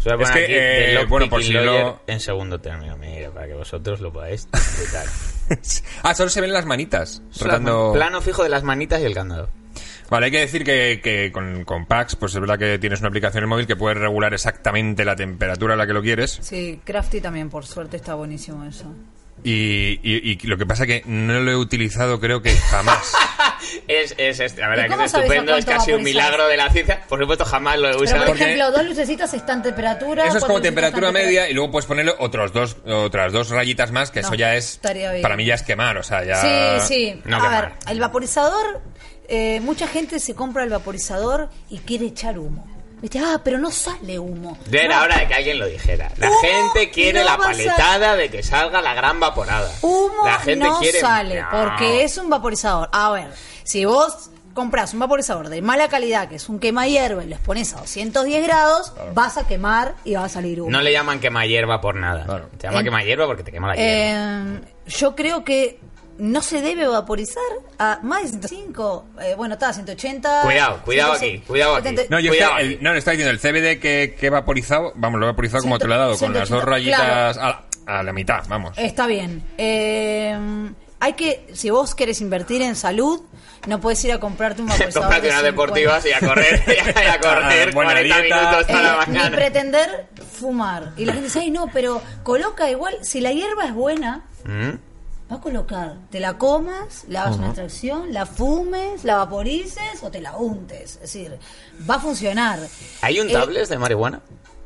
B: Se va a
A: Es
B: poner
A: que,
B: aquí,
A: eh,
B: The Lock
A: bueno,
B: Pick
A: por
B: y
A: si
B: Lawyer
A: no-
B: En segundo término, mira, para que vosotros
A: (laughs)
B: lo podáis disfrutar.
A: ah, solo se ven las manitas.
B: Solo
A: tratando-
B: Plano fijo de las manitas y el candado.
A: Vale, hay que decir que, que con, con Pax, pues es verdad que tienes una aplicación en el móvil que puedes regular exactamente la temperatura a la que lo quieres.
C: Sí, Crafty también, por suerte, está buenísimo eso.
A: Y, y- y lo que pasa que no lo he utilizado creo que jamás.
B: Es, es, este, la
D: ¿Y
B: verdad que
D: cómo
B: es
D: sabes a
B: estupendo, es
D: cuánto va
B: casi
D: por
B: un
D: izar?
B: milagro de la ciencia. Por supuesto, jamás lo he
D: Pero,
B: usado.
D: por
A: Pues porque-
D: ejemplo, dos lucecitas están temperatura.
A: Eso es
D: cuatro
A: como
D: lucecitas
A: temperatura
D: están temperatura-
A: media y luego puedes ponerle otros dos, otras dos rayitas más, que
C: No,
A: eso ya es...
C: estaría bien.
A: Para mí ya es quemar, o sea, ya...
C: Sí, sí.
B: No,
C: a
B: qué
C: ver,
B: mal.
C: el vaporizador, eh, mucha gente se compra el vaporizador y quiere echar humo. Viste, ah, pero no sale humo.
B: Ya
C: No,
B: era hora de que alguien lo dijera. La
C: Humo
B: gente quiere
C: no
B: la
C: va a
B: paletada de que salga la gran vaporada.
C: Humo
B: la gente
C: no
B: quiere...
C: sale,
B: No.
C: porque es un vaporizador. A ver, si vos compras un vaporizador de mala calidad, que es un quema hierba, y los pones a 210 grados, vas a quemar y va a salir humo.
B: No le llaman quema hierba por nada.
A: Claro.
B: Te llama
C: Eh,
B: quema hierba porque te quema la hierba.
C: Eh, yo creo que no se debe vaporizar a más de 105. eh, bueno, está a 180.
B: Cuidado, cuidado aquí, cuidado aquí.
A: No, yo es
B: Cuidado
A: que
B: ahí.
A: el- no, le estaba diciendo, el CBD que, que he vaporizado, vamos, lo he vaporizado como
C: Ciento-
A: te lo he dado, con las dos
C: 180,
A: rayitas a, la- a la mitad, vamos.
C: Está bien. Eh, hay que, si vos querés invertir en salud, no puedes ir a comprarte un
B: (laughs)
C: vaporizador.
B: Comprate
C: de
B: unas
C: 50.
B: deportivas y a correr, (laughs) y a correr
A: Ah, buena
B: 40
A: dieta.
B: minutos toda la
C: Eh, (laughs) ni
B: mañana.
C: pretender fumar. Y la gente dice, ay, no, pero coloca igual. Si la hierba es buena,
B: ¿Mm?
C: va a colocar. Te la comas, la hagas una extracción, la fumes, la vaporices o te la untes. Es decir, va a funcionar.
B: ¿Hay un
C: Eh,
B: tables de marihuana?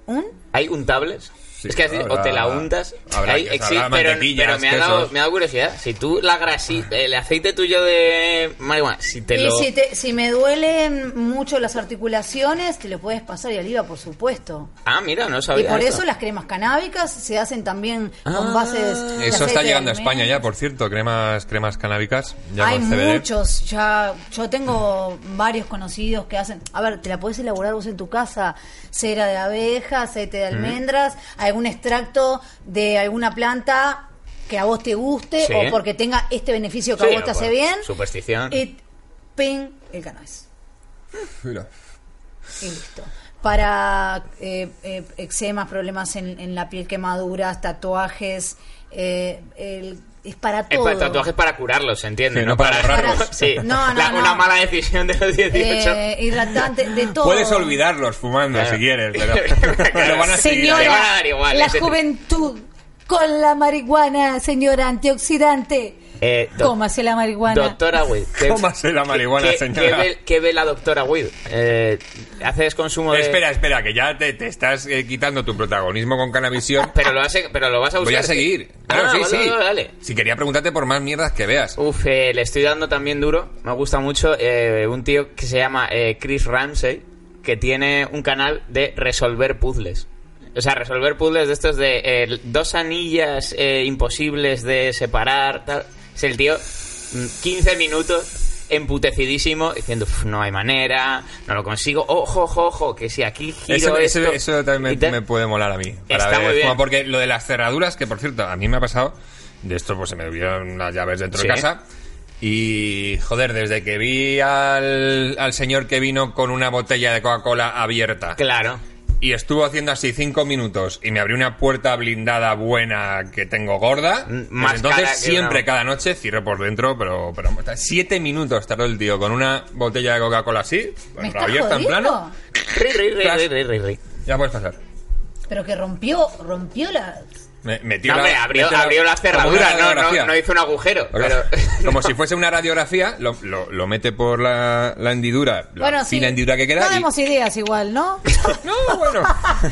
C: ¿Un?
B: ¿Hay untables?
A: Sí,
B: es que así,
A: habrá-
B: o te la untas.
A: habrá
B: Hay-
A: que-
B: exi-
A: habrá
B: pero,
A: mantequillas,
B: pero me, ha dado,
A: quesos. Ah.
B: me ha dado curiosidad. Si tú la grasita, el aceite tuyo de marihuana, si te
C: y
B: lo.
C: si, te- si me duelen mucho las articulaciones, te lo puedes pasar y al IVA, por supuesto.
B: Ah, mira, no
C: Y
B: sabía.
C: por
B: esto.
C: eso las cremas canábicas se hacen también
B: Ah.
C: con bases. de
A: Eso
C: aceite
A: está
C: de
A: llegando a
C: almendra.
A: España ya, por cierto, cremas, cremas canábicas. ya
C: Hay
A: con CBD.
C: muchos, ya yo tengo varios conocidos que hacen, a ver, te la puedes elaborar vos en tu casa, cera de abeja, aceite de almendras, algún extracto de alguna planta que a vos te guste
B: Sí.
C: o porque tenga este beneficio que
B: Sí,
C: a vos te hace
B: por
C: bien.
B: superstición.
C: Y ping, el cannabis.
A: Mira.
C: Y listo. Para eh, eh, eczemas, problemas en, en la piel, quemaduras, tatuajes, eh, el- es para
B: Es
C: todo.
B: para tatuajes para curarlos, ¿se entiende?
A: Sí, no para borrarlos.
B: (laughs) Sí,
C: No, no,
B: La-
C: no.
B: una mala decisión de los 18.
C: Eh, hidratante,
B: (laughs)
C: de todo.
A: Puedes olvidarlos fumando
B: Claro.
A: si quieres, pero,
B: (laughs)
A: pero
C: Ah,
A: van a seguir.
B: Te
D: Señora,
B: van
A: ahí.
B: a dar igual,
D: la
B: ese-
D: juventud con la marihuana, señora antioxidante.
B: Eh, doc-
D: Cómase la marihuana.
A: (laughs)
B: Doctora Will. ¿qué-
A: Cómase la marihuana,
B: qué-
A: señora.
B: ¿qué ve, qué ve la doctora Will? Eh, ¿Haces consumo de.?
A: Espera, espera, que ya te, te estás eh, quitando tu protagonismo con
C: (laughs)
A: Canavisión.
B: Pero lo, hace, pero lo vas a usar.
A: Voy a seguir. Claro,
B: Ah,
A: sí,
B: vale,
A: sí.
B: vale, vale.
A: Si quería preguntarte por más mierdas que veas.
B: Uf, eh, le estoy dando también duro. Me gusta mucho eh, un tío que se llama eh, Chris Ramsey, que tiene un canal de resolver puzzles. O sea, resolver puzzles de estos de eh, dos anillas eh, imposibles de separar. Tal. Es el tío mm, 15 minutos emputecidísimo diciendo "Uf, no hay manera, no lo consigo. Ojo, ojo, ojo, que si aquí giro
A: Eso, eso-
B: esto",
A: eso
B: y
A: también me,
B: tal.
A: me puede molar a mí. Para
B: Está
A: ver
B: muy bien.
A: cómo- porque lo de las cerraduras, que por cierto, a mí me ha pasado, de esto pues se me vieron las llaves dentro
B: Sí.
A: de casa. Y joder, desde que vi al, al señor que vino con una botella de Coca-Cola abierta
B: Claro.
A: y estuvo haciendo así cinco minutos y me abrió una puerta blindada buena que tengo gorda,
B: Mm,
A: pues
B: más
A: entonces
B: cara que
A: siempre
B: una-
A: cada noche cierro por dentro, pero, pero siete minutos tardó el tío con una botella de Coca-Cola así,
C: ¿Me estás
A: abierta en
C: jodiendo?
A: plano,
B: Ri, ri, ri, ri, ri, ri, ri.
A: ya puedes pasar.
C: Pero que rompió, rompió la...
A: Me, metió
B: No, hombre,
A: la-
B: abrió,
A: metió la-
B: abrió la
A: como una
B: cerradura, no, no,
A: radiografía.
B: no hizo un agujero.
A: Porque-
B: Pero...
A: (laughs)
B: (laughs)
A: Como si fuese una radiografía, lo, lo- lo mete por la, la hendidura, la
C: Bueno, sí.
A: fina hendidura que queda.
C: No
A: y-
C: demos ideas igual, (laughs) ¿no?
A: No,
C: (laughs)
A: bueno.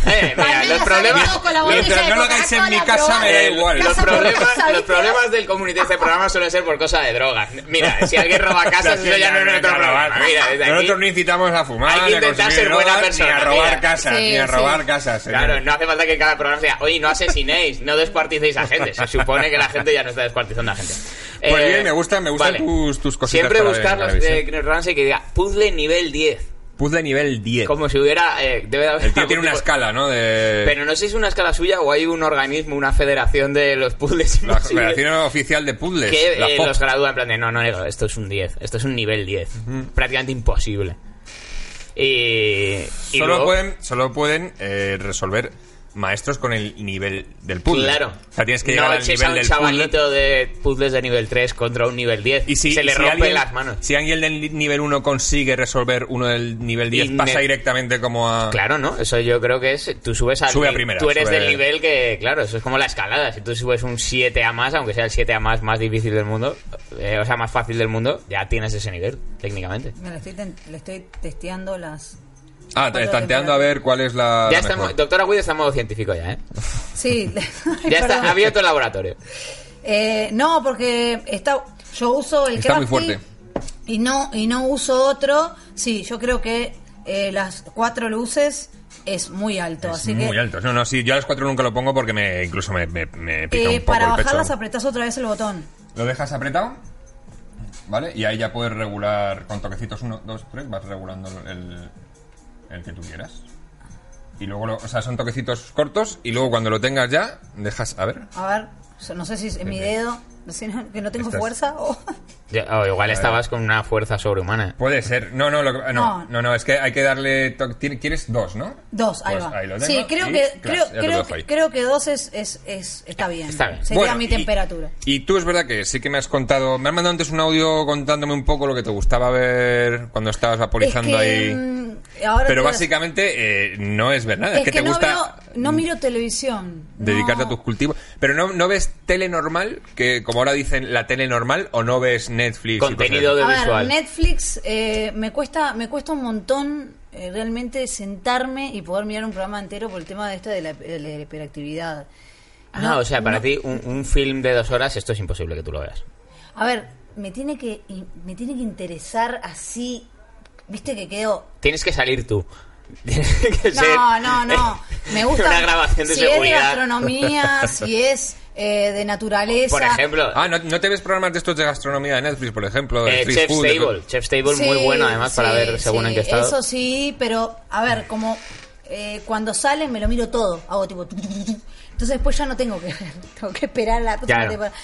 B: Eh, mira, los problemas...
D: con la botella
A: Mientras
D: de
A: no lo hagáis en mi
D: Coca-Cola,
A: casa, me da
B: Eh,
A: igual.
B: Los
D: Casa por
B: problemas,
D: casa,
B: los
D: ¿viste?
B: problemas del community de este programa suelen ser por cosa de drogas. Mira, si
A: (laughs)
B: alguien roba casas, eso ya no es nuestro problema. Mira, desde aquí-
A: Nosotros no incitamos a fumar,
B: Hay que
A: ni a
B: intentar
A: consumir
B: ser buena
A: drogas,
B: persona,
A: ni a robar
B: mira.
A: casas,
C: Sí,
A: ni a
C: sí.
A: robar casas. eh. señor.
B: Claro, no hace falta que cada programa sea, oye, no asesinéis, no descuarticéis a gente. Se supone que la gente ya no está descuartizando a gente. Eh,
A: Pues bien, me gusta- me gustan tus- tus cositas
B: Siempre
A: para ver
B: buscar
A: en
B: los
A: televisión.
B: de Chris Ramsey que diga puzzle nivel 10.
A: Puzzle nivel 10.
B: Como si hubiera. eh, debe de haber
A: El tío
B: algún
A: tiene
B: (laughs)
A: una
B: tipo-
A: escala, ¿no? De...
B: Pero no sé si es una escala suya o hay un organismo, una federación de los puzzles. (laughs)
A: la
B: imposibles.
A: Federación Oficial de Puzzles.
B: que
A: la
B: eh,
A: FOP.
B: los gradúa en plan de no, no, negro, esto es un 10, esto es un nivel 10, prácticamente imposible. Y Y, y
A: solo
B: luego-
A: pueden, solo pueden eh, resolver maestros con el nivel del puzzle.
B: Claro.
A: O sea, tienes que
B: no
A: llegar al
B: eches
A: nivel
B: a un
A: del puzzle.
B: chavalito de puzzles de nivel 3 contra un nivel 10.
A: Y si,
B: se le
A: y si
B: rompen
A: alguien-
B: las manos.
A: Si alguien del nivel 1 consigue resolver uno del nivel 10,
B: Y
A: pasa
B: me-
A: directamente como a...
B: Claro, ¿no? Eso yo creo que es... Tú subes al...
A: Ah. Sube a
B: ni-
A: primera,
B: Tú eres
A: sube-
B: del nivel que... Claro, eso es como la escalada. Si tú subes un 7 a más, aunque sea el 7 a más más difícil del mundo, eh, o sea, más fácil del mundo, ya tienes ese nivel, técnicamente.
C: Me lo estoy, ten- le estoy testeando las...
A: Ah, te- tanteando a ver cuál es la... la
B: ya está...
A: mejor.
B: Doctora Wood está en modo científico ya, ¿eh?
C: Sí. (laughs) Ay,
B: Ya está...
C: perdón.
B: Ha abierto el laboratorio.
C: Eh, no, porque está, yo uso el
A: Está muy
C: Crafty
A: fuerte.
C: Y no, y no uso otro. Sí, yo creo que eh, las cuatro luces es muy alto.
A: Es
C: así
A: muy
C: que
A: alto. No, no, sí, yo a las 4 nunca lo pongo porque me incluso me, me- me pica
C: eh,
A: un poco
C: para
A: el pecho.
C: bajarlas apretás otra vez el botón.
A: Lo dejas apretado, ¿vale? Y ahí ya puedes regular con toquecitos 1, 2, 3, vas regulando el, el que tú quieras. Y luego, lo- o sea, son toquecitos cortos y luego cuando lo tengas ya, dejas, a ver.
C: A ver, yo no sé si es en mi
A: Ok.
C: dedo, si no- que no tengo
A: Estás-
C: fuerza. o- (laughs)
B: Ya- oh, igual estabas con una fuerza sobrehumana.
A: Puede ser. No, no, lo que- no,
C: No.
A: no, no, es que hay que darle... to- ti- ¿Quieres dos, no?
C: dos, ahí
A: Pues
C: va.
A: ahí lo tengo
C: sí, creo
A: y
C: que,
A: clas,
C: creo,
A: ya te lo
C: creo,
A: dejo ahí.
C: que- creo que dos es, es, es- está bien.
B: Está bien.
C: Sería
A: Bueno,
C: mi
A: y-
C: temperatura.
A: Y tú es verdad que sí que me has contado, me has mandado antes un audio contándome un poco lo que te gustaba ver cuando estabas vaporizando
C: Es que,
A: ahí.
C: mm, ahora
A: Pero
C: te voy a-
A: básicamente eh, no es verdad, es,
C: Es
A: que,
C: que,
A: te
C: no,
A: gusta
C: veo- no miro televisión.
A: dedicarte
C: no.
A: a tus cultivos. Pero no, no ves tele normal, que como ahora dicen la tele normal, o no ves Netflix. y cosas
B: Contenido
A: así?
B: de-
C: A
B: audiovisual.
C: ver, Netflix eh, me cuesta me cuesta un montón eh, realmente sentarme y poder mirar un programa entero por el tema de esto de la, de la hiperactividad.
B: Ah,
C: No,
B: o sea, para
C: no.
B: ti un, un film de dos horas, esto es imposible que tú lo veas.
C: A ver, me tiene que me tiene que interesar así, viste que quedo
B: Tienes que salir tú. (laughs) Tienes que ser-
C: No,
B: (laughs)
C: no, no. Me gusta
B: Una grabación de
C: si es de
B: seguridad.
C: gastronomía, si es eh, de naturaleza.
B: Por ejemplo,
A: Ah, ¿no, no te ves programas de estos de gastronomía de Netflix, por ejemplo? de
B: eh,
A: street
B: Chef's
A: food, de-
B: Table. Chef's Table muy
C: Sí,
B: bueno, además, para
C: sí,
B: ver según
C: sí,
B: en qué estado.
C: Eso sí, pero a ver, como eh, cuando sale me lo miro todo, hago tipo. tuc, tuc, tuc, tuc. Entonces después ya no tengo que (laughs) tengo que esperar la próxima
B: Claro.
C: temporada.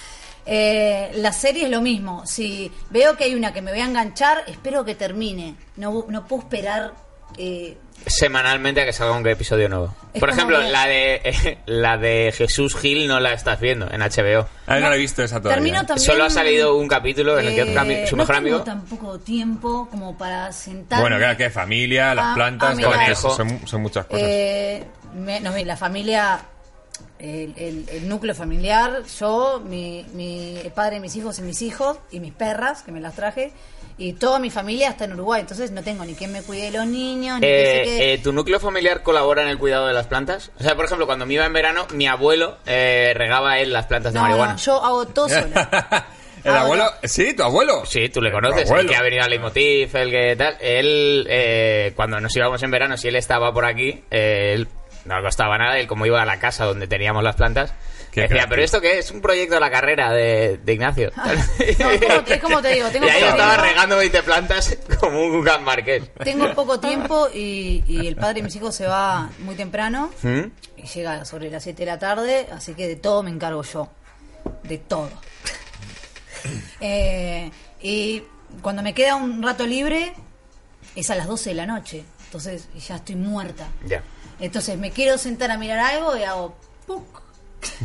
C: Eh, la serie es lo mismo. Si veo que hay una que me voy a enganchar, espero que termine. No, bu- no puedo esperar. eh,
B: Semanalmente a que salga un episodio nuevo.
C: Es
B: Por
C: como
B: ejemplo,
C: que-
B: la de (laughs) la de Jesús Gil no la estás viendo en HBO.
A: Ah, no la he visto esa todavía.
C: termino también.
B: Solo ha salido un capítulo en el que otro ami-
C: eh,
B: su
C: no
B: mejor
C: tengo
B: amigo.
C: tampoco tiempo como para sentarme.
A: Bueno, claro, que familia, las
C: Ah,
A: plantas,
C: ah, mira.
A: claro, que
B: Conejo.
A: son, son muchas cosas.
C: Eh, me- no, mi- la familia, el, el- el núcleo familiar, yo, mi, mi padre, mis hijos y mis hijos, y mis perras, que me las traje, y toda mi familia está en Uruguay, entonces no tengo ni quien me cuide de los niños, ni
B: Eh,
C: que sé qué.
B: eh, ¿Tu núcleo familiar colabora en el cuidado de las plantas? O sea, por ejemplo, cuando me iba en verano, mi abuelo eh, regaba él las plantas de
C: no,
B: marihuana.
C: no, yo hago todo
B: (laughs)
C: sola.
A: (laughs)
C: Ah,
A: ¿El
C: ahora-
A: abuelo? Sí, tu abuelo.
B: Sí, tú le
A: Tu
B: conoces, el
A: abuelo.
B: que ha venido a Leitmotiv, el que tal. Él, eh, cuando nos íbamos en verano, si él estaba por aquí, eh, él no le costaba nada. Él, como iba a la casa donde teníamos las plantas,
A: Qué
B: decía,
A: crack.
B: pero esto qué es un proyecto de la carrera de, de Ignacio.
C: Ah. No, es como- es como te digo, tengo
B: y ahí
C: poco
B: estaba
C: tiempo.
B: regando 20 plantas (laughs) como un gran marqués. (laughs)
C: Tengo poco tiempo y, y el padre de mis hijos se va muy temprano
B: ¿Mm?
C: y llega sobre las 7 de la tarde, así que de todo me encargo yo.
B: (laughs)
C: De todo. Eh, y cuando me queda un rato libre, es a las 12 de la noche. Entonces ya estoy muerta.
B: Ya.
C: Entonces me quiero sentar a mirar algo y hago. ¡puc!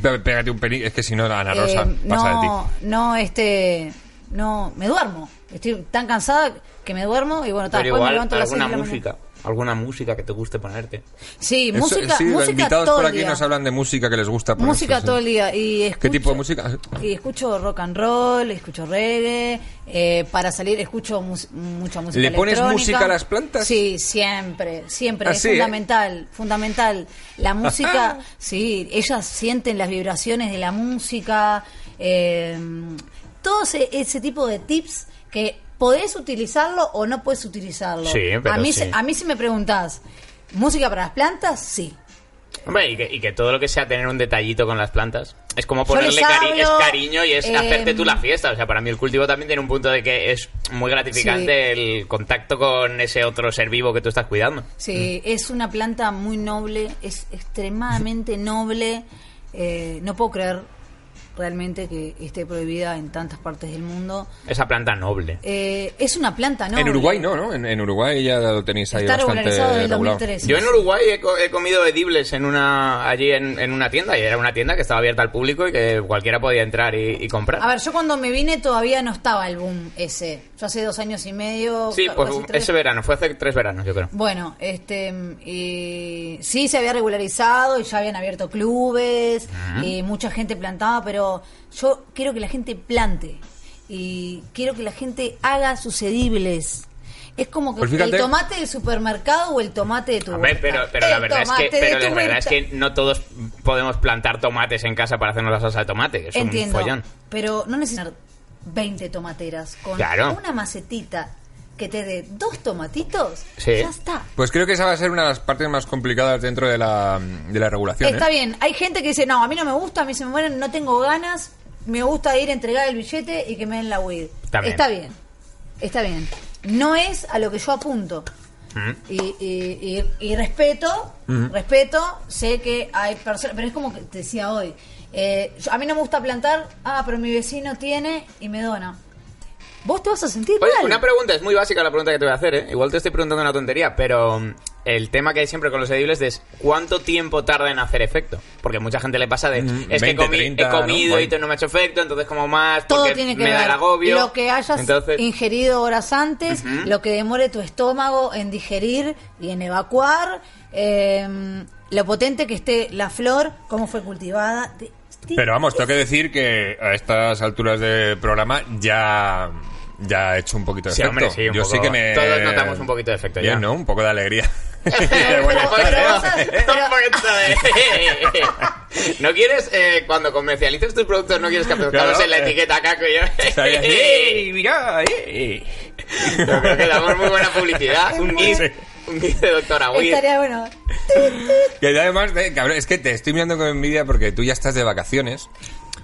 A: Pe- Pégate un pelín, es que si no, Ana Rosa
C: Eh,
A: pasa de ti.
C: no, no, este. No, me duermo. Estoy tan cansada que me duermo y bueno, ta,
B: Pero
C: después pues me
B: igual,
C: levanto a las
B: alguna
C: 6 de la mañana.
B: música. Alguna música que te guste ponerte.
C: Sí,
A: Eso-
C: música,
A: sí, los
C: música
A: invitados
C: todo
A: por
C: el
A: aquí
C: día.
A: nos hablan de música que les gusta. por
C: música
A: eso, sí.
C: todo el día. Y
A: ¿Qué
C: escucho-
A: tipo de música?
C: Y escucho rock and roll, escucho reggae, eh, para salir escucho mus- mucha música.
A: ¿Le pones
C: electrónica.
A: música a las plantas?
C: Sí, siempre, siempre.
A: Ah,
C: es
A: sí, ¿eh?
C: fundamental, fundamental. La música, sí, ellas sienten las vibraciones de la música, eh, todo ese, ese tipo de tips que podés utilizarlo o no podés utilizarlo.
B: Sí, pero
C: a, mí,
B: sí.
C: se- a mí si me preguntás, ¿música para las plantas? Sí.
B: Hombre, y que, y que todo lo que sea tener un detallito con las plantas. Es como
C: Yo
B: ponerle
C: les
B: cari-
C: hablo,
B: es cariño y es
C: eh,
B: hacerte tú la fiesta. O sea, para mí el cultivo también tiene un punto de que es muy gratificante el contacto con ese otro ser vivo que tú estás cuidando.
A: Mm.
C: Sí, es una planta muy noble, es extremadamente noble. eh, no puedo creer realmente que esté prohibida en tantas partes del mundo.
B: Esa planta noble.
C: Eh, es una planta, ¿no?
A: En Uruguay no, ¿no? En, en Uruguay ya lo tenéis ahí
C: Está
A: bastante
C: regularizado desde el
A: regulado.
C: 2013.
B: Yo en Uruguay he, co- he comido edibles en una, allí en, en una tienda, y era una tienda que estaba abierta al público y que cualquiera podía entrar y, y comprar.
C: A ver, yo cuando me vine todavía no estaba el boom ese. Yo hace dos años y medio.
B: sí,
C: ca-
B: pues
C: casi tres.
B: ese verano, fue hace tres veranos, yo creo.
C: Bueno, este, y sí se había regularizado y ya habían abierto clubes y mucha gente plantaba, pero yo quiero que la gente plante y quiero que la gente haga sus edibles. Es como que
A: Pues fíjate-
C: el tomate del supermercado o el tomate de tu
B: A ver,
C: huerta.
B: pero, pero la
C: El
B: verdad es que,
C: tomate de
B: pero
C: tu
B: la verdad es
C: huerta.
B: que no todos podemos plantar tomates en casa para hacernos la salsa de tomate. que Es
C: Entiendo,
B: un follón.
C: pero no necesitas tener 20 tomateras con
B: Claro.
C: una macetita que te dé dos tomatitos.
B: Sí.
C: Ya está.
A: Pues creo que esa va a ser una de las partes más complicadas dentro de la, de la regulación.
C: Está
A: ¿eh?
C: bien, hay gente que dice, no, a mí no me gusta, a mí se me mueren, no tengo ganas, me gusta ir a entregar el billete y que me den la weed.
B: También.
C: Está bien, está bien. No es a lo que yo apunto.
B: ¿Mm?
C: Y, y- y- y respeto, respeto, sé que hay personas, pero es como que te decía hoy, eh, yo- a mí no me gusta plantar, ah, pero mi vecino tiene y me dona. Vos te vas a sentir
B: Oye,
C: mal.
B: una pregunta, es muy básica la pregunta que te voy a hacer, ¿eh? Igual te estoy preguntando una tontería, pero mm, el tema que hay siempre con los edibles es cuánto tiempo tarda en hacer efecto. Porque mucha gente le pasa de,
A: Mm,
B: es
A: 20,
B: que comi-
A: 30,
B: he comido
A: ¿no?
B: y no me ha hecho efecto, entonces como más,
C: Todo
B: porque
C: tiene que
B: me
C: ver
B: da el agobio.
C: lo que hayas
B: Entonces,
C: ingerido horas antes, lo que demore tu estómago en digerir y en evacuar, eh, lo potente que esté la flor, cómo fue cultivada. Te- te-
A: Pero vamos, tengo que decir que a estas alturas del programa ya, ya he hecho un poquito de
B: Sí,
A: efecto.
B: hombre, sí, un
A: Yo
B: poco.
A: sí que me...
B: Todos notamos un poquito de efecto
A: Bien,
B: ya.
A: ¿no? Un poco de
B: (laughs)
A: alegría. (laughs)
C: Pero-
A: Bueno,
C: pero-
A: (laughs)
C: pero vos sabés- pero-
B: (laughs) no quieres, eh, cuando comercialices tus productos, no quieres que aparezcamos
A: Claro,
B: en la
A: eh.
B: etiqueta caco y yo.
A: (laughs) Está bien.
B: ¡Ey, mirá! ¡Ey! (laughs) Yo creo que damos muy buena publicidad. Un gif,
A: Sí.
B: un gif de doctora Weir.
C: Estaría bueno.
A: (laughs) que además, eh, cabrón, es que te estoy mirando con envidia porque tú ya estás de vacaciones.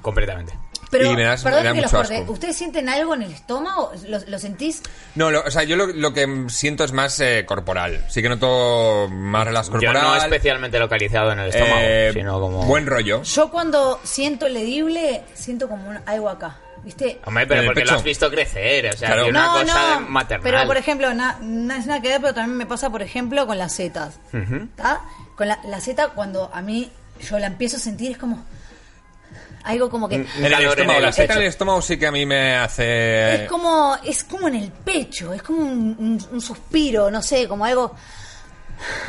B: Completamente.
C: Pero,
A: Y me das- me
C: perdón
A: da
C: que lo
A: mucho
C: corte,
A: asco.
C: ¿Ustedes sienten algo en el estómago? ¿Lo, lo sentís?
A: No, lo- o sea, yo lo, lo que siento es más eh, corporal. Sí que noto más relax
B: Yo
A: corporal.
B: no especialmente localizado en el estómago,
A: eh,
B: sino como.
A: Buen rollo.
C: Yo cuando siento el edible, siento como un, algo acá. ¿Viste?
B: Hombre,
A: En
B: pero
A: el
B: porque lo
A: pecho.
B: has visto crecer, o sea,
A: Claro.
B: que una cosa maternal.
C: Pero, por ejemplo, na- no es nada que ver, pero también me pasa, por ejemplo, con las setas.
B: Ujú.
C: ¿Tá? Con la, la seta, cuando a mí yo la empiezo a sentir, es como. Algo como que.
A: En el
B: Calor en
A: estómago,
B: el
A: la seta en
B: pecho.
A: el estómago sí que a mí me hace...
C: Es como, es como en el pecho, es como un, un- un suspiro, no sé, como algo.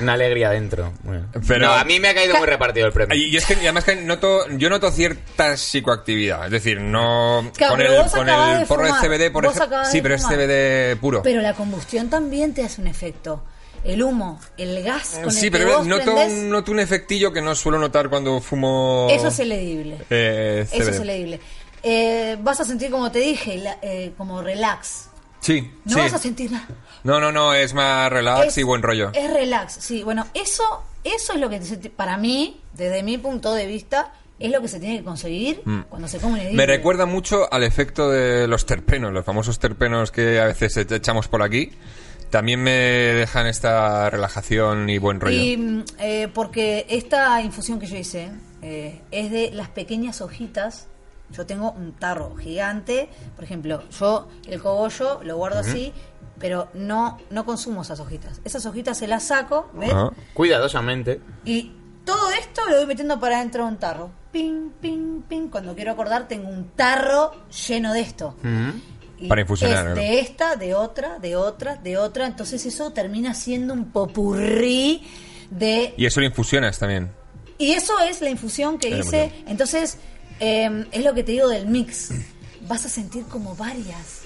B: Una alegría dentro. Bueno.
A: Pero-
B: No, a mí me ha caído muy repartido el premio.
A: Y, y es que y además que noto, yo noto cierta psicoactividad, es decir, no
C: Claro,
A: con
C: pero
A: el,
C: vos
A: con
C: acabás
A: el
C: de
A: porro
C: fumar,
A: de CBD, por
C: vos
A: ejemplo.
C: acabás
A: Sí,
C: de
A: pero es
C: fumar.
A: CBD puro.
C: Pero la combustión también te hace un efecto. El humo, el gas con
A: Eh, sí,
C: el que
A: pero
C: vos
A: noto
C: prendés,
A: un, noto un efectillo que no suelo notar cuando fumo.
C: eso es el edible.
A: eh, CBD.
C: Eso es el edible. Eh, vas a sentir, como te dije, la- eh, como relax.
A: Sí,
C: No
A: sí.
C: vas a sentir nada.
A: No, no, no, es más relax
C: Es-
A: y Ah, buen rollo.
C: Es relax, sí. Bueno, eso, eso es lo que se te- para mí, desde mi punto de vista, es lo que se tiene que conseguir cuando se come un
A: Mm. Me
C: edible.
A: recuerda mucho al efecto de los terpenos, los famosos terpenos que a veces e- echamos por aquí. También me dejan esta relajación y buen rollo.
C: Y mm, eh, porque esta infusión que yo hice eh, es de las pequeñas hojitas. Yo tengo un tarro gigante, por ejemplo, yo el cogollo lo guardo así, pero no no consumo esas hojitas. Esas hojitas se las saco, ¿ves?
A: Ajá.
B: Cuidadosamente.
C: Y todo esto lo voy metiendo para adentro de un tarro. Ping, ping, ping. Cuando quiero acordar, tengo un tarro lleno de esto. Y
A: Hmm. Para infusionar,
C: es
A: claro.
C: de esta, de otra, de otra, de otra. Entonces eso termina siendo un popurrí de...
A: Y eso lo infusionas también.
C: Y eso es la infusión que
A: Es la
C: hice.
A: infusión.
C: Entonces, eh, es lo que te digo del mix. Vas a sentir como varias.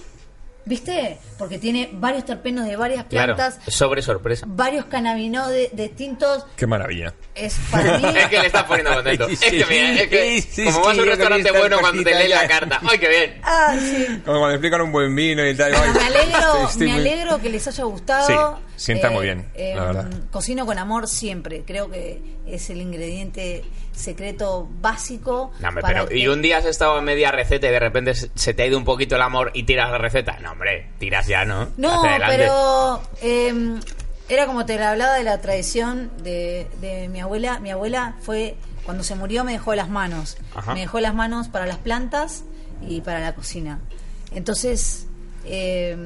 C: ¿Viste? Porque tiene varios terpenos de varias
B: Claro.
C: plantas,
B: Sobre sorpresa.
C: varios cannabinoides distintos.
A: Qué maravilla.
C: Es
A: (laughs)
C: para mí...
B: Es que le estás poniendo contento.
A: Sí,
B: Es que, mira, es que
A: sí, sí,
B: como
A: es
B: vas
A: que
B: a un
A: yo
B: restaurante
A: quería
B: bueno
A: estar
B: cuando te
A: cajita
B: lees la
A: ya.
B: carta. ¡Ay, qué bien!
C: Ah, sí.
A: Como cuando explican un buen vino y (laughs) tal. este
C: Bueno, Ah, me alegro,
A: Estoy
C: me
A: muy-
C: alegro que les haya gustado. Eh, em,
A: Sí, sienta muy bien, la verdad.
C: Cocino con amor siempre. Creo que es el ingrediente secreto básico.
B: No, hombre,
C: para
B: pero
C: que-
B: y un día has estado a media receta y de repente se- se te ha ido un poquito el amor y tiras la receta. No, hombre, tiras ya, ¿no?
C: No,
B: Hacia adelante.
C: pero em, eh, era como te hablaba de la tradición de, de mi abuela. Mi abuela fue Cuando se murió me dejó las manos.
B: Ajá.
C: Me dejó las manos para las plantas y para la cocina. Entonces, eh,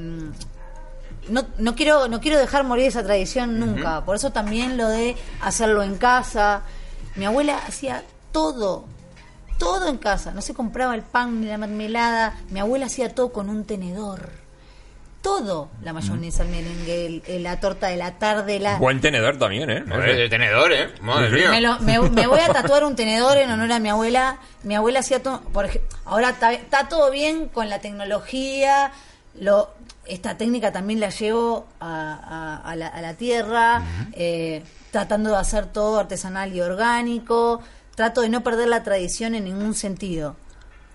C: no, no, quiero, no quiero dejar morir esa tradición nunca. Por eso también lo de hacerlo en casa. Mi abuela hacía todo, todo en casa. No se compraba el pan ni la mermelada. Mi abuela hacía todo con un tenedor. Todo, la mayonesa, el merengue, el- el- la torta de la tarde, la,
A: Buen tenedor también, ¿eh?
B: Madre, de tenedor, ¿eh? Madre mía.
C: me, lo- me- me voy a tatuar un tenedor en honor a mi abuela. Mi abuela hacía todo. Por ej- ahora está, está todo bien con la tecnología. Lo, esta técnica también la llevo a, a- a la, a la tierra, eh, tratando de hacer todo artesanal y orgánico. Trato de no perder la tradición en ningún sentido.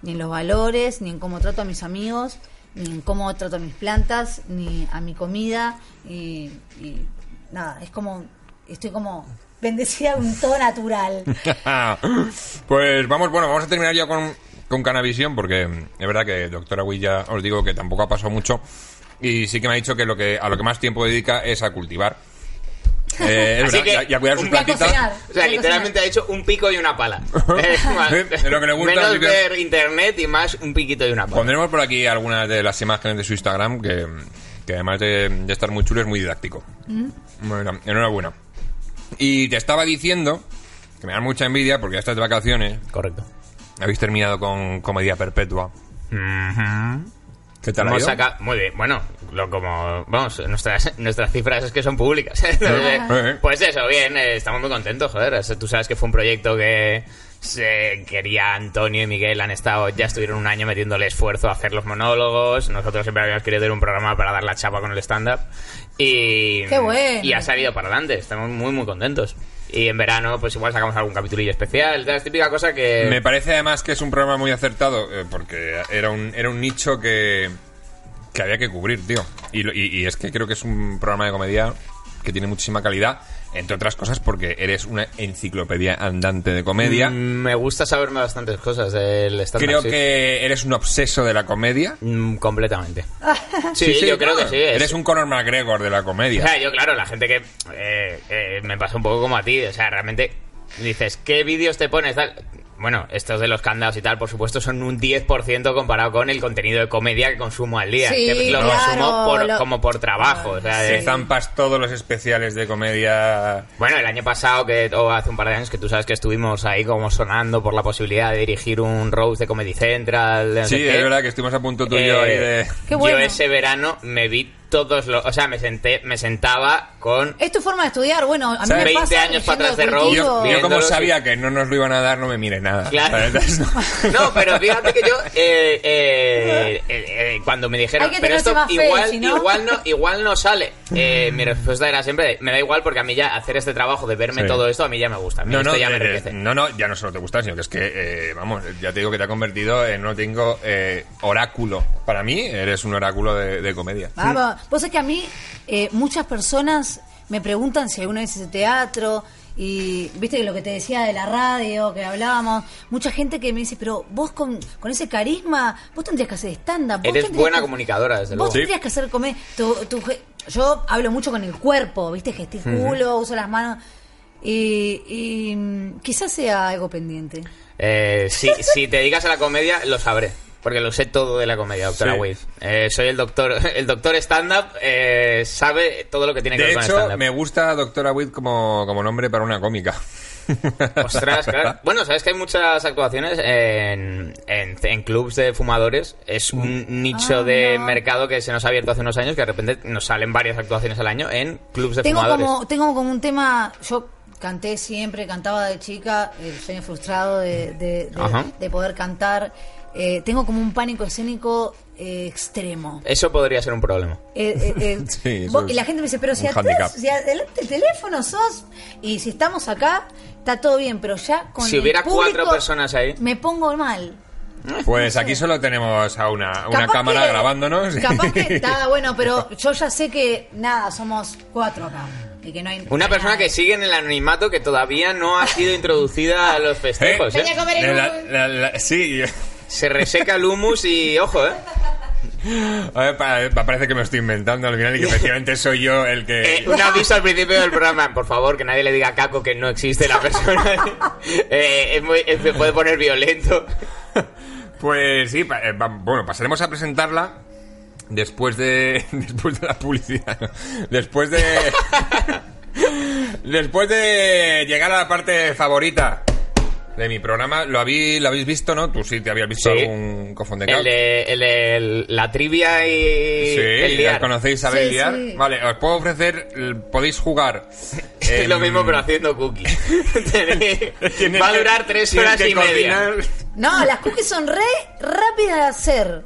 C: Ni en los valores, ni en cómo trato a mis amigos, ni en cómo trato a mis plantas, ni a mi comida. Y, y nada, es como. Estoy como (laughs) bendecida con todo natural.
A: (laughs) pues vamos, bueno, vamos a terminar ya con, con Canavisión, porque mm, es verdad que doctora Will ya os digo que tampoco ha pasado mucho. Y sí que me ha dicho que lo que a lo que más tiempo dedica es a cultivar. Eh, es verdad,
B: Así que
A: y a- y a cuidar
B: un
A: sus
B: día
A: plantitas.
C: cocinar.
B: O sea, literalmente ha hecho un pico y una pala. Es más,
A: Es lo que le gusta,
B: menos
A: así que-
B: ver internet y más un piquito y una pala.
A: Pondremos por aquí algunas de las imágenes de su Instagram, que, que además de, de estar muy chulo, es muy didáctico. Bueno, enhorabuena. Y te estaba diciendo que me dan mucha envidia porque ya estás de vacaciones,
B: Correcto.
A: habéis terminado con Comedia Perpetua. ¿Qué tal ha
B: Hemos
A: ido?
B: saca- Muy bien, bueno, lo como. Vamos, nuestras, nuestras cifras es que son públicas. Entonces,
A: Eh.
B: pues eso, bien, eh, estamos muy contentos, joder. Eso, Tú sabes que fue un proyecto que se quería Antonio y Miguel, han estado, ya estuvieron un año metiéndole esfuerzo a hacer los monólogos. Nosotros siempre habíamos querido tener un programa para dar la chapa con el stand-up. Y.
C: Qué bueno.
B: Y ha salido para adelante, estamos muy, muy contentos. Y en verano, pues igual sacamos algún capitulillo especial, tal, es típica cosa que.
A: eh, Me parece además que es un programa muy acertado, eh, porque era un, era un nicho que, que había que cubrir, tío. Y, lo- y- y es que creo que es un programa de comedia que tiene muchísima calidad, entre otras cosas porque eres una enciclopedia andante de comedia.
B: Mm, Me gusta saberme bastantes cosas del stand-up.
A: Creo
B: sí.
A: que eres un obseso de la comedia.
B: Mm,
C: (laughs)
B: completamente. Sí, yo creo que sí. es-
A: Eres un Conor McGregor de la
B: O
A: comedia.
B: sea, yo, claro, la gente que. eh, eh, me pasa un poco como a ti. O sea, realmente dices, ¿qué vídeos te pones? Tal? Bueno, estos de los candados y tal, por supuesto, son un 10% comparado con el contenido de comedia que consumo al día.
C: Sí,
B: que lo
C: claro,
B: consumo por-
C: lo-
B: como por trabajo. o sea,
A: Te
B: de-
A: zampas todos los especiales de comedia.
B: bueno, el año pasado, que, o hace un par de años, que tú sabes que estuvimos ahí como sonando por la posibilidad de dirigir un roast de Comedy Central. de no sé
A: Sí,
B: qué.
A: es verdad que estuvimos a punto tuyo ahí
B: Eh,
A: de...
C: Qué bueno.
B: Yo ese verano me vi todos los... O sea, me, senté, me sentaba con...
C: Es tu forma de estudiar. Bueno, a mí me
B: 20
C: pasa
B: años para
C: leyendo
B: atrás de
C: el
B: Rose,
A: Yo,
C: cultivo.
A: yo
B: bien.
A: como
B: Viéndolo,
A: sabía que no nos lo iban a dar, no me mire nada. (laughs)
B: Claro.
A: La verdad es-
B: (laughs) (laughs) No, pero fíjate que yo eh, eh, eh, eh, cuando me dijeron,
C: Hay que
B: pero
C: tenerse
B: esto
C: más fe,
B: igual,
C: si no".
B: igual no, igual no (laughs) sale. Eh, mi respuesta era siempre, de, me da igual porque a mí ya hacer este trabajo de verme
A: Sí.
B: todo esto a mí ya me gusta, a mí
A: No,
B: esto
A: no,
B: ya me
A: eh,
B: enriquece.
A: no, no, ya no solo te gusta, sino que es que, eh, vamos, ya te digo que te ha convertido en, no tengo, eh, oráculo. Para mí, eres un oráculo de, de comedia.
C: Vamos. Ah, Vos sabés que a mí eh, muchas personas me preguntan si alguna vez hice teatro y viste que lo que te decía de la radio, que hablábamos, mucha gente que me dice, pero vos con, con ese carisma, vos tendrías que hacer stand-up. vos
B: Eres
C: tendrías
B: buena
C: que-
B: comunicadora, desde
C: Vos
B: luego.
C: tendrías que hacer comer. tu- tu ge- yo hablo mucho con el cuerpo, ¿viste? Gesticulo, uso las manos. Y, y, mm, quizás sea algo pendiente.
B: Eh, (laughs) si, si te dedicas a la comedia, lo sabré. Porque lo sé todo de la comedia, doctora
A: Sí.
B: Wave. Eh, soy el doctor, (laughs) el doctor stand-up, eh, sabe todo lo que tiene que
A: De
B: ver con
A: hecho,
B: stand-up.
A: me gusta Doctora Witt como, como nombre para una cómica.
B: Ostras, claro. Bueno, sabes que hay muchas actuaciones en, en, en clubs de fumadores. Es un nicho
C: Ah,
B: de
C: no.
B: mercado que se nos ha abierto hace unos años, que de repente nos salen varias actuaciones al año en clubs de
C: Tengo
B: fumadores.
C: como, tengo como un tema, yo canté siempre, cantaba de chica, el sueño frustrado de, de- de-
B: Ajá.
C: de poder cantar. Eh, tengo como un pánico escénico eh, extremo.
B: Eso podría ser un problema.
C: Eh, eh, eh,
A: (laughs) Sí, eso
C: vos-
A: es
C: y la gente me dice, pero si
A: un
C: atrás,
A: handicap.
C: si adelante el teléfono sos, y si estamos acá, está todo bien, pero ya con
B: Si
C: el
B: hubiera
C: público
B: cuatro personas ahí.
C: Me pongo mal.
A: Pues aquí solo tenemos a una, una
C: Capaz
A: cámara
C: que-
A: grabándonos. ¿Eh? (laughs)
C: Capaz que está bueno, pero yo ya sé que nada, somos cuatro acá. Y que no hay
B: Una persona
C: nada.
B: que sigue en el anonimato que todavía no ha sido introducida a los
A: ¿Eh?
B: festejos. ¿eh?
C: Venía a comer en
A: La-
C: un-
A: la- la- sí,
B: Se reseca el humus y ojo, ¿eh?
A: a ver, pa- pa- parece que me estoy inventando al
B: (laughs)
A: final y que efectivamente soy yo el que...
B: Eh, un aviso al principio del programa, por favor, que nadie le diga a Caco que no existe la persona (laughs) Eh, es muy- es- se puede poner violento.
A: Pues sí, pa- eh, va- bueno, pasaremos a presentarla después de (laughs) después de la publicidad, ¿no? después de (laughs) después de llegar a la parte favorita de mi programa. Lo habí, lo habéis visto, ¿no? Tú sí te habías visto
B: Sí.
A: algún cofón de
B: El
A: caos.
B: de, el de la trivia y
A: Sí,
B: el
A: ya
B: liar.
A: conocéis a
C: Sí,
A: liar.
C: sí.
A: Vale, os puedo ofrecer, l- podéis jugar.
B: (laughs) Es lo
A: em, (laughs)
B: mismo pero haciendo cookies.
A: tienes
B: Va a
A: que-
B: durar tres
A: tienes
B: horas
A: que
B: y media.
A: coordinar-
C: No, las cookies son re rápidas de hacer.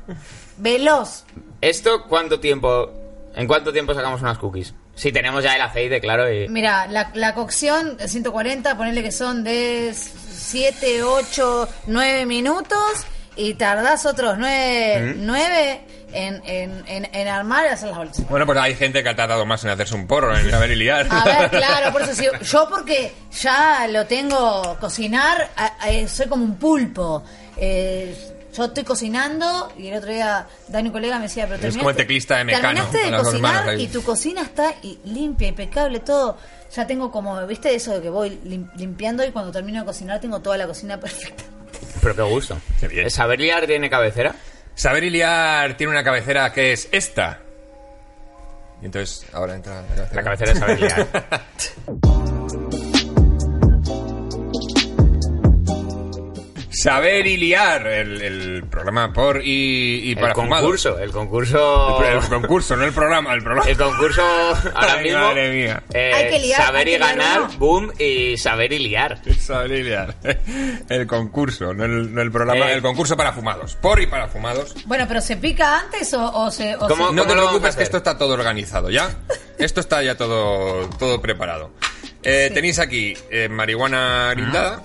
C: Veloz.
B: ¿Esto cuánto tiempo? ¿En cuánto tiempo sacamos unas cookies? Si tenemos ya el aceite, claro. Y...
C: Mira, la, la cocción 140, ponerle que son de 7, 8, 9 minutos y tardás otros 9, en, en, en, en armar y hacer las bolsas.
A: Bueno, pues hay gente que ha tardado más en hacerse un porro, en saber y liar.
C: A ver, claro, por eso sí, yo porque ya lo tengo cocinar, a- a- soy como un pulpo. Eh, yo estoy cocinando y el otro día Dani, un colega, me decía, pero
A: Es como el teclista de Mecano,
C: terminaste
A: con
C: de
A: las dos
C: cocinar
A: manos ahí.
C: y tu cocina está y limpia, impecable, todo. Ya tengo como, viste eso de que voy lim- limpiando y cuando termino de cocinar tengo toda la cocina (laughs) perfecta.
B: Pero qué gusto.
A: Qué bien.
B: ¿Saber liar tiene cabecera?
A: (laughs) Saber y liar tiene una cabecera que es esta. Y entonces ahora entra la cabecera.
B: La cabecera de saber liar.
A: Saber y liar, el, el programa por (laughs) y, y
B: el
A: para
B: concurso, el concurso...
A: fumados. El, el concurso, no el programa, el programa.
B: El concurso ahora
A: Ay,
B: mismo...
A: madre mía.
B: eh,
C: Hay que liar,
B: saber
C: hay que
B: y
C: liar
B: ganar,
C: uno.
B: boom, y saber y liar.
A: Saber y liar. El concurso, no el, no el programa,
B: Eh.
A: el concurso para fumados. Por y para fumados.
C: Bueno, pero ¿se pica antes o, o se...? o
B: ¿Cómo?
C: se-
A: No te
B: lo vamos a
A: preocupes que
B: hacer?
A: esto está todo organizado, ¿ya? Esto está ya todo, todo preparado. Eh, Tenéis aquí eh, marihuana grindada.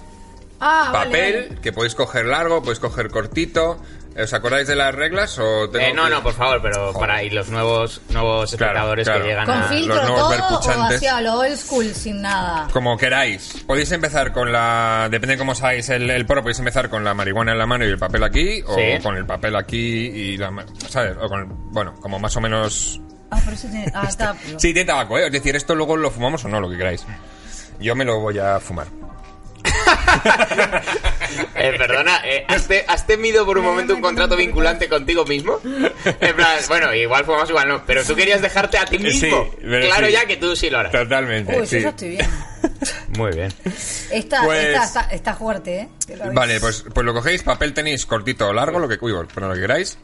C: Ah, vale,
A: papel,
C: vale.
A: que podéis coger largo, podéis coger cortito. ¿Os acordáis de las reglas? O tengo
B: Eh, no,
A: que-
B: no, por favor, pero
A: Joder.
B: para ir los nuevos, nuevos
A: Claro,
B: espectadores
A: claro.
B: que llegan
C: ¿Con
B: a...
C: filtro
A: los nuevos
C: todo o
A: percuchantes.
C: así a lo old school sin nada?
A: Como queráis. Podéis empezar con la... Depende de cómo sabéis el, el poro, podéis empezar con la marihuana en la mano y el papel aquí, o
B: Sí.
A: con el papel aquí y la... ma- ¿Sabes? O con... el- Bueno, como más o menos...
C: Ah, por eso tiene. Ah, está.
A: Sí, tiene tabaco, ¿eh? Es decir, esto luego lo fumamos o no, lo que queráis. Yo me lo voy a fumar.
B: Eh, perdona, eh, ¿has, te- has temido por un momento un contrato vinculante contigo mismo? En plan, bueno, igual fue más igual no, pero tú querías dejarte a ti mismo.
A: Sí, pero
B: claro
A: sí.
B: ya que tú sí lo harás.
A: Totalmente.
C: Uy,
A: Eh, sí.
C: yo ya estoy bien.
B: Muy bien.
C: Esta,
A: Pues-
C: esta está, está fuerte, ¿eh? Te lo aviso.
A: Vale, pues, pues lo cogéis, papel tenéis cortito o largo, lo que, uy, bueno, lo que queráis.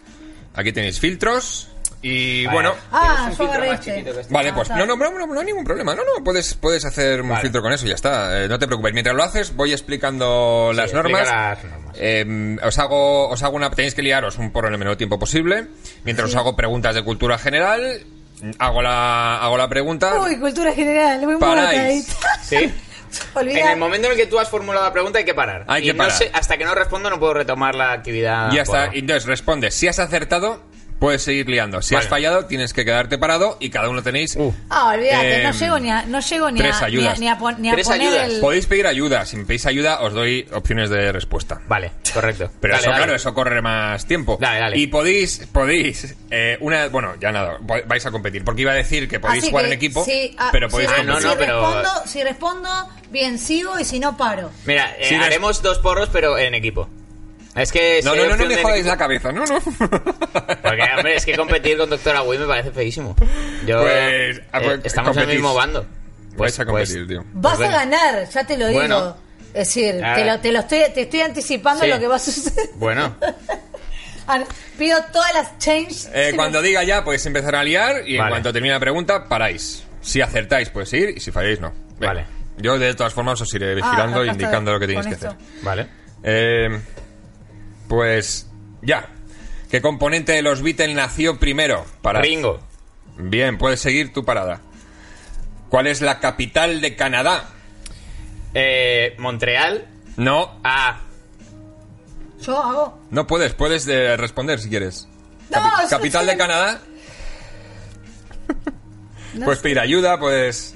A: Aquí tenéis filtros. Y bueno,
C: Ah,
B: Tienes
C: yo
B: un filtro
C: agarré
B: más chiquito que
C: este.
B: este.
A: Vale,
C: Ah,
A: pues
C: está.
A: no, no, no, no, no hay ningún problema. No, no, puedes, puedes hacer un
B: Vale.
A: filtro con eso y ya está. Eh, no te preocupes. Mientras lo haces, voy explicando las
B: explica
A: normas.
B: las normas.
A: Eh, os hago, os hago una. Tenéis que liaros un porro en el menor tiempo posible. Mientras os hago preguntas de cultura general, hago la, hago la pregunta.
D: Uy, cultura general, muy
A: Paráis.
C: (laughs)
B: ¿Sí? En
D: Olvidar.
B: el momento en el que tú has formulado la pregunta hay que parar.
A: Hay
B: Y
A: que
B: no
A: parar.
B: sé- hasta que no respondo no puedo retomar la actividad.
A: Ya está.
B: porno.
A: Entonces, respondes. Si has acertado, puedes seguir liando. Si has
B: Vale. Uh.
A: fallado, tienes que quedarte parado y cada uno tenéis.
C: Ah, olvídate, no
A: Em,
C: llego ni a, no llego ni
A: tres
C: a, ni a,
A: ayudas.
C: ni a pon- ni a
B: Tres
C: poner
B: ayudas.
C: el.
A: Podéis pedir ayuda. Si me pedís ayuda, os doy opciones de respuesta.
B: Vale, correcto.
A: (laughs) Pero
B: Dale,
A: eso,
B: dale.
A: claro, eso corre más tiempo.
B: Dale, dale.
A: Y podéis, podéis, eh, una, bueno, ya nada, po- vais a competir. Porque iba a decir que podéis
C: Así
A: jugar
C: que,
A: en equipo,
C: sí, ah,
A: pero podéis
C: si,
B: Ah,
A: competir.
B: no,
C: si
B: no, pero-
C: respondo, si respondo, bien sigo y si no, paro.
B: Mira, eh,
A: Sí, res-
B: haremos dos porros pero en equipo. Es que... si
A: no,
B: hay
A: no, no, no
B: opción
A: me
B: de-
A: jodáis la cabeza, no, no. (laughs)
B: Porque, hombre, es que competir con Doctora Wii me parece feísimo. Yo,
A: Pues, ah,
B: eh,
A: pues,
B: estamos en el
A: competís.
B: mismo bando.
A: vais a competir, tío.
C: Vas
B: Pues
C: a ganar, ya te lo digo.
B: Bueno.
C: Es decir,
B: Ah.
C: te lo, te lo estoy, te estoy anticipando
B: Sí.
C: lo que va a suceder. (laughs)
B: Bueno,
C: Ah, Pido todas las changes.
A: Eh, cuando diga ya, podéis empezar a liar y en
B: Vale.
A: cuanto termine la pregunta, paráis. Si acertáis, podéis ir y si falláis, no. Venga.
B: Vale.
A: Yo, de todas formas, os iré vigilando e
C: acá está,
A: indicando lo que tenéis
C: Ah, con
A: que
C: esto.
A: hacer.
B: vale.
A: Eh, pues ya. ¿Qué componente de los Beatles nació primero? Para
B: Ringo.
A: Bien, puedes seguir tu parada. ¿Cuál es la capital de Canadá?
B: Eh, Montreal.
A: No,
B: Ah,
C: Yo hago.
A: no puedes, puedes eh, responder si quieres.
C: No, eso
A: ¿Capital
C: sí.
A: de Canadá? puedes pedir ayuda, puedes...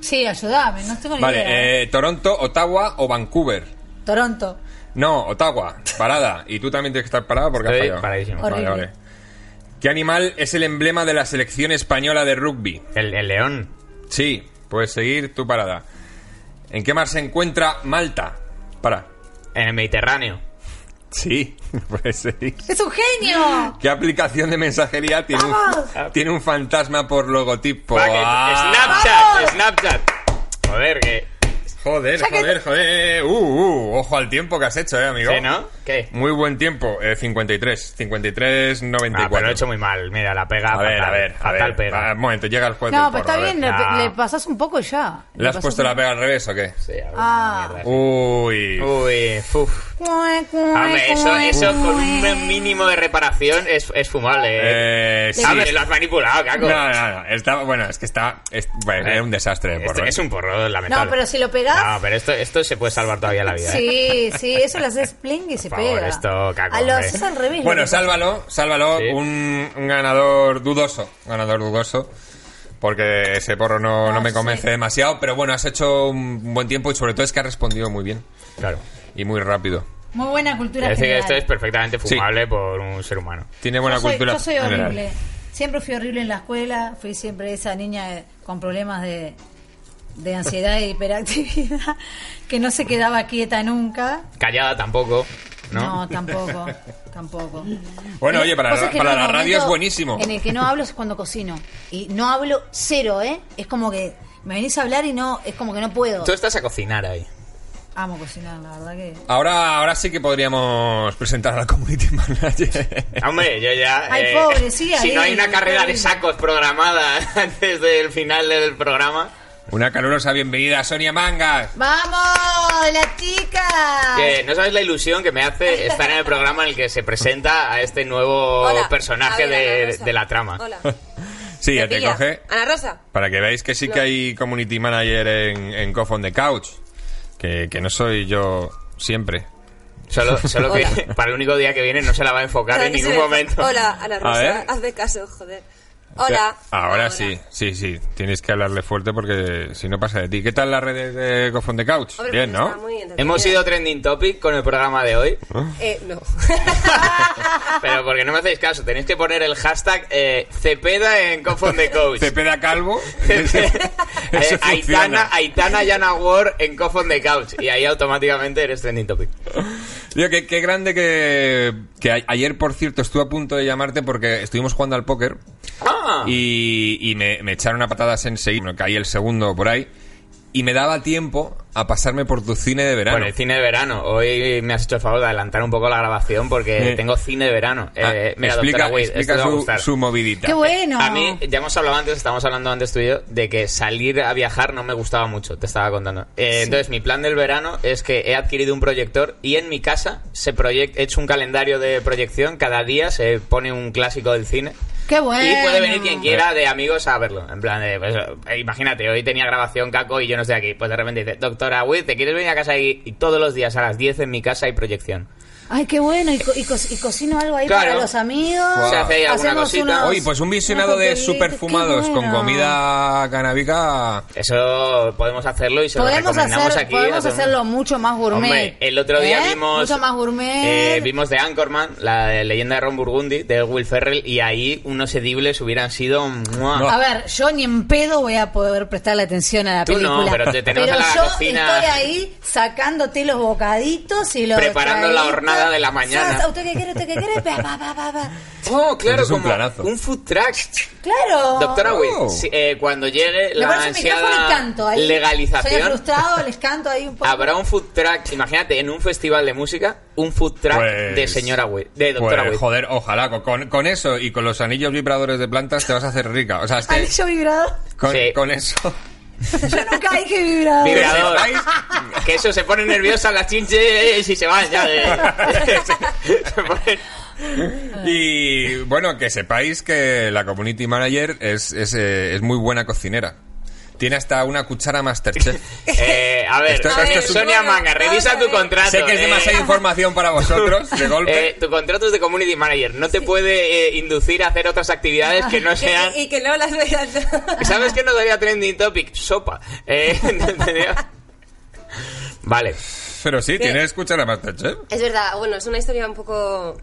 C: Sí, ayúdame, no tengo ni idea.
A: Vale, eh, Toronto, Ottawa o Vancouver.
C: Toronto.
A: No, Ottawa, parada. Y tú también tienes que estar parada porque
B: Estoy
A: has fallado.
B: paradísimo.
A: Vale,
C: Horrible.
A: vale. ¿Qué animal es el emblema de la selección española de rugby?
B: el, el león.
A: Sí, puedes seguir tu parada. ¿En qué mar se encuentra Malta? Para.
B: En el Mediterráneo.
A: Sí, (laughs) pues sí.
C: ¡Es un genio!
A: ¿Qué aplicación de mensajería tiene un,
B: Vamos.
A: tiene un fantasma por logotipo?
B: Fuck it.
A: Ah,
B: Snapchat, Snapchat. Joder, que.
A: Joder, joder, joder. Uh, uh, ojo al tiempo que has hecho, eh, amigo.
B: ¿Sí, no? ¿Qué?
A: Muy buen tiempo. Eh, 53. 53,
B: Ah,
A: 94.
B: pero lo he hecho muy mal. Mira, la pega.
A: a ver,
B: fatal,
A: a ver, a
B: fatal
A: ver.
B: pega.
A: Va, un momento, llega el juez.
C: No,
A: del
C: pero
A: porro,
C: está
A: a ver.
C: bien, le,
B: Ah.
C: le pasás un poco y ya.
A: ¿Le has
C: pasás
A: puesto
C: un-
A: la pega al revés o qué?
B: Sí, a ver,
C: Ah.
B: mierda.
A: Uy.
B: Uy, uff.
C: Cue, cue,
A: Ah,
B: Hombre, eso,
C: cue,
B: eso con
C: cue.
B: un mínimo de reparación es, es fumable. eh.
A: Eh, sí.
B: Sabes, lo has manipulado, caco.
A: No, no, no. Está, bueno, es que está. es- bueno, era un desastre. el
B: Este
A: porro,
B: es
A: eh.
B: un porro lamentable.
C: No, pero si lo pegás.
A: Ah,
B: No, pero esto, esto se puede salvar todavía la vida. ¿eh?
C: Sí, sí, eso lo haces pling y se
B: Por favor,
C: pega.
B: esto, caco,
C: a los
B: hombre.
C: es al revés.
A: Bueno,
C: lo que-
A: sálvalo, sálvalo.
B: Sí.
A: Un, un ganador dudoso. un Ganador dudoso. Porque ese porro no, no
C: No,
A: me
C: Ah, sí.
A: convence demasiado. Pero bueno, has hecho un buen tiempo y sobre todo es que has respondido muy bien.
B: Claro.
A: Y muy rápido.
C: Muy buena
B: Es
C: cultura
B: decir, que
C: general.
B: esto es perfectamente
A: Sí.
B: fumable por un ser humano.
A: Tiene buena
C: yo soy,
A: cultura.
C: yo soy
A: general.
C: horrible. Siempre fui horrible en la escuela. Fui siempre esa niña eh, con problemas de, de ansiedad e hiperactividad (laughs) que no se quedaba quieta nunca.
B: Callada tampoco, ¿no?
C: tampoco, (laughs) tampoco.
A: Bueno, oye, para
C: Cosas
A: la-
C: que
A: para
C: en el
A: la radio es
C: momento
A: buenísimo.
C: En el que no hablo es cuando cocino. Y no hablo cero, ¿eh? Es como que me venís a hablar y no, es como que no puedo.
B: Tú estás a cocinar ahí.
C: Amo cocinar, la verdad que...
A: Ahora, ahora sí que podríamos presentar a la community (laughs) manager.
B: Ah, Hombre, yo ya. eh,
C: Ay, pobre, sí,
B: Si
C: ahí,
B: no hay una
C: ahí,
B: carrera de
C: ahí.
B: sacos programada (laughs) antes del final del programa.
A: Una calurosa bienvenida a Sonia Manga.
C: ¡Vamos, la chica!
B: Que no sabes la ilusión que me hace estar en el programa en el que se presenta a este nuevo
E: Hola.
B: personaje
E: A ver, Ana
B: de,
E: Rosa.
B: de la trama. (laughs)
E: Hola.
A: Sí, ya
E: ¿Me
A: te
E: pilla?
A: coge.
E: Ana Rosa.
A: Para que veáis que sí que hay community manager en, en Cough on the Couch. Que, que no soy yo siempre.
E: (laughs)
B: Solo, solo que
E: Hola.
B: para el único día que viene no se la va a enfocar
E: Claro
B: en
E: que
B: ningún
E: se me-
B: momento.
E: Hola, Ana Rosa.
A: ver.
E: (laughs) Hazme caso, joder. Hola.
A: Ahora sí, sí, sí. Tienes que hablarle fuerte porque si no pasa de ti. ¿Qué tal las redes de Cough on the Couch?
E: Hombre,
A: Bien,
E: pues
A: ¿no?
E: está muy entretenida.
B: Hemos sido trending topic con el programa de hoy,
E: Eh, no.
B: (laughs)
E: (laughs)
B: pero porque no me hacéis caso, tenéis que poner el hashtag eh, Cepeda en Cough on the Coach.
A: Cepeda
B: (laughs)
A: Calvo.
B: Eh,
A: Eso funciona.
B: Aitana, Aitana Yana Ward en Cough on the Couch. Y ahí automáticamente eres trending topic.
A: Tío, qué, qué grande que, que a- ayer, por cierto, estuve a punto de llamarte porque estuvimos jugando al póker
B: Ah,
A: y, y me, me echaron a patadas enseguida. Bueno, caí el segundo por ahí. Y me daba tiempo a pasarme por tu cine de verano.
B: Bueno, eh, el cine de verano. Hoy me has hecho el favor de adelantar un poco la grabación porque
A: Eh.
B: tengo cine de verano.
A: Ah,
B: Eh, mira,
A: explica
B: doctora Wade, esto
A: explica
B: te va a
A: su,
B: gustar.
A: su movidita.
C: ¡Qué bueno!
B: A mí, ya hemos hablado antes, estábamos hablando antes tú y yo, de que salir a viajar no me gustaba mucho, te estaba contando. Eh, Entonces, mi plan del verano es que he adquirido un proyector y en mi casa se proyect, he hecho un calendario de proyección, cada día se pone un clásico del cine.
C: ¡Qué bueno!
B: Y puede venir quien quiera de amigos a verlo. En plan, de, pues, eh, imagínate, hoy tenía grabación Caco y yo no estoy aquí. Pues de repente dice, doctora Will, ¿te quieres venir a casa? Y, y todos los días a las 10 en mi casa hay proyección.
C: Ay, qué bueno. Y, co- y co- y cocino algo ahí
B: Claro.
C: para los amigos.
A: Wow. Se
B: hace ahí alguna
C: Hacemos
B: cosita.
C: unos-
A: Oye, pues un visionado
C: unos
A: de
C: coctelitos,
A: superfumados
C: qué
A: con
C: bueno.
A: comida canábica.
B: Eso podemos hacerlo y se
C: Podemos,
B: lo recomendamos
C: hacer,
B: aquí. a
C: podemos
B: todo el mundo.
C: hacerlo mucho más gourmet.
B: Hombre, el otro día
C: ¿Eh?
B: vimos.
C: Mucho más gourmet.
B: eh, vimos de Anchorman, la de leyenda de Ron Burgundy, de Will Ferrell, y ahí unos edibles hubieran sido. ¡mua!
A: No.
C: A ver, yo ni en pedo voy a poder prestarle atención a la
B: Tú no,
C: película.
B: pero te tenemos
C: Pero
B: a la
C: yo
B: cocina.
C: estoy ahí sacándote los bocaditos y los
B: Preparando la
C: traguitos.
B: hornada de la mañana.
C: Sas, ¿Usted qué quiere? ¿Usted qué quiere? Pa, pa, pa, pa, pa.
B: Oh, claro,
A: Es un
B: como
A: planazo.
B: un food track.
C: Claro.
B: Doctora Witt,
A: Oh.
B: si- eh, cuando llegue
C: Le
B: la
C: pones un micrófono
B: ansiada
C: y canto ahí. Soy
B: legalización,
C: frustrado, les canto ahí un poco.
B: habrá un food track. Imagínate, en un festival de música, un food track
A: Pues-
B: de señora Witt, de doctora
A: Pues,
B: Witt.
A: joder, ojalá. con- Con, con eso y con los anillos vibradores de plantas te vas a hacer rica. O sea, es que
D: Anillo
A: (laughs)
D: vibrado.
A: con,
B: Sí.
A: con
B: (laughs)
A: eso...
D: Yo nunca dije vibrado.
A: Vibra-
B: Vibrador.
A: ¿Vais?
B: que eso se pone nerviosa las chinches y se van ya. de-
A: (laughs)
B: (laughs) se- se ponen-
A: Y bueno, que sepáis que la community manager es, es, eh, es muy buena cocinera. Tiene hasta una cuchara Masterchef.
B: (laughs) Eh, a ver,
A: Esto- esto
B: a ver,
A: es un-
B: Sonia Manga, revisa tu contrato.
A: sé que es
B: eh.
A: demasiada información para vosotros, de golpe.
B: (laughs) Eh, tu contrato es de community manager, no te puede eh, inducir a hacer otras actividades que no sean.
E: y (laughs) que no las vean.
B: (laughs) ¿Sabes qué nos daría trending topic? Sopa. Eh, (laughs) ¿entendido? vale.
A: Pero
B: eh.
A: sí, tienes cuchara Masterchef.
E: es verdad, bueno, es una historia un poco.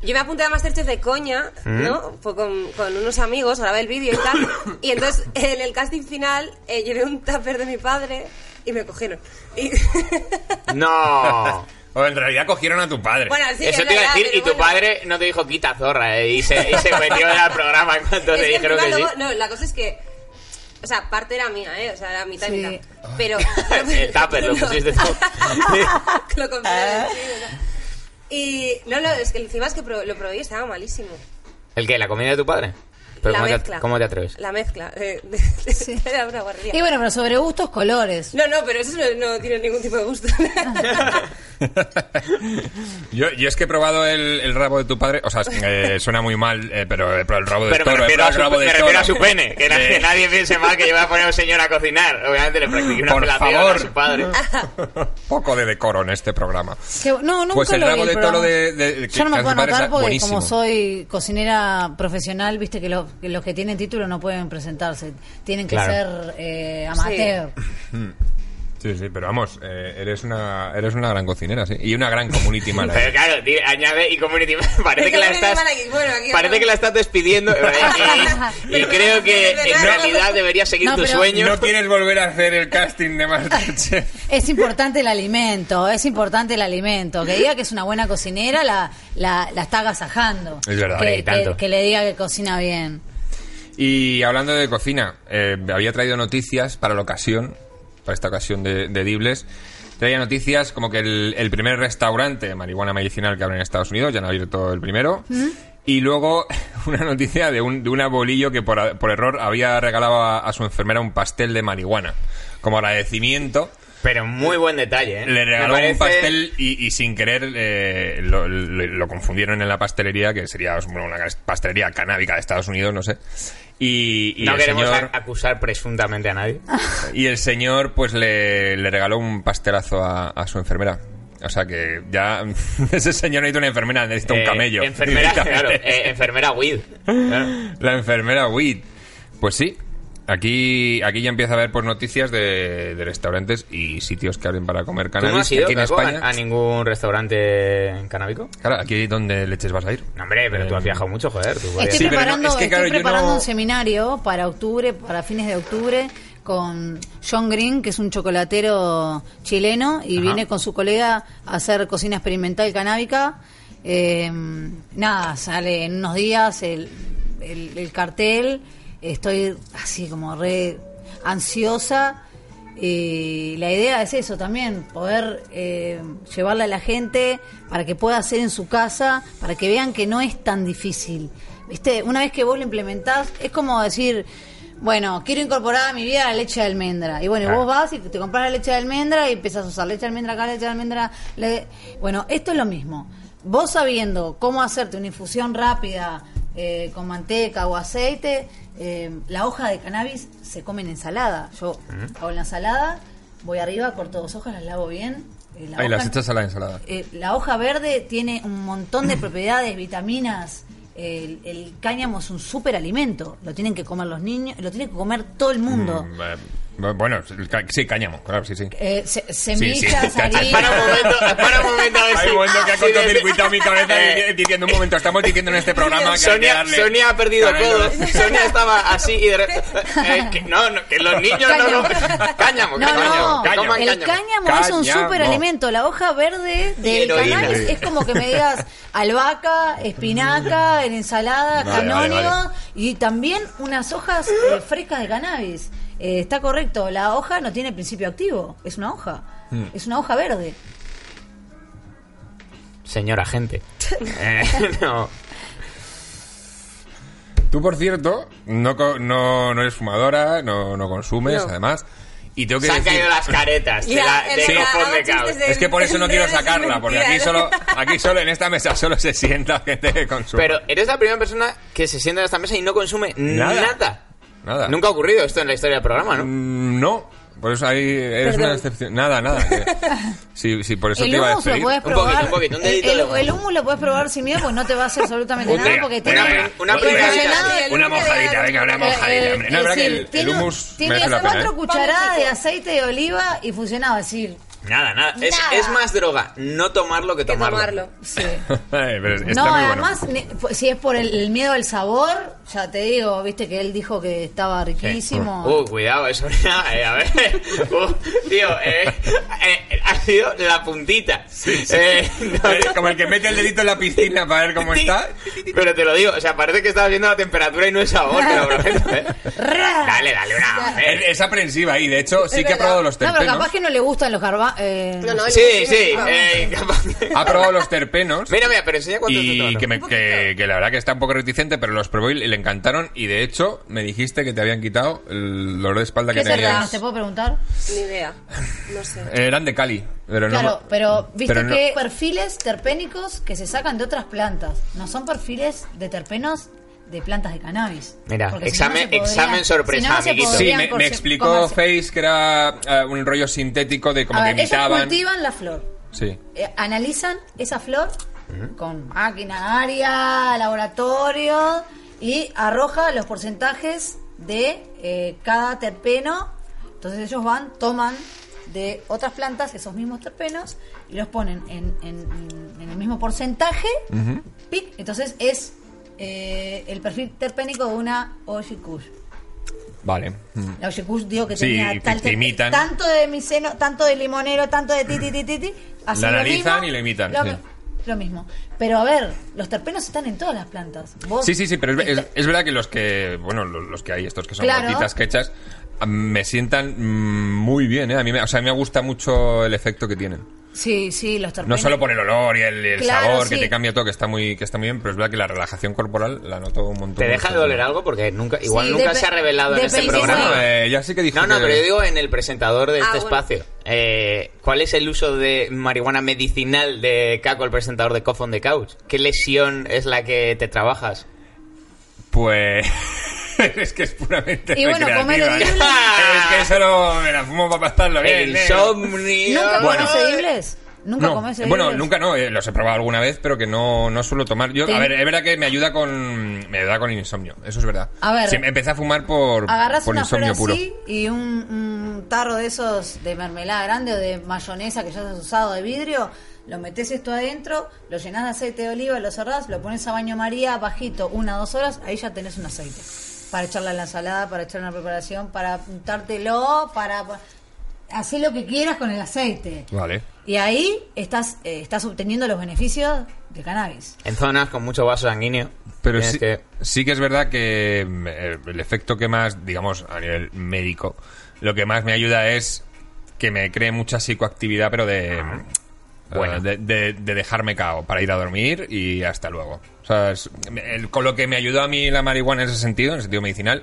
E: Yo me apunté a Masterchef de coña,
B: Mm.
E: ¿no? Fue con, con
B: (coughs)
E: unos amigos, grabé el vídeo y tal. Y entonces, en el casting final, eh, llevé un tupper de mi padre. y me cogieron. Y- (laughs)
B: ¡No!
A: O en realidad cogieron a tu padre.
E: bueno, sí,
B: Eso
E: es
B: te iba a
E: verdad,
B: decir,
E: pero
B: y tu
E: bueno.
B: padre no te dijo quita zorra, eh, y, se, y se metió en el programa en cuanto
E: (laughs) Es
B: te
E: que
B: dijeron
E: encima
B: que sí.
E: luego- No, la cosa es que. O sea, parte era mía, ¿eh? O sea, era mitad y
C: Sí. Ah.
E: mitad. (laughs) Pero.
B: (laughs) El tupper lo
E: No.
B: pusiste tú.
E: (laughs) lo compré.
C: Ah.
E: sí, ¿verdad? Y. No, no, es que encima es que pro- lo probé y estaba malísimo.
B: ¿El qué? ¿La comida de tu padre? Pero
E: la
B: ¿cómo,
E: mezcla.
B: Te, ¿Cómo te atreves?
E: La mezcla. eh, (laughs) de- Era una guarrería.
C: Y bueno, pero sobre gustos, colores.
E: No, no, pero eso no, no tiene ningún tipo de gusto. (laughs)
A: (laughs) yo, yo es que he probado el, el rabo de tu padre. O sea, es- eh, suena muy mal, eh, pero, pero el rabo de
B: Pero me
A: toro. he
B: refiero, a su,
A: probado el rabo de
B: me refiero
A: toro.
B: a su pene, que, na-
A: De-
B: que nadie piense mal que yo voy a poner a un señor a cocinar. Obviamente le practiqué una
A: Por
B: apelación
A: favor.
B: a su padre.
E: Ah.
A: Poco de decoro en este programa.
C: Que- no, nunca
A: Pues el
C: lo vi,
A: rabo de
C: pero
A: toro de- de- que-
C: Yo no
A: que
C: me puedo
A: parece
C: anotar porque
A: buenísimo.
C: como soy cocinera profesional, viste que, lo- que los que tienen título no pueden presentarse. Tienen que
B: Claro.
C: ser eh, amateur.
A: Sí, sí, pero vamos, eh, eres, una, eres una gran cocinera, sí. Y una gran
B: (laughs)
A: community
B: Pero
A: manager.
B: claro, di- añade y community manager. Parece que la
E: Community
B: estás.
E: manager, bueno, aquí
B: Parece
E: vamos.
B: que la estás despidiendo. eh, Y, y
E: (laughs) Pero
B: creo
E: no
B: que
E: tiene
B: en
E: nada.
B: realidad deberías seguir
C: No,
B: tu
C: pero-
B: sueño.
A: ¿No quieres volver a hacer el casting de Masterchef?
C: Es importante el alimento, es importante el alimento. Que diga que es una buena cocinera, la, la, la está agasajando.
A: Es verdad,
C: que,
A: hombre,
B: y tanto.
C: que- que le diga que cocina bien.
A: Y hablando de cocina, eh, había traído noticias para la ocasión, para esta ocasión de, de Dibles. Traía noticias como que el, el primer restaurante de marihuana medicinal que abre en Estados Unidos, ya no ha abierto el primero. Y luego (laughs) una noticia de un, de un abuelillo que por, a- por error había regalado a, a su enfermera un pastel de marihuana como agradecimiento.
B: Pero muy buen detalle, ¿eh?
A: Le regaló
B: Me parece-
A: un pastel y, y sin querer eh, lo, lo- lo confundieron en la pastelería, que sería bueno, una pastelería canábica de Estados Unidos, no sé. Y, y
B: No
A: el
B: queremos
A: señor,
B: a- acusar presuntamente
A: (laughs)
B: a nadie.
A: y el señor pues le, le regaló un pastelazo a, a su enfermera. O sea que ya (laughs) ese señor necesita una enfermera, necesita
B: Eh,
A: un camello. (laughs)
B: Enfermera,
A: directamente.
B: claro. eh, enfermera Weed. Claro.
A: La enfermera Wheat. Pues sí. Aquí, aquí ya empieza a haber pues, noticias de, de restaurantes y sitios que abren para comer
B: ¿Tú
A: cannabis.
B: no has ido
A: aquí en
B: Caco, a-
A: España.
B: a ningún restaurante canábico?
A: Claro, aquí donde leches vas a ir.
B: No, hombre, pero tú has viajado mucho, joder. Tú podías-
C: Estoy
A: Sí, pero
C: (laughs)
A: no,
C: preparando,
A: es que,
C: estoy
A: claro, yo
C: preparando
A: no-
C: un seminario para octubre, para fines de octubre, con John Green, que es un chocolatero chileno, y
A: Ajá.
C: viene con su colega a hacer cocina experimental canábica. Eh, nada, sale en unos días el, el- el cartel. Estoy así como re ansiosa. Y la idea es eso también, poder eh, llevarle a la gente para que pueda hacer en su casa, para que vean que no es tan difícil. ¿Viste? Una vez que vos lo implementás, es como decir, bueno, quiero incorporar a mi vida la leche de almendra. Y bueno,
A: Claro.
C: vos vas y te compras la leche de almendra y empiezas a usar leche de almendra acá, leche de almendra. le- Bueno, esto es lo mismo. Vos sabiendo cómo hacerte una infusión rápida eh, con manteca o aceite, eh, la hoja de cannabis se come en ensalada. Yo hago la ensalada, voy arriba, corto dos hojas, las lavo bien. eh, la
A: Ahí
C: hoja-
A: las echas a la ensalada.
C: eh, la hoja verde tiene un montón de propiedades, vitaminas. El, el cáñamo es un superalimento. Lo tienen que comer los niños, lo tiene que comer todo el mundo.
A: Mm, eh, Bueno, el ca- sí, cáñamo, claro, sí, sí.
C: Eh, se- semillas,
A: sí, sí.
B: Para un
C: harina.
B: momento, para un momento. a ver
A: Hay
B: si-
A: un momento
B: (laughs)
A: que ha
B: si desde-
A: cortocircuitado mi cabeza
B: Eh,
A: di- diciendo un momento, estamos diciendo en este programa que hay que
B: Sonia,
A: darle-
B: Sonia ha perdido
A: darle-
B: todo. Sonia estaba así y de
E: (laughs)
B: repente. eh, que no, no, que los niños no.
C: Cáñamo.
B: no cáñamo,
C: No,
B: cáñamo,
C: no,
B: que coman
C: el
B: cáñamo.
C: cáñamo, es un
A: Cáñamo.
C: superalimento. La hoja verde
B: Y
C: del
B: heroína.
C: cannabis es como que me digas albahaca, espinaca, en ensalada,
A: Vale, vale,
C: canónigos
A: vale.
C: y también unas hojas eh, frescas de cannabis. Eh, está correcto, la hoja no tiene principio activo, es una hoja, es una hoja verde.
B: Señora gente. Eh, (laughs) no.
A: Tú, por cierto, no, co- no, no eres fumadora, no, no consumes,
E: No.
A: además. Y tengo que
B: Se han
A: decir-
B: caído las caretas de,
E: Ya,
B: la, de
E: es
A: verdad,
B: Cofón
E: hago
B: de
E: chistes
B: Caos.
A: (laughs)
E: de-
A: Es que por eso no quiero
E: Es
A: sacarla, porque aquí
E: mentira.
A: solo, aquí solo en esta mesa solo se sienta gente que consume.
B: Pero eres la primera persona que se sienta en esta mesa y no consume
A: Nada.
B: nada.
A: Nada.
B: Nunca ha ocurrido esto en la historia del programa, ¿no?
A: Mm, No, por eso ahí eres
E: Perdón.
A: una excepción. Nada,
E: (laughs)
A: nada. que- Sí, sí, por eso
C: El
A: te iba a
C: humus lo
A: despedir.
C: puedes
B: Un poquito,
C: probar.
B: un poquito, un
C: el,
B: dedito de
C: el-
B: humo.
C: el humus lo puedes probar sin miedo, pues no te va a hacer absolutamente
A: Una-
C: nada porque tiene
A: una-
B: una
C: porque
B: primera
C: tiene
B: vez.
C: nada-
A: Una mojadita, venga, una mojadita,
C: Eh,
A: hombre. No, es verdad
C: sí,
A: que el, el
C: tiene-
A: hummus
C: tiene
A: merece la pena.
C: cuatro
A: ¿eh?
C: cucharadas de aceite de oliva y funcionaba. Es decir,
B: Nada, nada. Es,
C: Nada.
B: es más droga no tomarlo que
E: que
B: tomarlo.
E: tomarlo.
C: Sí.
A: (laughs) Pero está
C: No,
A: muy bueno.
C: además, ne- po- si es por el, el miedo al sabor, ya te digo, viste que él dijo que estaba riquísimo.
B: Uh, cuidado, eso (laughs) era- eh, a ver. Uh, tío, eh, eh, ha sido la puntita.
A: (laughs)
B: Eh, no,
A: Eh, Como el que mete el dedito en la piscina para ver
B: (laughs)
A: cómo está.
B: Pero te lo digo, o sea, parece que estaba viendo la temperatura y no es sabor, te
E: (laughs)
B: lo prometo, ¿eh? Dale, dale, una.
A: Es,
B: eh.
A: es aprensiva ahí, de hecho, sí que ha probado los
C: no, pero
A: terpenos.
C: capaz que no le gustan los garba... eh,
E: No, no,
B: Sí,
E: el-
B: sí.
E: vamos.
B: eh, capaz-
A: Ha probado los
C: (laughs)
A: terpenos.
B: Mira, mira, pero enseña cuánto te
A: Y
B: tomas.
A: que, me- que, que la verdad que está un poco reticente, pero los probé y le encantaron. Y de hecho, me dijiste que te habían quitado el dolor de espalda
C: ¿Qué
A: que
C: será?
A: tenías.
C: ¿Te puedo preguntar?
E: Ni idea.
B: (laughs)
E: No sé.
A: Eran de Cali, pero no.
C: Claro, pero viste
A: pero no-
C: que perfiles terpénicos que se sacan de otras plantas. No son perfiles de terpenos de plantas de cannabis.
B: Mira,
C: Porque si no, no
B: examen-
C: se podrían-
B: examen sorpresa,
C: si no, no se
B: amiguito.
A: Sí,
C: podrían
A: me, me
C: conse-
A: explicó
C: comerse.
A: Face que era eh, un rollo sintético de como
C: A
A: que
C: ver, ellos
A: imitaban.
C: cultivan la flor.
A: Sí.
C: Eh, analizan esa flor con maquinaria, laboratorio y arroja los porcentajes de eh, cada terpeno. Entonces ellos van, toman de otras plantas esos mismos terpenos y los ponen en, en- en el mismo porcentaje. Pic. Entonces es eh, el perfil terpénico de una Oshikush.
A: Vale. Mm.
C: La Oshikush dijo que
A: Sí,
C: tenía
A: que-
C: tal
A: que imitan.
C: tanto de miceno, tanto de limonero, tanto de titi titi titi. así
A: La
C: lo
A: analizan
C: mismo,
A: y la imitan,
C: Lo,
A: sí.
C: lo mismo. Pero a ver, los terpenos están en todas las plantas. Vos-
A: Sí, sí, sí, pero es,
C: Este-
A: es- es verdad que los que, bueno, lo- los, que hay, estos que son
C: Claro.
A: gotitas que echas, a- me sientan mm, muy bien, ¿eh? A mí me, o sea, a mí me gusta mucho el efecto que tienen.
C: Sí, sí, los
A: No
C: terpenos.
A: solo por el olor y el, y el
C: Claro,
A: sabor, que
C: sí.
A: te cambia todo, que está, muy, que está muy bien, pero es verdad que la relajación corporal la noto un montón.
B: ¿Te deja de doler algo? Porque nunca, igual
C: Sí,
B: nunca
C: depe-
B: se ha revelado en este
C: depende-
B: programa.
A: Bueno,
C: Sí.
A: eh, ya sí que dijo
B: No, no,
A: que-
B: pero yo digo en el presentador de
E: Ah,
B: este
E: bueno.
B: espacio. Eh, ¿Cuál es el uso de marihuana medicinal de Caco, el presentador de Cough on the Couch? ¿Qué lesión es la que te trabajas?
A: Pues... (laughs) es que (laughs) es puramente
C: Y bueno, comer
A: recreativa, ¿eh?
C: edibles.
A: Es que solo me la fumo para pasarlo bien.
B: El
A: ¿eh?
B: insomnio.
C: ¿Nunca
A: Bueno.
C: comes edibles? ¿Nunca
A: No,
C: comes
A: eh,
C: edibles?
A: Bueno, nunca no, eh, los he probado alguna vez, pero que no, no suelo tomar. Yo,
C: Te-
A: a ver, es verdad que me ayuda con me ayuda con insomnio, eso es verdad.
C: A ver.
A: Sí, empecé a fumar por,
C: Agarras
A: por
C: una flor
A: insomnio puro.
C: así y un, un tarro de esos de mermelada grande o de mayonesa que ya has usado de vidrio, lo metes esto adentro, lo llenas de aceite de oliva, lo cerrás, lo pones a baño María bajito, una o dos horas, ahí ya tenés un aceite. Para echarla en la ensalada, para echar una preparación, para untártelo, para... Hacer lo que quieras con el aceite.
A: Vale.
C: Y ahí estás, eh, estás obteniendo los beneficios de cannabis.
B: En zonas con mucho vaso sanguíneo.
A: Pero
B: tienes
A: sí
B: que-
A: sí que es verdad que mm, eh, el efecto que más, digamos, a nivel médico, lo que más me ayuda es que me cree mucha psicoactividad, pero de... mm,
B: Ah, Bueno.
A: eh, de, de- de dejarme cao para ir a dormir y hasta luego. O sea, es- el- con lo que me ayudó a mí la marihuana en ese sentido, en el sentido medicinal,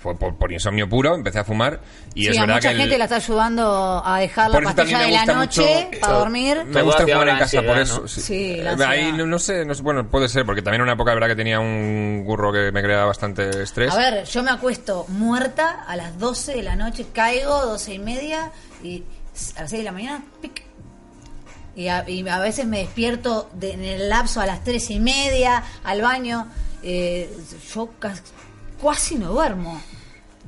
A: fue por, por insomnio puro, empecé a fumar y
C: Sí,
A: es
C: a
A: verdad
C: mucha
A: que... el-
C: gente la está ayudando a dejar la
A: por eso también
C: pastilla de la noche para
A: Todo-
C: dormir.
A: Me gusta
B: Todo
A: jugar en
B: hacia
A: casa por
B: la
A: eso.
B: ansiedad, ¿no?
C: Sí, la
A: Eh,
C: ansiedad.
A: Ahí no, no sé, no sé, bueno, puede ser, porque también en una época, la verdad, que tenía un curro que me creaba bastante estrés.
C: A ver, yo me acuesto muerta a las 12 de la noche, caigo 12 y media y a las 6 de la mañana, pic. Y a, y a veces me despierto de- en el lapso a las 3 y media, al baño. eh, yo cas- casi no duermo.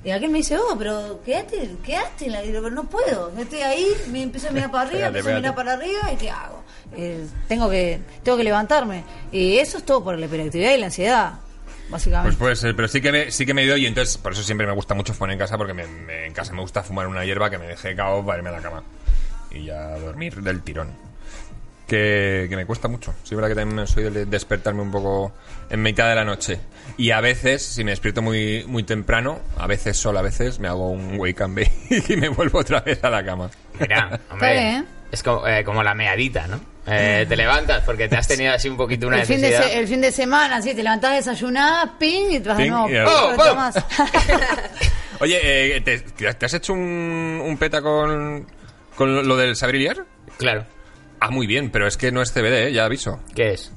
C: Y aquel me dice, oh, pero quédate, quédate. en la-". Y digo, pero no puedo. Yo Estoy ahí, me empiezo a mirar para arriba,
A: Pégate,
C: empiezo a mirar
A: pégate.
C: para arriba y ¿qué hago? Eh, tengo, que, tengo que levantarme. Y eso es todo por la hiperactividad y la ansiedad, básicamente.
A: Pues puede ser, pero sí que me, sí que me dio y entonces por eso siempre me gusta mucho fumar en casa porque me, me- en casa me gusta fumar una hierba que me deje cao para irme a la cama y ya dormir del tirón. Que, que me cuesta mucho. Sí, es verdad que también soy de despertarme un poco en mitad de la noche. Y a veces, si me despierto muy, muy temprano, a veces solo, a veces me hago un wake and bake (laughs) y me vuelvo otra vez a la cama. (laughs)
B: Mira, hombre,
C: bien. Mm.
B: es como, eh, como la meadita, ¿no? Eh, te levantas porque te has tenido así un poquito una
C: el fin, de
B: necesidad.
C: se- el fin de semana, sí, te levantás desayunada, ping, y te vas de
A: Ping,
C: nuevo.
A: y al-
C: otro
B: ¡Pum, pum!
C: tomás. (laughs)
A: Oye, eh, ¿te, te has hecho un, un peta con, con lo del saber liar?
B: Claro.
A: Ah, muy bien, pero es que no es CBD, ¿eh? ya aviso.
B: ¿Qué es?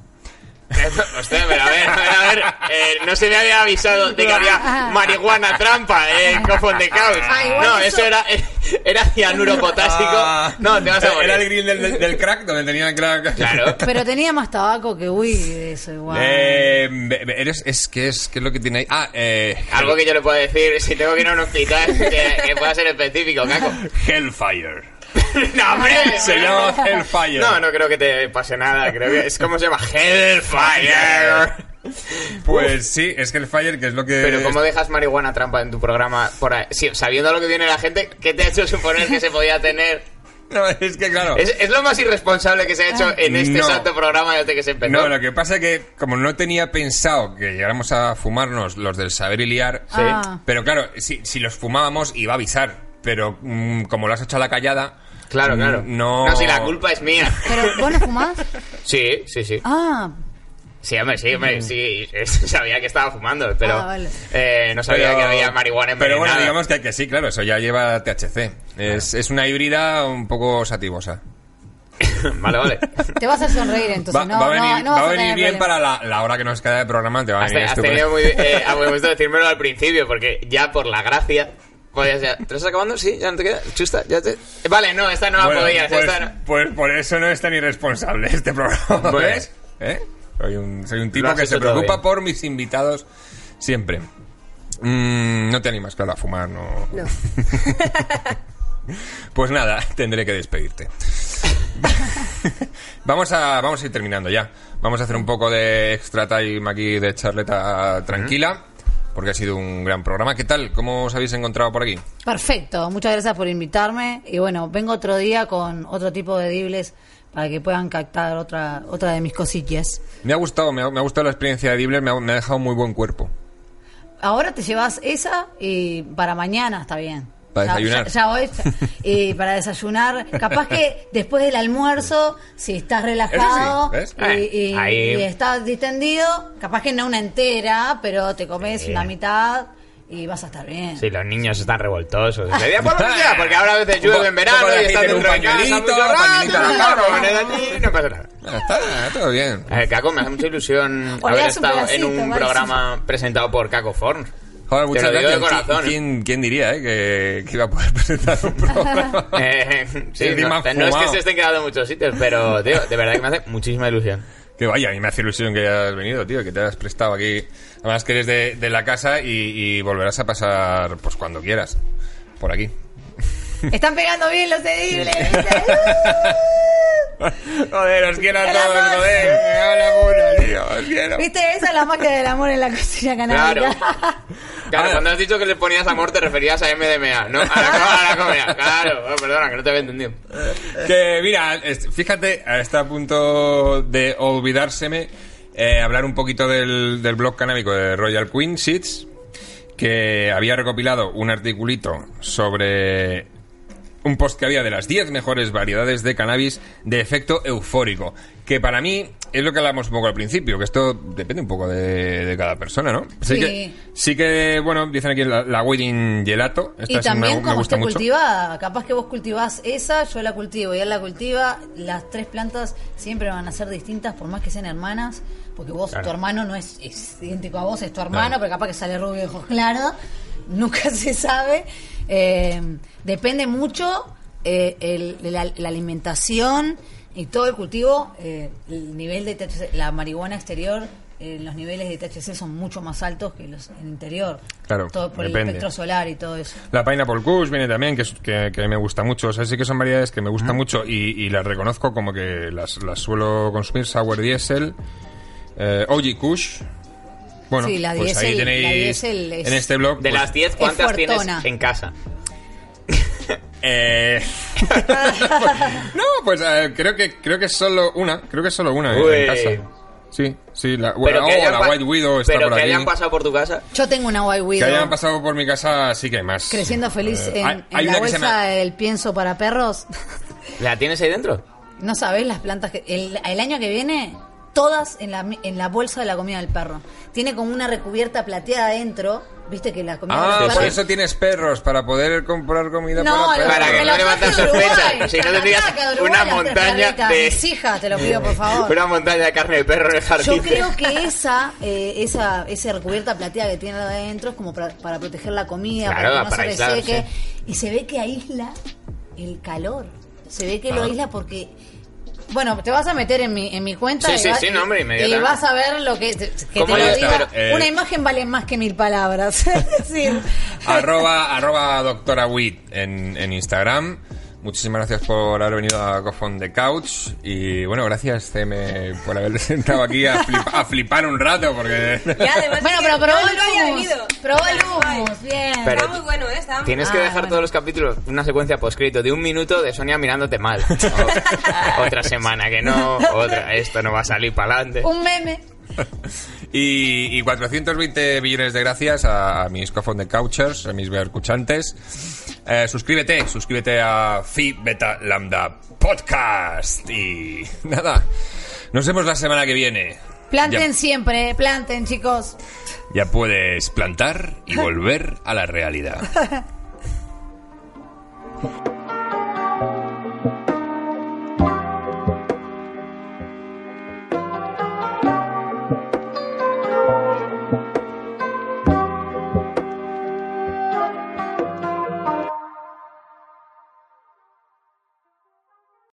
B: Hostia, pero a ver, a ver, a ver. eh, no se me había avisado de que había marihuana trampa en cofón de couch.
C: Ah, igual
B: No,
C: eso-
B: eso era, (laughs) era cianuro
A: Ah.
B: potásico. No, te vas a morir.
A: Era el grill del, del- del crack, donde tenía el crack. (laughs)
B: Claro.
C: Pero tenía más tabaco que weed, eso igual.
A: Eh, be- be- eres, es que es, ¿qué es lo que tiene ahí. Ah, eh.
B: Algo que yo le puedo decir si tengo que ir a un hospital que, que pueda ser específico, Caco.
A: Hellfire.
B: (laughs) no, hombre,
A: Se llama Hellfire.
B: Eh. No, no creo que te pase nada. Creo que es como se llama Hellfire.
A: Pues sí, es Hellfire, que es lo que.
B: Pero ¿cómo dejas marihuana trampa en tu programa? Por ahí? Sí, sabiendo lo que viene la gente, ¿qué te ha hecho suponer que se podía tener?
A: (laughs) No, es que claro.
B: Es, es lo más irresponsable que se ha
C: Ah.
B: hecho en este
A: No.
B: santo programa desde que se empezó.
A: No, lo que pasa es que, como no tenía pensado que llegáramos a fumarnos los del saber y liar,
C: Ah.
A: pero claro, si, si los fumábamos iba a avisar, pero mm, como lo has hecho a la callada...
B: Claro,
A: mm,
B: claro.
A: No,
B: si la culpa
A: (laughs)
B: es mía.
C: Pero vos no fumás.
B: Sí, sí, sí.
C: Ah,
B: Sí, hombre, sí, hombre, sí.
A: Mm.
B: (laughs) Sabía que estaba fumando, pero
C: Ah, vale.
B: eh, no sabía que había marihuana en
A: Pero bueno, digamos que, que sí, claro, eso ya lleva THC. Es, es una híbrida un poco sativosa.
B: (laughs) vale,
A: (laughs)
B: vale.
C: te vas a sonreír entonces.
A: Va,
C: no,
A: va a venir,
C: no, no
A: va
C: vas
A: a
C: a
A: venir
C: tener
A: bien
C: problemas.
A: para la, la hora que nos queda de programa, te va a
B: Has,
A: venir
B: te- has
A: estupendo. (laughs)
B: tenido muy eh, a buen gusto decírmelo al principio, porque ya por la gracia. podías ya- ¿Te estás acabando? Sí, ya no te queda. Chusta, ya te. Vale, no, esta no la
A: Bueno,
B: podías.
A: pues,
B: esta no.
A: pues por eso no es tan irresponsable este programa.
B: Bueno.
A: ¿Ves? ¿Eh? Soy un, soy un
B: Lo
A: tipo
B: has
A: que se
B: hecho todo
A: preocupa
B: bien.
A: por mis invitados siempre. Mm, no te animas, claro, a fumar, no.
E: No.
A: (laughs) Pues nada, tendré que despedirte. (laughs) vamos, a, vamos a ir terminando ya. Vamos a hacer un poco de extra time aquí de charleta tranquila, porque ha sido un gran programa. ¿Qué tal? ¿Cómo os habéis encontrado por aquí?
C: Perfecto, muchas gracias por invitarme y bueno, vengo otro día con otro tipo de dibles para que puedan captar otra otra de mis cosillas.
A: Me ha gustado, me ha, me ha gustado la experiencia de Dibler, me ha, me ha dejado muy buen cuerpo.
C: Ahora te llevas esa y para mañana está bien.
A: Para
C: Ya-
A: desayunar.
C: Ya, ya
A: (laughs)
C: hoy- y para desayunar. Capaz que después del almuerzo, si estás relajado
A: Eso sí,
C: y,
B: ¿ves?
C: y-
B: Eh, ahí-
C: y estás distendido, capaz que no una entera, pero te comes
B: Sí.
C: una mitad y vas a estar bien.
B: Sí, los niños están (laughs) revoltosos. Le diría por lo que sea, porque ahora a veces llueve en verano
A: Un poco de
B: y están
A: aceite en un
B: dentro de casa.
A: pañuelito,
B: mucho rato,
A: pañuelito en la
B: claro,
A: cama.
B: poner allí, no pasa nada.
A: Ya Está, todo bien.
B: A ver, Eh, Caco, me hace mucha ilusión
C: O le
B: haber
C: das Pues un
B: estado
C: pedacito,
B: en un
C: vale,
B: programa presentado por Caco Forn.
A: Joder, muchas
B: Te lo digo de
A: gracias. ¿Qui-
B: corazón.
A: ¿Quién, quién diría eh, que, que iba a poder (laughs) presentar un
B: (laughs)
A: programa?
B: (laughs) Eh, sí,
A: Encima
B: no, no es que
A: fumado.
B: se estén quedando en muchos sitios, pero tío, de verdad que me hace muchísima ilusión.
A: que vaya, a mí me hace ilusión que hayas venido, tío, que te hayas prestado aquí. Además que eres de, de la casa y, y volverás a pasar pues cuando quieras, por
B: (laughs)
A: aquí.
C: Están pegando bien los edibles.
A: Joder, os quiero a
C: El
A: todos,
C: amor.
A: joder. Me da la pura, tío, os quiero.
C: (laughs) ¿Viste? Esa es la magia del amor en la cocina canábica.
B: Claro. Claro,
A: Ah.
B: cuando has dicho que le ponías amor te referías a MDMA, ¿no? A la, co- a la comida. Claro, Bueno, perdona, que no te había entendido.
A: (laughs) Que mira, es- fíjate, está a punto de olvidárseme eh, hablar un poquito del, del blog canábico de Royal Queen Seeds, que había recopilado un articulito sobre un post que había de las 10 mejores variedades de cannabis de efecto eufórico, que para mí es lo que hablamos un poco al principio, que esto depende un poco de, de cada persona, ¿no?
C: Sí.
A: que, sí que, bueno, dicen aquí la, la Wedding Gelato, esta
C: Y
A: es- me-
C: también este
A: me,
C: como
A: gusta
C: está
A: mucho.
C: cultivada, capaz que vos cultivás esa, yo la cultivo y él la cultiva, las tres plantas siempre van a ser distintas por más que sean hermanas, porque vos, tu hermano no es, es idéntico a vos, es tu hermano,
A: Claro.
C: pero capaz que sale rubio de ojos claros, (laughs) nunca se sabe. Eh, depende mucho eh, el- la, la alimentación y todo el cultivo, eh, el nivel de THC, la marihuana exterior. eh, los niveles de THC son mucho más altos que los en interior.
A: Claro,
C: Todo por el
A: depende.
C: espectro solar y todo eso.
A: La Pineapple Kush viene también, que, es- que, que me gusta mucho. O sea, sí que son variedades que me gustan mucho y, y las reconozco como que las, las suelo consumir. Sour Diesel, eh, OG Kush. Bueno,
C: Sí, la
A: pues
C: Diesel-
A: ahí
C: la
A: tenéis
C: Diesel es-
A: en este blog.
B: De
A: pues,
B: las 10, ¿cuántas
C: Es
B: tienes
C: fuertona.
B: en casa?
A: eh, (laughs) no, pues eh, creo que creo que es solo una. Creo que es solo una en-
B: Uy.
A: en casa. Sí, sí. La, bueno,
B: que
A: oh,
B: hayan
A: la
B: pa-
A: White Widow está
B: pero
A: por
B: que
A: aquí.
B: hayan pasado por tu casa.
C: Yo tengo una White
A: que
C: Widow.
A: hayan pasado por mi casa, sí que hay más.
C: Creciendo feliz
A: Eh,
C: en,
A: hay-
C: en
A: hay
C: la
A: una que se
C: bolsa
A: llama-
C: del pienso para perros. (laughs)
B: ¿La tienes ahí dentro?
C: no sabés las plantas que... El, el año que viene, todas en la, mi- en la bolsa de la comida del perro. Tiene como una recubierta plateada adentro. Viste que la comida
A: Ah,
C: del
A: por
C: perro...
A: eso tienes perros, para poder comprar comida para
C: No, lo-
A: perros.
B: Para que
C: me
B: no
C: lo
B: levantas
C: traje de
B: sospechas,
C: Uruguay.
B: si no
C: Me lo
B: tendrías
C: traje de Uruguay,
B: una
C: las tres
B: montaña
C: perritas.
B: de-
C: Mis hijas, te lo pido, por favor.
B: Una montaña de carne de perro en el jardín.
C: Oh. Yo creo que esa, eh, esa, esa recubierta plateada que tiene adentro es como para, para proteger la comida,
B: Claro,
C: para que no
B: para
C: se
B: aislar,
C: reseque. Y se ve que aísla el calor. Se ve que lo
B: Ah.
C: aísla porque. Bueno, te vas a meter en mi, en mi cuenta
B: Sí,
C: y,
B: sí,
C: va-
B: sí, no, hombre,
C: y-
B: inmediatamente.
C: y vas a ver lo que, que te
B: ¿Cómo
C: lo
B: ya
A: está?
C: diga.
A: Pero, eh,
C: Una imagen vale más que mil (laughs) palabras. Es decir,
A: arroba, arroba doctora Witt en, en Instagram. Muchísimas gracias por haber venido a Cofón de Couch. Y bueno, gracias, CM, por haber (laughs) sentado aquí a, flip- a flipar un rato. Porque.
E: Ya, además,
C: Bueno,
E: es que
C: pero probó
E: no
C: el
E: lo había
C: hummus.
E: bebido.
C: Probó el
E: Está guay.
C: hummus, bien.
B: Pero-
E: Está muy bueno, ¿eh? Está
B: (laughs)
E: muy
B: Tienes que
C: Ah,
B: dejar
C: bueno.
B: todos los capítulos una secuencia poscrito de un minuto de Sonia mirándote
C: (laughs)
B: mal. O- otra semana que no, otra, esto no va a salir para adelante.
C: Un meme.
A: Y, y 420 billones de gracias a, a mis cofón de couchers, a mis escuchantes. Eh, suscríbete, suscríbete a Phi Beta Lambda Podcast. Y (laughs) nada, nos vemos la semana que viene. Ya,
C: Planten siempre, eh. planten, chicos.
A: ya puedes plantar y volver a la realidad.